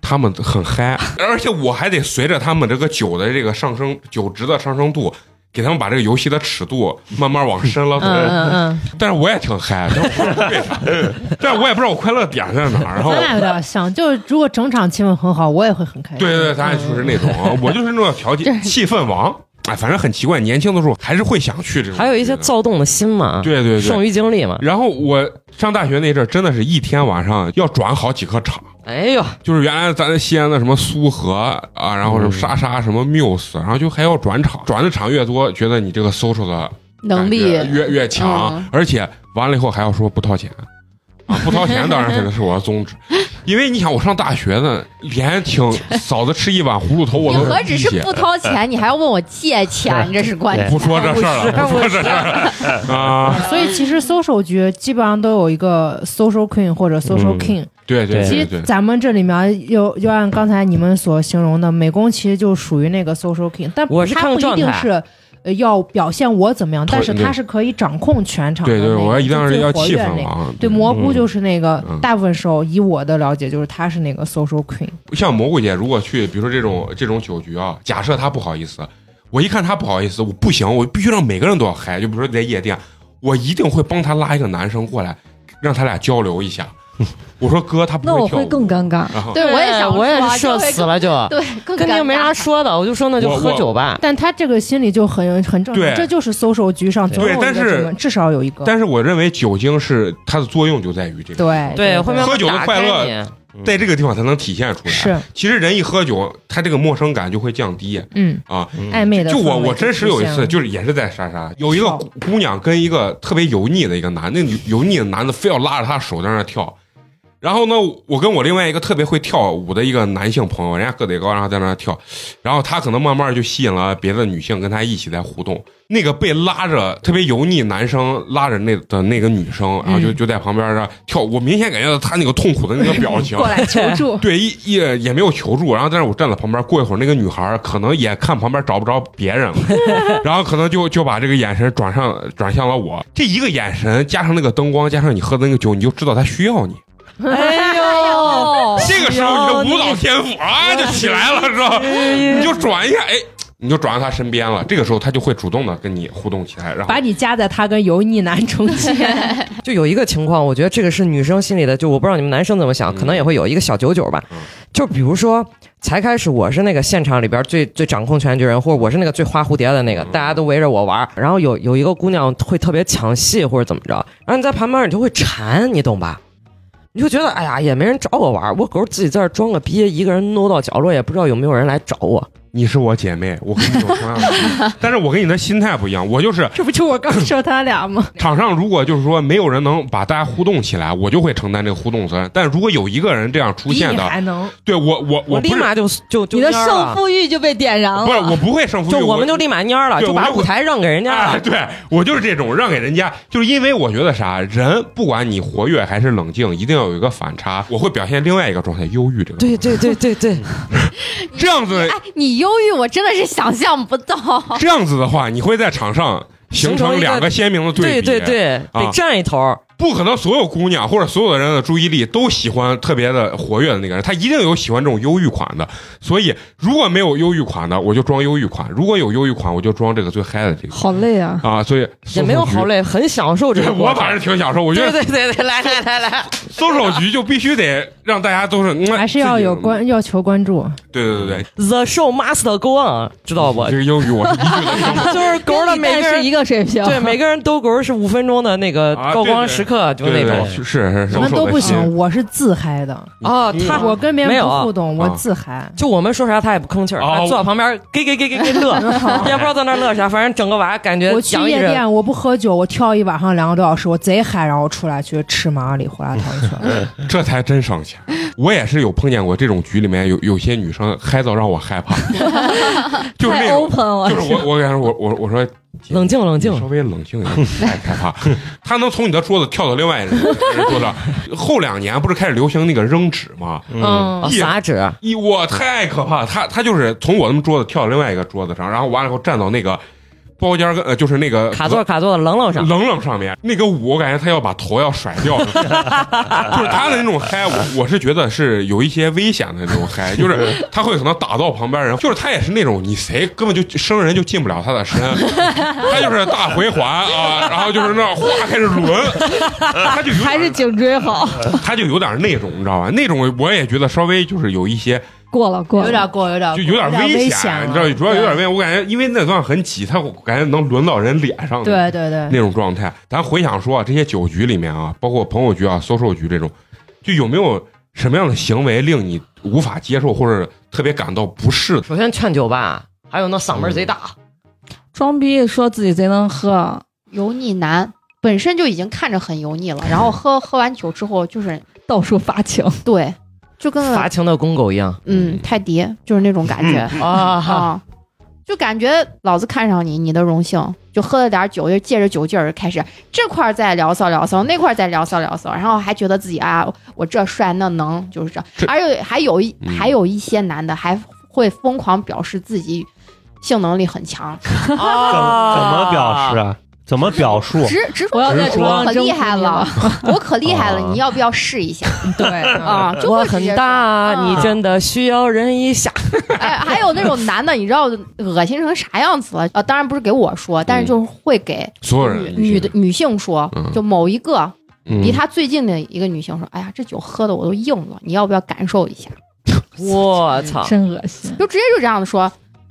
Speaker 1: 他们很嗨，而且我还得随着他们这个酒的这个上升，酒值的上升度，给他们把这个游戏的尺度慢慢往深了走。
Speaker 2: 嗯嗯嗯，
Speaker 1: 但是我也挺嗨，但是我不知道为 啥，但是我也不知道我快乐点在哪儿。然后
Speaker 3: 咱俩有点像，就是如果整场气氛很好，我也会很开心。
Speaker 1: 对对对，咱俩
Speaker 2: 嗯
Speaker 1: 就是那种，啊我就是那种调节气氛王。哎，反正很奇怪，年轻的时候还是会想去这种，
Speaker 2: 还有一些
Speaker 1: 躁。
Speaker 2: 躁动的心嘛，
Speaker 1: 对对
Speaker 2: 剩
Speaker 1: 对。
Speaker 2: 余精力嘛。
Speaker 1: 然后我上大学那阵儿，真的是一天晚上要转好几个场。
Speaker 2: 哎呦，
Speaker 1: 就是原来咱西安的什么苏荷啊，然后什么莎莎什么 Muse，然后就还要转场，转的场越多，觉得你这个 social 的
Speaker 5: 能力
Speaker 1: 感觉越越强，
Speaker 5: 嗯
Speaker 1: 而且完了以后还要说不掏钱啊，不掏钱当然 肯定是我的宗旨，因为你想我上大学呢，连 请嫂子吃一碗葫芦头我
Speaker 5: 你
Speaker 1: 都
Speaker 5: 何止是
Speaker 1: 理解哎
Speaker 5: 不掏钱，你还要问我借钱，你这是关键。
Speaker 1: 不说这事儿了，不说这事儿了啊，
Speaker 3: 所以其实 social 局基本上都有一个 social queen 或者 social
Speaker 6: 嗯
Speaker 3: king。
Speaker 1: 对对
Speaker 3: 其
Speaker 1: 对
Speaker 3: 实
Speaker 1: 对，
Speaker 3: 咱们这里面又又按刚才你们所形容的，美工其实就属于那个 social king，但
Speaker 2: 我是
Speaker 3: 他
Speaker 2: 看
Speaker 3: 不一
Speaker 2: 状
Speaker 3: 定
Speaker 2: 态
Speaker 3: 是呃要表现我怎么样，
Speaker 1: 对
Speaker 3: 但是他是可以掌控全场的
Speaker 1: 对
Speaker 3: 那个。
Speaker 1: 对，我一定
Speaker 3: 就
Speaker 1: 要
Speaker 3: 最
Speaker 1: 要
Speaker 3: 活
Speaker 1: 气
Speaker 3: 跃
Speaker 1: 氛
Speaker 3: 那个。
Speaker 1: 王。
Speaker 2: 嗯
Speaker 3: 对，蘑菇就是那个
Speaker 1: 嗯，
Speaker 3: 大部分时候以我的了解，就是他是那个 social queen，
Speaker 1: 像蘑菇姐，如果去，比如说这种这种酒局啊，假设她不好意思，我一看她不好意思，我不行，我必须让每个人都要嗨。就比如说在夜店，我一定会帮她拉一个男生过来，让他俩交流一下。我说哥，他不
Speaker 4: 那
Speaker 1: 会
Speaker 4: 我
Speaker 1: 跳
Speaker 4: 会
Speaker 1: 舞，
Speaker 4: 更尴尬。
Speaker 1: 然后
Speaker 5: 对，我也想说，
Speaker 2: 哎我也是社
Speaker 5: 就会
Speaker 2: 死了就，
Speaker 5: 更，对，更
Speaker 2: 跟那
Speaker 5: 尴
Speaker 2: 个没啥
Speaker 5: 尬
Speaker 2: 说的，我就说那就
Speaker 1: 我
Speaker 2: 喝
Speaker 1: 我
Speaker 2: 酒吧。
Speaker 3: 但他这个心理就很很正
Speaker 1: 对
Speaker 3: 常，这就是 social 局上总
Speaker 1: 对
Speaker 3: 有一个
Speaker 1: 但是
Speaker 3: 这么至少有一个。
Speaker 1: 但是我认为酒精是它的作用就在于这个，
Speaker 3: 对
Speaker 2: 对，会慢啊
Speaker 1: 喝
Speaker 2: 慢
Speaker 1: 酒的
Speaker 2: 打
Speaker 1: 快
Speaker 2: 开
Speaker 1: 乐
Speaker 2: 你。
Speaker 1: 在这个地方才能体现出来。
Speaker 3: 是，
Speaker 1: 其实人一喝酒，他这个陌生感就会降低
Speaker 3: 嗯，
Speaker 1: 啊。
Speaker 3: 暧昧的
Speaker 1: 就我
Speaker 3: 氛围
Speaker 1: 我真实有一
Speaker 3: 出现
Speaker 1: 次，
Speaker 3: 了
Speaker 1: 就是也是在莎莎，有一个
Speaker 3: 跳
Speaker 1: 姑姑娘跟一个特别油腻的一个男，那女油腻的男的非要拉着她手在那儿跳。然后呢，我跟我另外一个特别会跳舞的一个男性朋友，人家个子也高，然后在那儿跳，然后他可能慢慢就吸引了别的女性跟他一起在互动。那个被拉着特别油腻男生拉着那的那个女生，然后
Speaker 3: 嗯
Speaker 1: 就就在旁边儿啊跳，我明显感觉到他那个痛苦的那个表 情，，
Speaker 3: 过来求助
Speaker 1: 对，一也也没有求助，然后但是我站在旁边，过一会儿那个女孩儿可能也看旁边找不着别人了，然后可能就就把这个眼神转向转向了我，这一个眼神加上那个灯光，加上你喝的那个酒，你就知道她需要你。
Speaker 2: 哎
Speaker 4: 哦
Speaker 2: 呦，
Speaker 1: 这个时候你的舞蹈天赋啊就起来了，是吧？ 你就转一下，哎，你就转到她身边了，这个时候她就会主动的跟你互动起来，然后
Speaker 3: 把你夹在他跟油腻男中 间。
Speaker 2: 就有一个情况，我觉得这个是女生心里的，就我不知道你们男生怎么想，
Speaker 1: 嗯
Speaker 2: 可能也会有一个小九九吧
Speaker 1: 嗯。
Speaker 2: 就比如说，才开始我是那个现场里边最最掌控全局人，或者我是那个最花蝴蝶的那个，
Speaker 1: 嗯
Speaker 2: 大家都围着我玩儿。然后有有一个姑娘会特别抢戏或者怎么着，然后你在旁边你就会馋，你懂吧？你就觉得哎呀，也没人找我玩儿，我狗自己在这儿装个逼，一个人挪到角落，也不知道有没有人来找我。
Speaker 1: 你是我姐妹，我跟你有同样的，但是我跟你的心态不一样，我就是
Speaker 3: 这不就我刚说他俩吗？
Speaker 1: 场上如果就是说没有人能把大家互动起来，我就会承担这个互动责任。但如果有一个人这样出
Speaker 3: 比
Speaker 1: 现
Speaker 3: 你
Speaker 1: 的，
Speaker 3: 还能，
Speaker 1: 对我我我
Speaker 2: 立
Speaker 1: 不是
Speaker 2: 马就就就
Speaker 4: 你的
Speaker 2: 蔫儿了
Speaker 4: 胜负欲就被点燃了。
Speaker 1: 不是我不会胜负欲，
Speaker 2: 就我们就立马蔫儿了，
Speaker 1: 对
Speaker 2: 就
Speaker 1: 我
Speaker 2: 把
Speaker 1: 就
Speaker 2: 舞台让给人家了
Speaker 1: 哎，。对我就是这种让给人家，就是因为我觉得啥，人不管你活跃还是冷静，一定要有一个反差，我会表现另外一个状态，忧郁这个状态
Speaker 2: 对对对对对，
Speaker 1: 这样子
Speaker 5: 哎， 你忧郁，我真的是想象不到。
Speaker 1: 这样子的话，你会在场上形
Speaker 2: 形成一
Speaker 1: 成
Speaker 2: 个
Speaker 1: 两个鲜明的
Speaker 2: 对
Speaker 1: 比。
Speaker 2: 对对，
Speaker 1: 啊
Speaker 2: 得站一头儿。
Speaker 1: 不可能所有姑娘或者所有的人的注意力都喜欢特别的活跃的那个人，他一定有喜欢这种忧郁款的。所以如果没有忧郁款的，我就装忧郁款；如果有忧郁款，我就装这个最嗨的这个
Speaker 4: 好累啊！
Speaker 1: 啊。所以
Speaker 2: 也没有好，累，很享受这
Speaker 1: 对
Speaker 2: 个
Speaker 1: 我
Speaker 2: 过
Speaker 1: 反正
Speaker 2: 程。
Speaker 1: 挺享受。我觉
Speaker 2: 对
Speaker 1: 得
Speaker 2: 对对对，来来来来，
Speaker 1: 搜手局就必须得让大家都是，嗯
Speaker 3: 还是要有。关嗯要求关注。
Speaker 1: 自己对对对
Speaker 2: The show must go on，知道不
Speaker 1: 对，？这个英语我是一句都听不懂。
Speaker 2: 就是狗
Speaker 4: 跟
Speaker 2: 儿的
Speaker 4: 你
Speaker 2: 每
Speaker 4: 带
Speaker 2: 个
Speaker 4: 是一
Speaker 2: 人。
Speaker 4: 个水平，
Speaker 2: 对，每个人都狗儿是五分钟的那个
Speaker 1: 啊
Speaker 2: 高光
Speaker 1: 对对
Speaker 2: 时刻，就那
Speaker 1: 对对
Speaker 2: 种
Speaker 1: 对 是是是，
Speaker 3: 什么
Speaker 1: 搜
Speaker 3: 都
Speaker 1: 手的
Speaker 3: 不
Speaker 1: 心
Speaker 3: 行，我是自嗨的，
Speaker 2: 啊。他
Speaker 3: 我跟别
Speaker 2: 没
Speaker 3: 人
Speaker 2: 有
Speaker 3: 不
Speaker 2: 啊
Speaker 3: 互动，
Speaker 1: 啊
Speaker 3: 我自嗨。
Speaker 2: 就我们说啥他也不吭气儿，
Speaker 1: 哦
Speaker 2: 他坐在旁边给给给给给乐，也不知道在那乐啥，反正整个娃感觉
Speaker 3: 我去
Speaker 2: 洋溢
Speaker 3: 夜
Speaker 2: 着
Speaker 3: 店，我不喝酒，我跳一晚上两个多小时，我贼嗨，然后出来去吃麻辣里胡辣汤去 了。
Speaker 1: 这才真省钱。我也是有碰见过这种局里面有有些女生嗨到让我害 怕，就是那
Speaker 4: 太
Speaker 1: 种
Speaker 4: open 了。
Speaker 1: 就是我，我感觉我我我说
Speaker 2: 冷静冷静
Speaker 1: 你稍，微冷静一点，太害怕。他能从你的桌子跳到另外一个人的桌子。后两年不是开始流行那个扔纸吗？
Speaker 6: 嗯，
Speaker 2: 啊撒纸，
Speaker 1: 咦，我太可怕了！他他就是从我们桌子跳到另外一个桌子上，然后完了以后站到那个包间儿跟呃就是那个
Speaker 2: 卡座卡座冷冷上，
Speaker 1: 冷冷上面那个舞，我感觉他要把头要甩掉了，就是他的那种嗨，我我是觉得是有一些危险的那种嗨，就是他会可能打到旁边人，就是他也是那种你谁根本就生人就进不了他的身，他就是大回环啊，然后就是那样哗开始轮，他就有点
Speaker 4: 还是颈椎好，
Speaker 1: 他就有点那种你知道吧？那种我也觉得稍微就是有一些
Speaker 4: 过了过了，
Speaker 3: 过，有点
Speaker 1: 就有点
Speaker 3: 危
Speaker 1: 险，
Speaker 3: 了
Speaker 1: 你知道，主要有点危险，我感觉因为那段很挤，他我感觉能轮到人脸上去。
Speaker 3: 对对
Speaker 2: 哎
Speaker 3: 对
Speaker 1: 那种状态。咱回想说啊，这些酒局里面啊，包括朋友局啊、销售局这种，就有没有什么样的行为令你无法接受或者特别感到不适？
Speaker 2: 首先劝酒吧，还有那嗓门贼大，
Speaker 4: 装逼说自己贼能喝，
Speaker 5: 油腻男本身就已经看着很油腻了，然后喝喝完酒之后就是
Speaker 4: 到处发情，
Speaker 5: 对，就跟
Speaker 2: 发
Speaker 5: 个
Speaker 2: 情的公狗一样
Speaker 5: 嗯泰迪就是那种感觉、
Speaker 2: 啊！
Speaker 5: 啊，就感觉老子看上你，你的荣幸。就喝了点酒，就借着酒劲儿开始这块儿再聊骚聊骚，那块儿再聊骚聊骚，然后还觉得自己啊，我这帅那能，就是这
Speaker 1: 这。
Speaker 5: 而且还有一
Speaker 1: 嗯
Speaker 5: 还有一些男的还会疯狂表示自己性能力很强，
Speaker 2: 怎
Speaker 6: 怎怎么表示？啊？怎么表述？
Speaker 5: 直直
Speaker 4: 我
Speaker 5: 说
Speaker 4: 要在
Speaker 6: 直
Speaker 4: 厨
Speaker 6: 说
Speaker 4: 房
Speaker 5: 可
Speaker 4: 蒸
Speaker 5: 厉害
Speaker 4: 出你
Speaker 5: 了， 我可厉害
Speaker 6: 啊
Speaker 5: 了，你要不要试一下
Speaker 3: 对 嗯
Speaker 5: 啊？就
Speaker 2: 我
Speaker 5: 会直
Speaker 2: 很
Speaker 5: 接说
Speaker 2: 大，你真的需要忍一下。
Speaker 5: 哎，还有那种男的，你知道恶心成啥样子了？呃，当然不是给我说，但是就是会给
Speaker 1: 所有
Speaker 5: 女
Speaker 1: 人
Speaker 5: 女的女性说
Speaker 1: 嗯，
Speaker 5: 就某一个离
Speaker 1: 嗯，
Speaker 5: 他最近的一个女性说：“哎呀，这酒喝的我都硬了，你要不要感受一下
Speaker 2: 我操！
Speaker 4: 真恶心？”。
Speaker 5: 就直接就这样子说，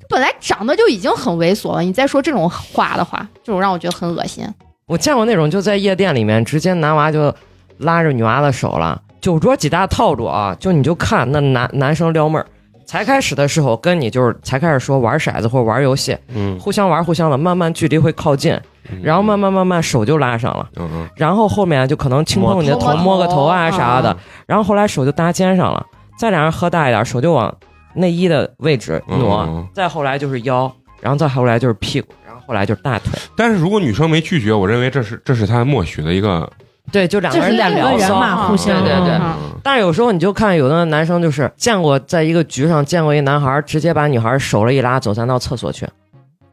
Speaker 5: 本来长得就已经很猥琐了，你再说这种话的话，这种让我觉得很恶心。
Speaker 2: 我见过那种就在夜店里面直接男娃就拉着女娃的手了，酒桌几大套路啊，就你就看那男男生撩妹儿。才开始的时候跟你就是才开始说玩骰子或者玩游戏，
Speaker 6: 嗯，
Speaker 2: 互相玩互相的，慢慢距离会靠近，然后慢慢慢慢手就拉上了，
Speaker 1: 嗯嗯
Speaker 2: 然后后面就可能轻碰你的头，
Speaker 3: 哦
Speaker 5: 摸头
Speaker 2: 摸个头啊啥的，然后后来手就搭肩上了，再俩人喝大一点，手就往内衣的位置
Speaker 1: 嗯
Speaker 2: 挪，
Speaker 1: 嗯嗯
Speaker 2: 再后来就是腰，然后再后来就是屁股，然后后来就是大腿，
Speaker 1: 但是如果女生没拒绝，我认为这是这是她默许的一个，
Speaker 2: 对，就两
Speaker 3: 就
Speaker 2: 个
Speaker 3: 是
Speaker 2: 人在
Speaker 3: 两
Speaker 2: 聊
Speaker 3: 个人
Speaker 2: 骚，
Speaker 3: 嘛，
Speaker 5: 嗯
Speaker 3: 互相
Speaker 2: 啊对对对
Speaker 1: 嗯
Speaker 2: 但是有时候你就看有的男生就是见过，在一个局上见过一男孩，直接把女孩手了一拉，走咱到厕所去。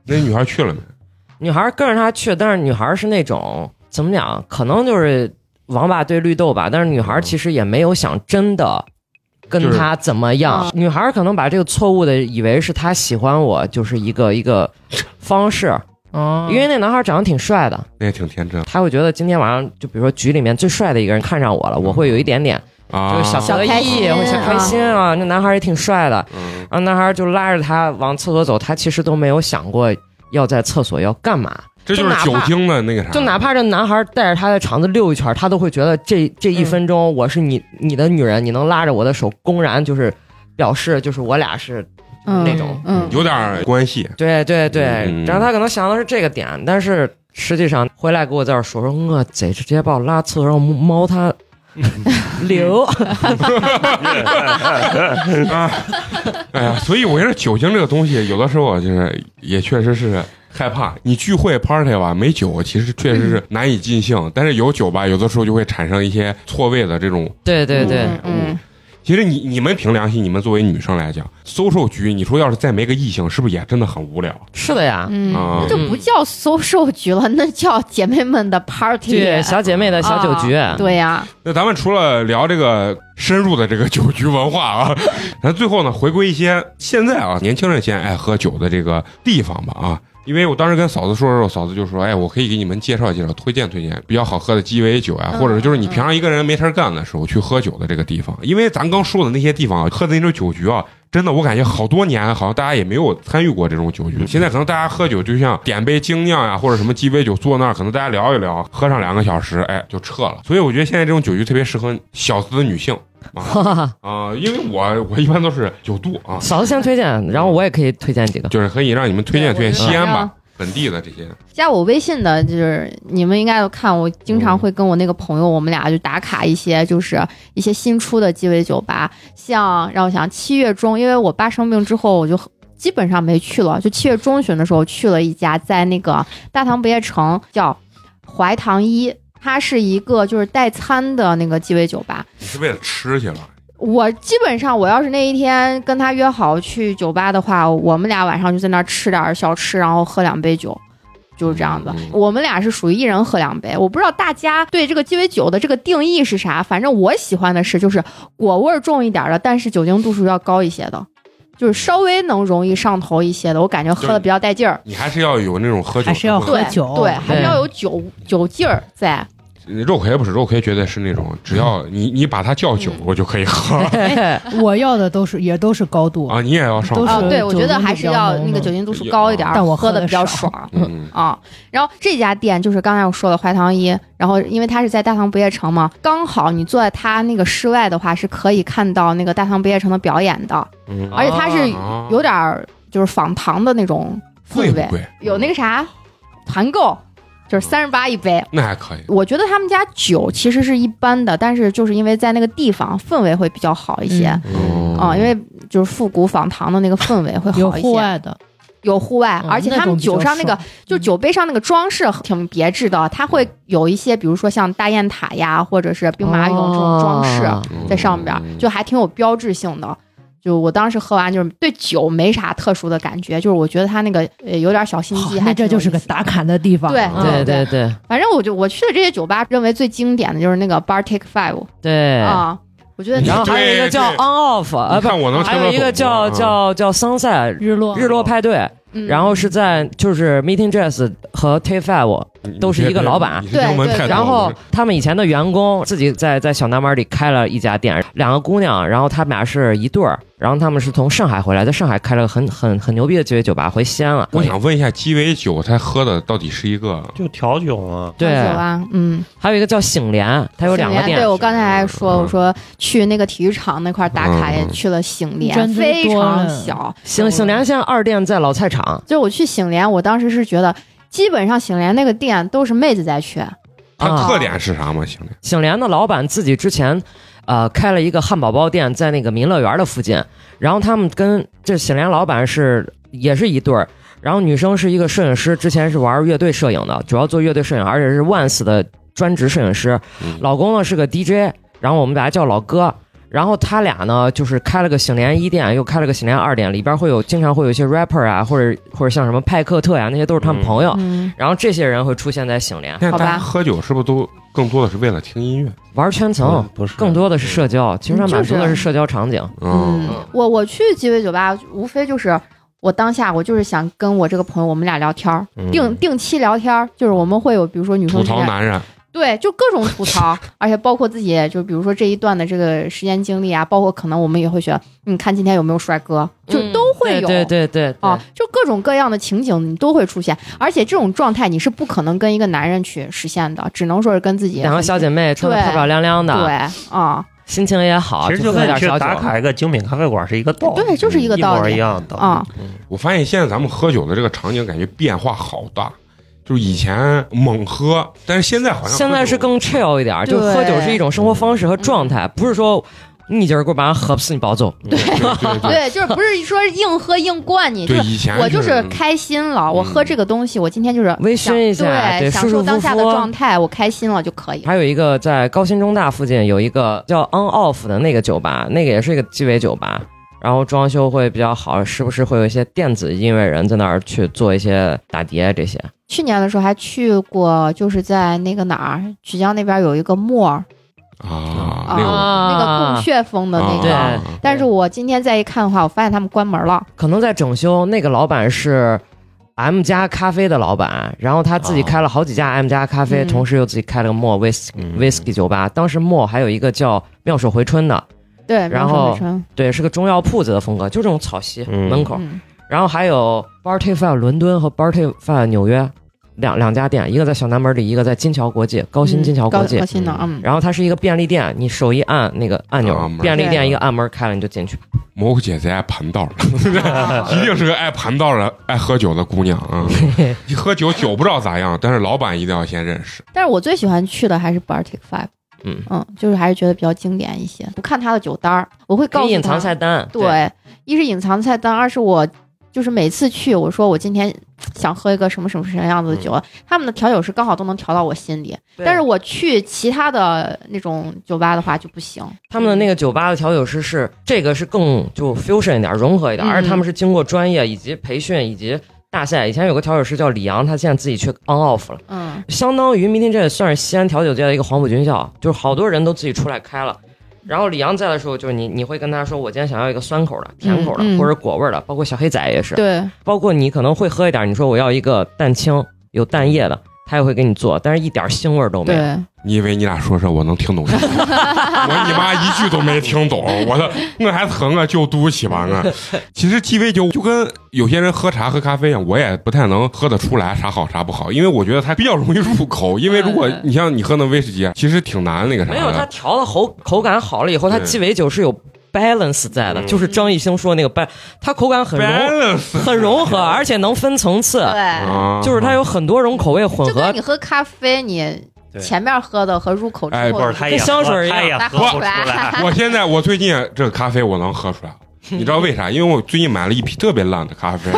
Speaker 1: 那女孩去了没？
Speaker 2: 女孩跟着他去，但是女孩是那种怎么讲，可能就是王八对绿豆吧。但是女孩其实也没有想真的跟他怎么样，女孩可能把这个错误的以为是他喜欢我，就是一个一个方式。
Speaker 3: 哦，
Speaker 2: 因为那男孩长得挺帅的，
Speaker 1: 那也挺天真
Speaker 2: 他会觉得今天晚上就比如说局里面最帅的一个人看上我了，我会有一点点就
Speaker 1: 啊，
Speaker 2: 是小
Speaker 5: 小
Speaker 2: 得
Speaker 5: 开
Speaker 2: 意，
Speaker 5: 心
Speaker 2: 我小开
Speaker 5: 啊
Speaker 2: 心啊。那男孩也挺帅的，
Speaker 1: 嗯
Speaker 2: 然后男孩就拉着他往厕所走，他其实都没有想过要在厕所要干嘛，
Speaker 1: 这就
Speaker 2: 就是哪
Speaker 1: 酒
Speaker 2: 怕
Speaker 1: 精的那个
Speaker 5: 啊
Speaker 1: 啥，
Speaker 2: 就哪怕这男孩带着他在场子溜一圈，他都会觉得这这一分钟我是你你的女人，你能拉着我的手，公然就是表示就是我俩是那种，
Speaker 5: 嗯，
Speaker 1: 有点关系，
Speaker 2: 对对对
Speaker 1: 嗯，
Speaker 2: 然后他可能想的是这个点，但是实际上回来给我在这儿说说，我贼直接把我拉厕所上猫他流，
Speaker 1: 哎呀，所以我觉得酒精这个东西，有的时候就是也确实是害怕。你聚会 party 吧，没酒其实确实是难以尽兴，但是有酒吧，有的时候就会产生一些错位的这种。
Speaker 2: 对对对，
Speaker 5: 嗯，
Speaker 1: 其实你你们凭良心，你们作为女生来讲，social 局，你说要是再没个异性，是不是也真的很无聊
Speaker 2: 是的呀。
Speaker 5: 嗯嗯，
Speaker 1: 啊？
Speaker 5: 这不叫 social 局了，那叫姐妹们的 party。
Speaker 2: 对小姐妹的小酒局，
Speaker 5: 嗯啊对呀，
Speaker 1: 那咱们除了聊这个深入的这个酒局文化啊，咱最后呢回归一些现在啊年轻人现在爱喝酒的这个地方吧啊。因为我当时跟嫂子说的时候，嫂子就说：“哎，我可以给你们介绍介绍，推荐推荐比较好喝的鸡尾酒啊，
Speaker 5: 嗯
Speaker 1: 或者就是你平常一个人没事儿干的时候去喝酒的这个地方。因为咱刚说的那些地方啊，喝的那种酒局啊，真的我感觉好多年好像大家也没有参与过这种酒局。现在可能大家喝酒就像点杯精酿呀、或者什么鸡尾酒，坐那儿可能大家聊一聊，喝上两个小时，哎，就撤了。所以我觉得现在这种酒局特别适合小资女性啊啊、因为我我一般都是酒肚啊，
Speaker 2: 嫂子先推荐，然后我也可以推荐几个。
Speaker 1: 就是可以让你们推荐推
Speaker 5: 对
Speaker 1: 荐
Speaker 5: 我觉得
Speaker 1: 西安
Speaker 5: 好像
Speaker 1: 吧，本地的这些。
Speaker 5: 加我微信的，就是你们应该都看，我经常会跟我那个朋友，我们俩就打卡一些，就是一些新出的鸡尾酒吧。像让我想，七月中，因为我爸生病之后，我就基本上没去了。就七月中旬的时候去了一家，在那个大唐不夜城，叫怀唐一，它是一个就是代餐的那个鸡尾酒吧。
Speaker 1: 你是为了吃去了？
Speaker 5: 我基本上，我要是那一天跟他约好去酒吧的话，我们俩晚上就在那儿吃点儿小吃，然后喝两杯酒，就是这样子
Speaker 1: 嗯。
Speaker 5: 我们俩是属于一人喝两杯。我不知道大家对这个鸡尾酒的这个定义是啥，反正我喜欢的是就是果味儿重一点儿的，但是酒精度数要高一些的，就是稍微能容易上头一些的，我感觉喝的比较带劲儿。
Speaker 1: 你还是要有那种喝酒的
Speaker 3: 还是要
Speaker 1: 味道
Speaker 5: 对
Speaker 3: 喝酒
Speaker 5: 对，还是要有酒酒劲儿在。
Speaker 1: 肉魁不是肉魁，绝对是那种只要你你把它叫酒，
Speaker 5: 嗯
Speaker 1: 我就可以喝
Speaker 3: 哎 我要的都是也都是高度，
Speaker 1: 啊！你也要上
Speaker 3: 都
Speaker 5: 啊，
Speaker 1: 头
Speaker 3: 是
Speaker 5: 对，我觉
Speaker 3: 酒
Speaker 5: 得
Speaker 3: 精
Speaker 5: 还
Speaker 3: 比
Speaker 5: 是
Speaker 3: 较
Speaker 5: 要
Speaker 3: 浓
Speaker 5: 那个
Speaker 3: 的
Speaker 5: 酒精度数高一点儿，
Speaker 3: 但我
Speaker 5: 喝
Speaker 3: 喝
Speaker 5: 的
Speaker 3: 得
Speaker 5: 比较
Speaker 3: 少
Speaker 5: 爽。
Speaker 1: 嗯，
Speaker 5: 啊、然后这家店就是刚才我说的怀唐一，然后因为它是在大唐不夜城嘛，刚好你坐在它那个室外的话，是可以看到那个大唐不夜城的表演的，
Speaker 6: 嗯
Speaker 5: 而且它是
Speaker 1: 啊
Speaker 5: 有点儿就是仿唐的那种
Speaker 1: 贵
Speaker 5: 氛
Speaker 1: 不
Speaker 5: 围，
Speaker 1: 贵？
Speaker 5: 有那个啥团购，就是三十八一杯。
Speaker 1: 那还可以。
Speaker 5: 我觉得他们家酒其实是一般的，但是就是因为在那个地方氛围会比较好
Speaker 3: 嗯
Speaker 5: 一些，
Speaker 1: 哦
Speaker 5: 啊、因为就是复古仿唐的那个氛围会
Speaker 3: 有
Speaker 5: 好一些，
Speaker 3: 户外的，
Speaker 5: 有户外，
Speaker 3: 嗯
Speaker 5: 而且他们酒上那
Speaker 3: 那种比
Speaker 5: 个
Speaker 3: 较爽
Speaker 2: 嗯
Speaker 5: 就酒杯上那个装饰挺别致的，它会有一些，比如说像大雁塔呀，或者是兵马俑这种装饰啊
Speaker 2: 哦
Speaker 1: 嗯
Speaker 5: 在上边，就还挺有标志性的。就我当时喝完就是对酒没啥特殊的感觉，就是我觉得他那个呃有点小心
Speaker 3: 好
Speaker 2: 哦
Speaker 5: 机，还
Speaker 3: 那这
Speaker 5: 挺
Speaker 3: 就
Speaker 5: 有
Speaker 3: 是
Speaker 5: 意
Speaker 3: 个
Speaker 5: 思的
Speaker 3: 打卡的地方。
Speaker 5: 对
Speaker 3: 嗯
Speaker 2: 对对对
Speaker 5: 反正我就我去的这些酒吧，认为最经典的就是那个 Bar Take Five
Speaker 2: 对。
Speaker 5: 啊，嗯我觉得
Speaker 1: 你
Speaker 2: 然后
Speaker 1: 对
Speaker 2: 还有一个叫
Speaker 1: 对
Speaker 2: On Off，呃，
Speaker 1: 你
Speaker 2: 不
Speaker 1: 看我能
Speaker 2: 还
Speaker 1: 听
Speaker 2: 有
Speaker 1: 得
Speaker 2: 一个
Speaker 1: 懂
Speaker 2: 叫
Speaker 1: 吗
Speaker 2: 叫叫 Sunset
Speaker 4: 日落
Speaker 2: 日落派对，
Speaker 5: 哦嗯
Speaker 2: 然后是在就是 Meeting Jazz 和 T Five，
Speaker 1: 你
Speaker 2: 都是
Speaker 1: 别
Speaker 2: 一个老板
Speaker 1: 你这英文
Speaker 5: 对
Speaker 1: 太
Speaker 5: 对
Speaker 1: 多了
Speaker 2: 然后
Speaker 1: 我
Speaker 2: 他们以前的员工自己在在小南门里开了一家店，两个姑娘，然后他们俩是一对儿，然后他们是从上海回来，在上海开了个很很很牛逼的鸡尾酒吧，回西安了。
Speaker 1: 我想问一下，鸡尾酒它喝的到底是一个
Speaker 6: 就调酒嘛。
Speaker 5: 喝
Speaker 2: 对，
Speaker 5: 酒啊，嗯，
Speaker 2: 还有一个叫醒莲，它有两个
Speaker 5: 醒莲
Speaker 2: 店
Speaker 5: 对，我刚才还说，
Speaker 1: 嗯
Speaker 5: 我说去那个体育场那块打卡
Speaker 1: 嗯
Speaker 5: 也去了醒
Speaker 3: 真
Speaker 5: 联，
Speaker 3: 的
Speaker 5: 非
Speaker 3: 多
Speaker 5: 常
Speaker 3: 了
Speaker 5: 小，
Speaker 2: 醒醒莲现在二店在老菜场
Speaker 5: 就是我去醒联，我当时是觉得，基本上醒联那个店都是妹子在去，
Speaker 1: 它
Speaker 2: 啊
Speaker 1: 特点是啥吗？兄弟，
Speaker 2: 醒莲的老板自己之前，呃，开了一个汉堡包店，在那个民乐园的附近。然后他们跟这醒莲老板是也是一对儿，然后女生是一个摄影师，之前是玩乐队摄影的，主要做乐队摄影，而且是 Once 的专职摄影师。
Speaker 1: 嗯
Speaker 2: 老公呢是个 DJ，然后我们把他叫老哥。然后他俩呢，就是开了个醒联一店，又开了个醒联二店，里边会有经常会有一些 rapper 啊，或者或者像什么派克特呀、那些都是他们朋友。
Speaker 5: 嗯，
Speaker 2: 然后这些人会出现在醒联，
Speaker 1: 那
Speaker 5: 好
Speaker 1: 大家
Speaker 5: 吧
Speaker 1: 喝酒是不是都更多的是为了听音乐？
Speaker 2: 玩圈层。
Speaker 6: 嗯不是
Speaker 2: 更多的是社交，其实它
Speaker 5: 嗯
Speaker 2: 满足的
Speaker 5: 就是是
Speaker 2: 社交场景。
Speaker 5: 嗯，我我去鸡尾酒吧，无非就是我当下我就是想跟我这个朋友，我们俩聊天儿，
Speaker 6: 嗯
Speaker 5: 定定期聊天儿，就是我们会有比如说女生
Speaker 1: 吐
Speaker 5: 之
Speaker 1: 槽
Speaker 5: 间，
Speaker 1: 男人，
Speaker 5: 对，就各种 吐槽，而且包括自己，就比如说这一段的这个时间经历啊，包括可能我们也会觉得，你看今天有没有帅哥，就都会有，
Speaker 2: 嗯对对对对
Speaker 5: 啊，就各种各样的情景你都会出现，而且这种状态你是不可能跟一个男人去实现的，只能说是跟自己
Speaker 2: 两个小姐妹穿的漂漂亮亮
Speaker 5: 对
Speaker 2: 的，
Speaker 5: 啊，
Speaker 2: 心情也好，
Speaker 6: 其实
Speaker 2: 就
Speaker 6: 就
Speaker 2: 喝
Speaker 6: 跟
Speaker 2: 点
Speaker 6: 去
Speaker 2: 小酒
Speaker 6: 打。卡一个精品咖啡馆是一个道理，
Speaker 5: 对，就是一个
Speaker 6: 一
Speaker 5: 道
Speaker 6: 模
Speaker 5: 理
Speaker 6: 一样的
Speaker 5: 啊。
Speaker 1: 我发现现在咱们喝酒的这个场景感觉变化好大，就是以前猛喝，但是现在好像喝酒
Speaker 2: 现在是更 chill 一点，
Speaker 5: 对嗯
Speaker 2: 就喝酒是一种生活方式和状态，不是说你今儿给我把人喝死你抱走。
Speaker 1: 对对对
Speaker 5: 对，就是不是说硬喝硬灌你，就
Speaker 1: 对，
Speaker 5: 是
Speaker 1: 以前
Speaker 5: 我就是开心了，我喝这个东西，我今天就是
Speaker 2: 嗯微
Speaker 5: 想
Speaker 2: 醺一下对
Speaker 5: 对，享
Speaker 2: 舒舒
Speaker 5: 受
Speaker 2: 服
Speaker 5: 当下的
Speaker 2: 服
Speaker 5: 状态，我开心了就可以。
Speaker 2: 还有一个在高新中大附近有一个叫 On Off 的那个酒吧，那个也是一个鸡尾酒吧，然后装修会比较好，时不时会有一些电子音乐人在那儿去做一些打碟这些。
Speaker 5: 去年的时候还去过，就是在那个哪儿，曲江那边有一个墨儿，
Speaker 1: 啊
Speaker 5: 啊
Speaker 1: 那个
Speaker 5: 那个供血风的那
Speaker 2: 啊
Speaker 5: 个。
Speaker 1: 啊
Speaker 2: 对
Speaker 5: 但是我今天再一看的话，我发现他们关门了。
Speaker 2: 可能在整修。那个老板是 M 加咖啡的老板，然后他自己开了好几家 M 加咖啡，
Speaker 5: 嗯
Speaker 2: 同时又自己开了个莫威斯
Speaker 6: 嗯
Speaker 2: 威士忌酒吧。当时莫还有一个叫妙手回春的，
Speaker 5: 对，
Speaker 2: 然
Speaker 5: 妙手
Speaker 2: 后
Speaker 5: 回春
Speaker 2: 对，是个中药铺子的风格，就这种草席、
Speaker 6: 嗯
Speaker 2: 门口。
Speaker 5: 嗯，
Speaker 2: 然后还有 Bar T Five 伦敦和 Bar T Five 纽约两两家店，一个在小南门里，一个在金桥国际高新金桥国际
Speaker 5: 嗯高。新的，嗯，
Speaker 2: 然后它是一个便利店，你手一按那个按钮
Speaker 1: 啊，门
Speaker 2: 便利店
Speaker 1: 对
Speaker 2: 一个按门开了你就进去。
Speaker 1: 蘑菇姐姐爱盘 道了， 一定是个爱盘道的、爱喝酒的姑娘 啊！一喝酒酒不知道咋样，但是老板一定要先认识。
Speaker 5: 但是我最喜欢去的还是 Bartik Five，
Speaker 2: 嗯，
Speaker 5: 嗯，就是还是觉得比较经典一些。不看他的酒单儿，我会告
Speaker 2: 可
Speaker 5: 诉
Speaker 2: 以
Speaker 5: 他
Speaker 2: 隐藏菜单，
Speaker 5: 对，一是隐藏菜单，二是我就是每次去，我说我今天想喝一个什么什么什么样子的酒，他们的调酒师刚好都能调到我心里。
Speaker 2: 嗯对
Speaker 5: 但是我去其他的那种酒吧的话就不行，
Speaker 2: 他们的那个酒吧的调酒师是这个是更就 fusion 一点，融合一点，
Speaker 5: 嗯
Speaker 2: 而且他们是经过专业以及培训以及大赛。以前有个调酒师叫李阳，他现在自己去 on off 了，
Speaker 5: 嗯，
Speaker 2: 相当于明天这也算是西安调酒界的一个黄埔军校，就是好多人都自己出来开了。然后李阳在的时候，就是你你会跟他说，我今天想要一个酸口的、甜口的、
Speaker 5: 嗯嗯
Speaker 2: 或者果味儿的，包括小黑仔也是，
Speaker 5: 对，
Speaker 2: 包括你可能会喝一点，你说我要一个蛋清有蛋液的，他也会给你做，但是一点腥味儿都没有。
Speaker 5: 对，
Speaker 1: 你以为你俩说这我能听懂？我 你妈一句都没听懂，我的我还疼啊，就嘟起吧 我。其实鸡尾酒就跟有些人喝茶喝咖啡一样，我也不太能喝得出来啥好啥不好，因为我觉得它比较容易入口。因为如
Speaker 2: 嗯
Speaker 1: 果你像你喝那威士忌，啊其实挺难那个啥
Speaker 2: 没有，它
Speaker 1: 的。
Speaker 2: 调的口口感好了以后，它
Speaker 1: 对
Speaker 2: 鸡尾酒是有 balance 在的，
Speaker 6: 嗯
Speaker 2: 就是张艺兴说那个 bal，它口感很融
Speaker 1: balance
Speaker 2: 很融合，而且能分 层次，
Speaker 5: 对，
Speaker 1: 啊，
Speaker 2: 就是它有很多种口味嗯混
Speaker 5: 就
Speaker 2: 合
Speaker 5: 跟你。喝咖啡，你
Speaker 6: 对
Speaker 5: 前面喝的和入口之
Speaker 1: 哎
Speaker 5: 后
Speaker 6: 不
Speaker 5: 的
Speaker 6: 是，
Speaker 5: 不
Speaker 6: 他也
Speaker 2: 跟香水
Speaker 6: 喝
Speaker 2: 一样
Speaker 6: 他也喝不出来。
Speaker 1: 我现在我最近这个咖啡我能喝出来了，你知道为啥？因为我最近买了一批特别烂的 咖啡。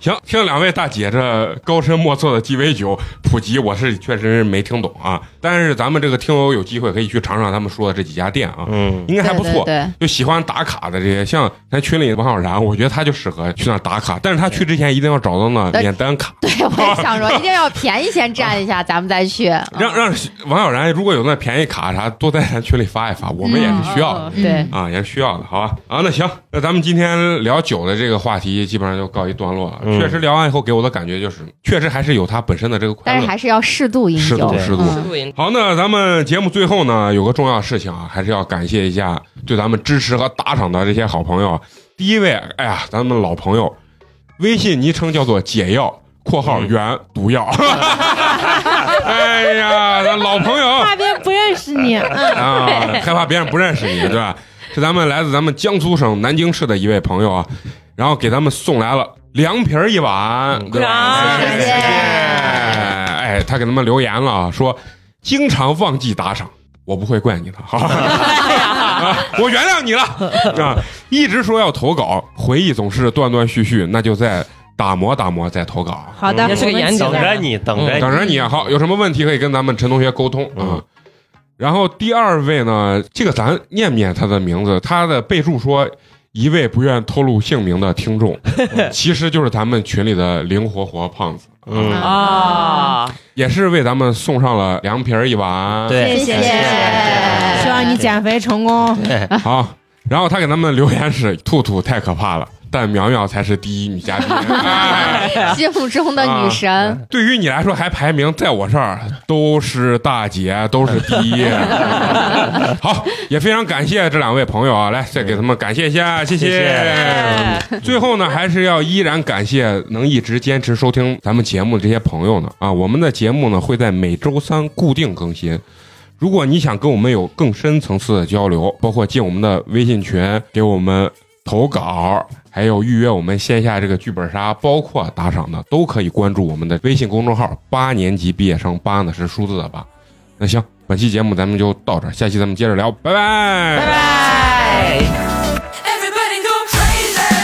Speaker 1: 行，听两位大姐这高深莫测的鸡尾酒普及，我是确实没听懂啊。但是咱们这个听友有机会可以去尝尝他们说的这几家店啊，
Speaker 6: 嗯，
Speaker 1: 应该还不错。
Speaker 5: 对
Speaker 1: 就喜欢打卡的这些，像咱群里的王小然，我觉得他就适合去那儿打卡，但是他去之前一定要找到那免单卡，
Speaker 5: 对对，我也想 说，一定要便宜先占一下，咱们再去。嗯
Speaker 1: 让让王小然如果有那便宜卡啥，多在咱群里发一发，我们也是需要的。
Speaker 5: 嗯对，
Speaker 1: 啊，也是需要的，好吧？啊，那行，那咱们今天聊酒的这个话题基本上就告一段落了。
Speaker 6: 嗯
Speaker 1: 确实聊完以后给我的感觉就是，确实还是有它本身的这个快
Speaker 5: 但
Speaker 1: 乐
Speaker 5: 是。还是要适度饮
Speaker 1: 适
Speaker 5: 酒
Speaker 1: 度，，
Speaker 6: 对
Speaker 1: 适度。
Speaker 5: 嗯
Speaker 2: 录音
Speaker 1: 好，那咱们节目最后呢，有个重要事情啊，还是要感谢一下对咱们支持和打赏的这些好朋友啊。第一位，哎呀，咱们老朋友，微信昵称叫做“解药”（括号
Speaker 6: 嗯
Speaker 1: 原毒药） 哎呀，咱老朋友，
Speaker 3: 怕别人不认识你，嗯，
Speaker 1: 啊，害怕别人不认识你，对吧？是咱们来自咱们江苏省南京市的一位朋友啊，然后给咱们送来了凉皮儿一碗，对吧？
Speaker 2: 嗯谢
Speaker 5: 谢
Speaker 1: 哎，他给咱们留言了啊，说经常忘记打赏，我不会怪你的，哈 哈。啊，我原谅你了啊！一直说要投稿，回忆总是断断续续，那就再打磨打磨，再投稿。
Speaker 3: 好的，
Speaker 6: 也
Speaker 2: 是个
Speaker 3: 我们
Speaker 2: 严
Speaker 3: 期
Speaker 2: 谨
Speaker 6: 等
Speaker 3: 待
Speaker 6: 着你，等着你，
Speaker 1: 等着你啊，好，有什么问题可以跟咱们陈同学沟通啊。
Speaker 6: 嗯
Speaker 1: 然后第二位呢，这个咱念不念他的名字？他的备注说。一位不愿透露姓名的听众，嗯其实就是咱们群里的灵活活胖子，
Speaker 6: 嗯，
Speaker 2: 啊，
Speaker 1: 也是为咱们送上了凉皮儿一碗。，
Speaker 6: 对，
Speaker 5: 谢谢
Speaker 6: 谢
Speaker 3: 希望你减肥成功。
Speaker 1: 好。然后他给咱们留言是：兔兔太可怕了，但苗苗才是第一女 嘉宾。哎
Speaker 5: 嗯心目中的女神。
Speaker 1: 对于你来说，还排名在我这儿都是大姐，都是第一。好，也非常感谢这两位朋友啊，来再给他们感谢一下，谢
Speaker 6: 谢谢
Speaker 1: 最后呢，还是要依然感谢能一直坚持收听咱们节目的这些朋友呢啊，我们的节目呢会在每周三固定更新。如果你想跟我们有更深层次的交流，包括进我们的微信群，给我们投稿，还有预约我们线下这个剧本杀，包括打赏的，都可以关注我们的微信公众号“八年级毕业生”，八呢是数字的八。那行，本期节目咱们就到这儿，下期咱们接着聊，拜拜，拜拜。
Speaker 7: Everybody go crazy.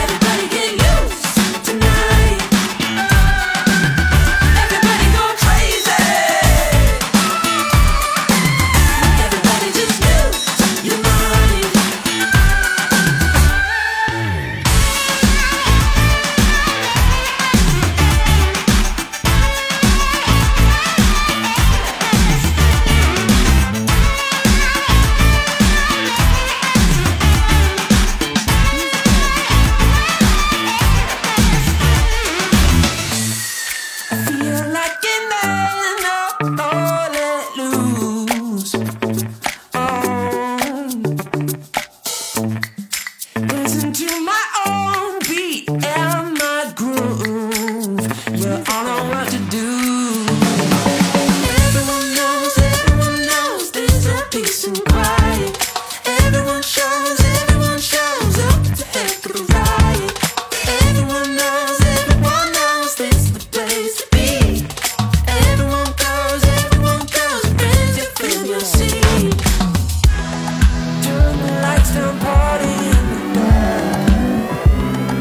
Speaker 7: Everybody get loose tonight. Everybody go crazy. Everybody just lose your mind. Feel like a man, oh, oh, let loose. Oh. Listen to my own beat and my groove. You all know what to do. Everyone knows, everyone knows there's a peace and quiet. Everyone shows, everyone shows up to heck of a riot. Everyone knows, everyone knows this is the place to be. Everyone goes, everyone goes, raise your feel your seat. Turn the lights down, party in the dark.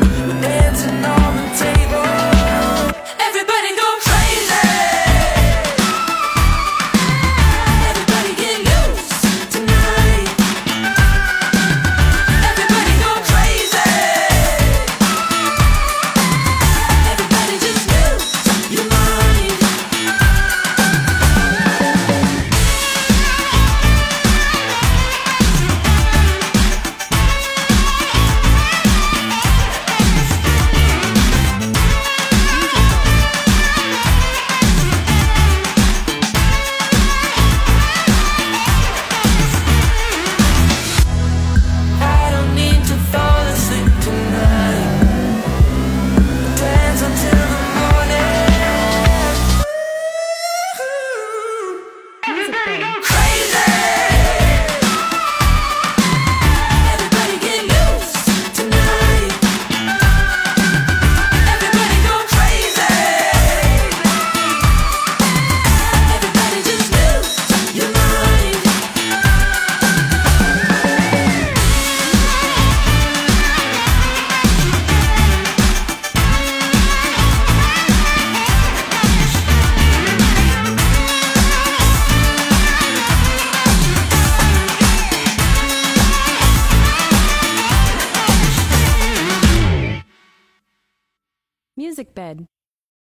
Speaker 7: We're dancing on the table. Everybody go crazy. Everybody get loose tonight. Everybody go crazy. Everybody just lose your mind. I don't need to fall asleep tonight. Dance until the morning. Everybody go crazy. Everybody get loose tonight. Everybody go crazy. Everybody just lose your mind.
Speaker 4: bed